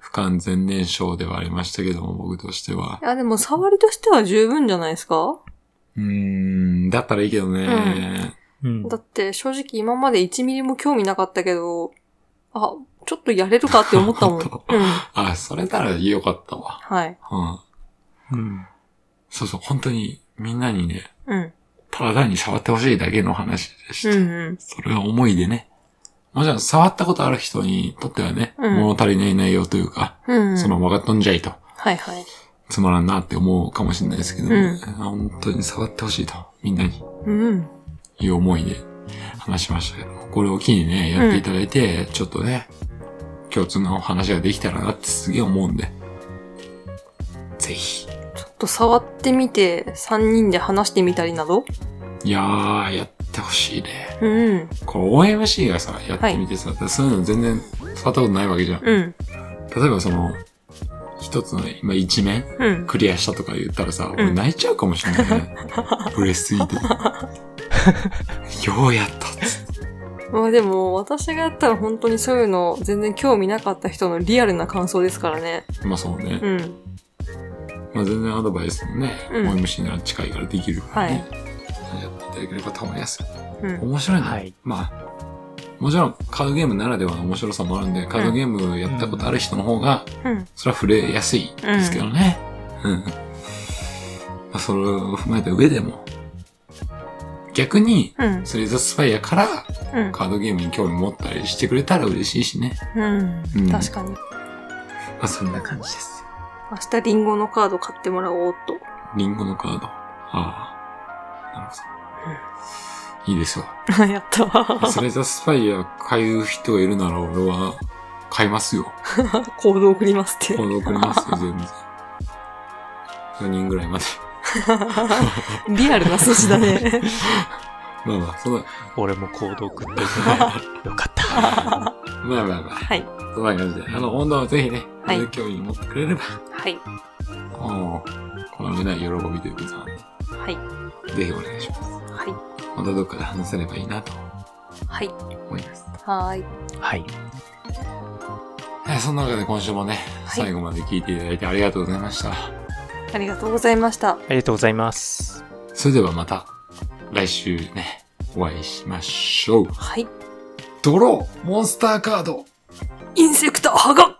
A: 不完全燃焼ではありましたけども、僕としては。
B: いや、でも触りとしては十分じゃないですか
A: うーん、だったらいいけどね。
B: うん
C: うん。
B: だって正直今まで1ミリも興味なかったけど、あ、ちょっとやれるかって思ったもん。う
A: 本
B: ん。
A: あ、それならよかったわ。
B: はい。
A: うん。
C: うん。
A: そうそう、本当にみんなにね、
B: うん。
A: ただ単に触ってほしいだけの話でし
B: う
A: た。
B: ん
A: それは思いでね。もちろん触ったことある人にとってはね、
B: うん
A: 物足りない内容というか、
B: うん。うん。
A: そのまま分かっとんじゃいと、
B: はいはい。
A: つまらんなって思うかもしれないですけど、
B: うん
A: 本当に触ってほしいと、みんなに
B: うん。
A: いう思いで話しましたけど、これを機にね、やっていただいて、ちょっとね、共通の話ができたらなってすげえ思うんで、ぜひ。
B: ちょっと触ってみて、3人で話してみたりなど
A: いやー、やってほしいね。
B: うん。
A: これ OMC がさ、やってみてさ、そういうの全然触ったことないわけじゃん。
B: うん。
A: 例えばその、一つの今一面
B: うん。
A: クリアしたとか言ったらさ、
B: う
A: 俺
B: ん
A: 泣いちゃうかもしれない ね。嬉しす ぎて。ようやったっつって。
B: まあでも、私がやったら本当にそういうの全然興味なかった人のリアルな感想ですからね。
A: まあそうね。
B: うん。
A: まあ全然アドバイスもね、
B: うん
A: OMC なら近いからできるからね。やっていただければと思います。
B: うん。
A: 面白いね。
C: はい
A: まあ、もちろんカードゲームならではの面白さもあるんで、カードゲームやったことある人の方が、
B: うん。
A: それは触れやすいですけどね。うん。まあ、それを踏まえた上でも、逆に、
B: うん。
A: スレイザースパイアから
B: うん。
A: カードゲームに興味持ったりしてくれたら嬉しいしね。
B: うん。確かに。
A: まあ、そんな感じです。
B: 明日リンゴのカード買ってもらおうっと。
A: リンゴのカード。ああ。なるほど。いいですよ。
B: やったわ。
A: スレイザースパイア買う人がいるなら俺は買いますよ。
B: コード送りますって。
A: この送りますよ、全然。4人ぐらいまで。
B: リアルな寿司 だね。
A: まあまあ、そんな、
C: 俺も行動送 っていくからよかった。
A: まあまあまあ。
B: はい。
A: そんな感じで、あの、温度をぜひね、
B: はい
A: 興味を持ってくれれば、
B: はい。
A: もう、この上ない喜びということなんで、
B: はい。
A: ぜひお願いします。
B: はい。
A: またどっかで話せればいいなと
B: はい。
A: 思います。
B: はーい。
C: はい。
A: えーそんなわけで今週もね、
B: はい
A: 最後まで聞いていただいてありがとうございました。
B: ありがとうございました。
C: ありがとうございます。
A: それではまた、来週ね、お会いしましょう。
B: はい。
A: ドローモンスターカード
B: インセクターハが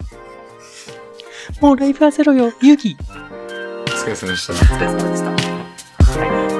C: もうライブはゼロよ、ユギ。
A: お疲れ様でした。
B: お疲れ様でした。
C: はい。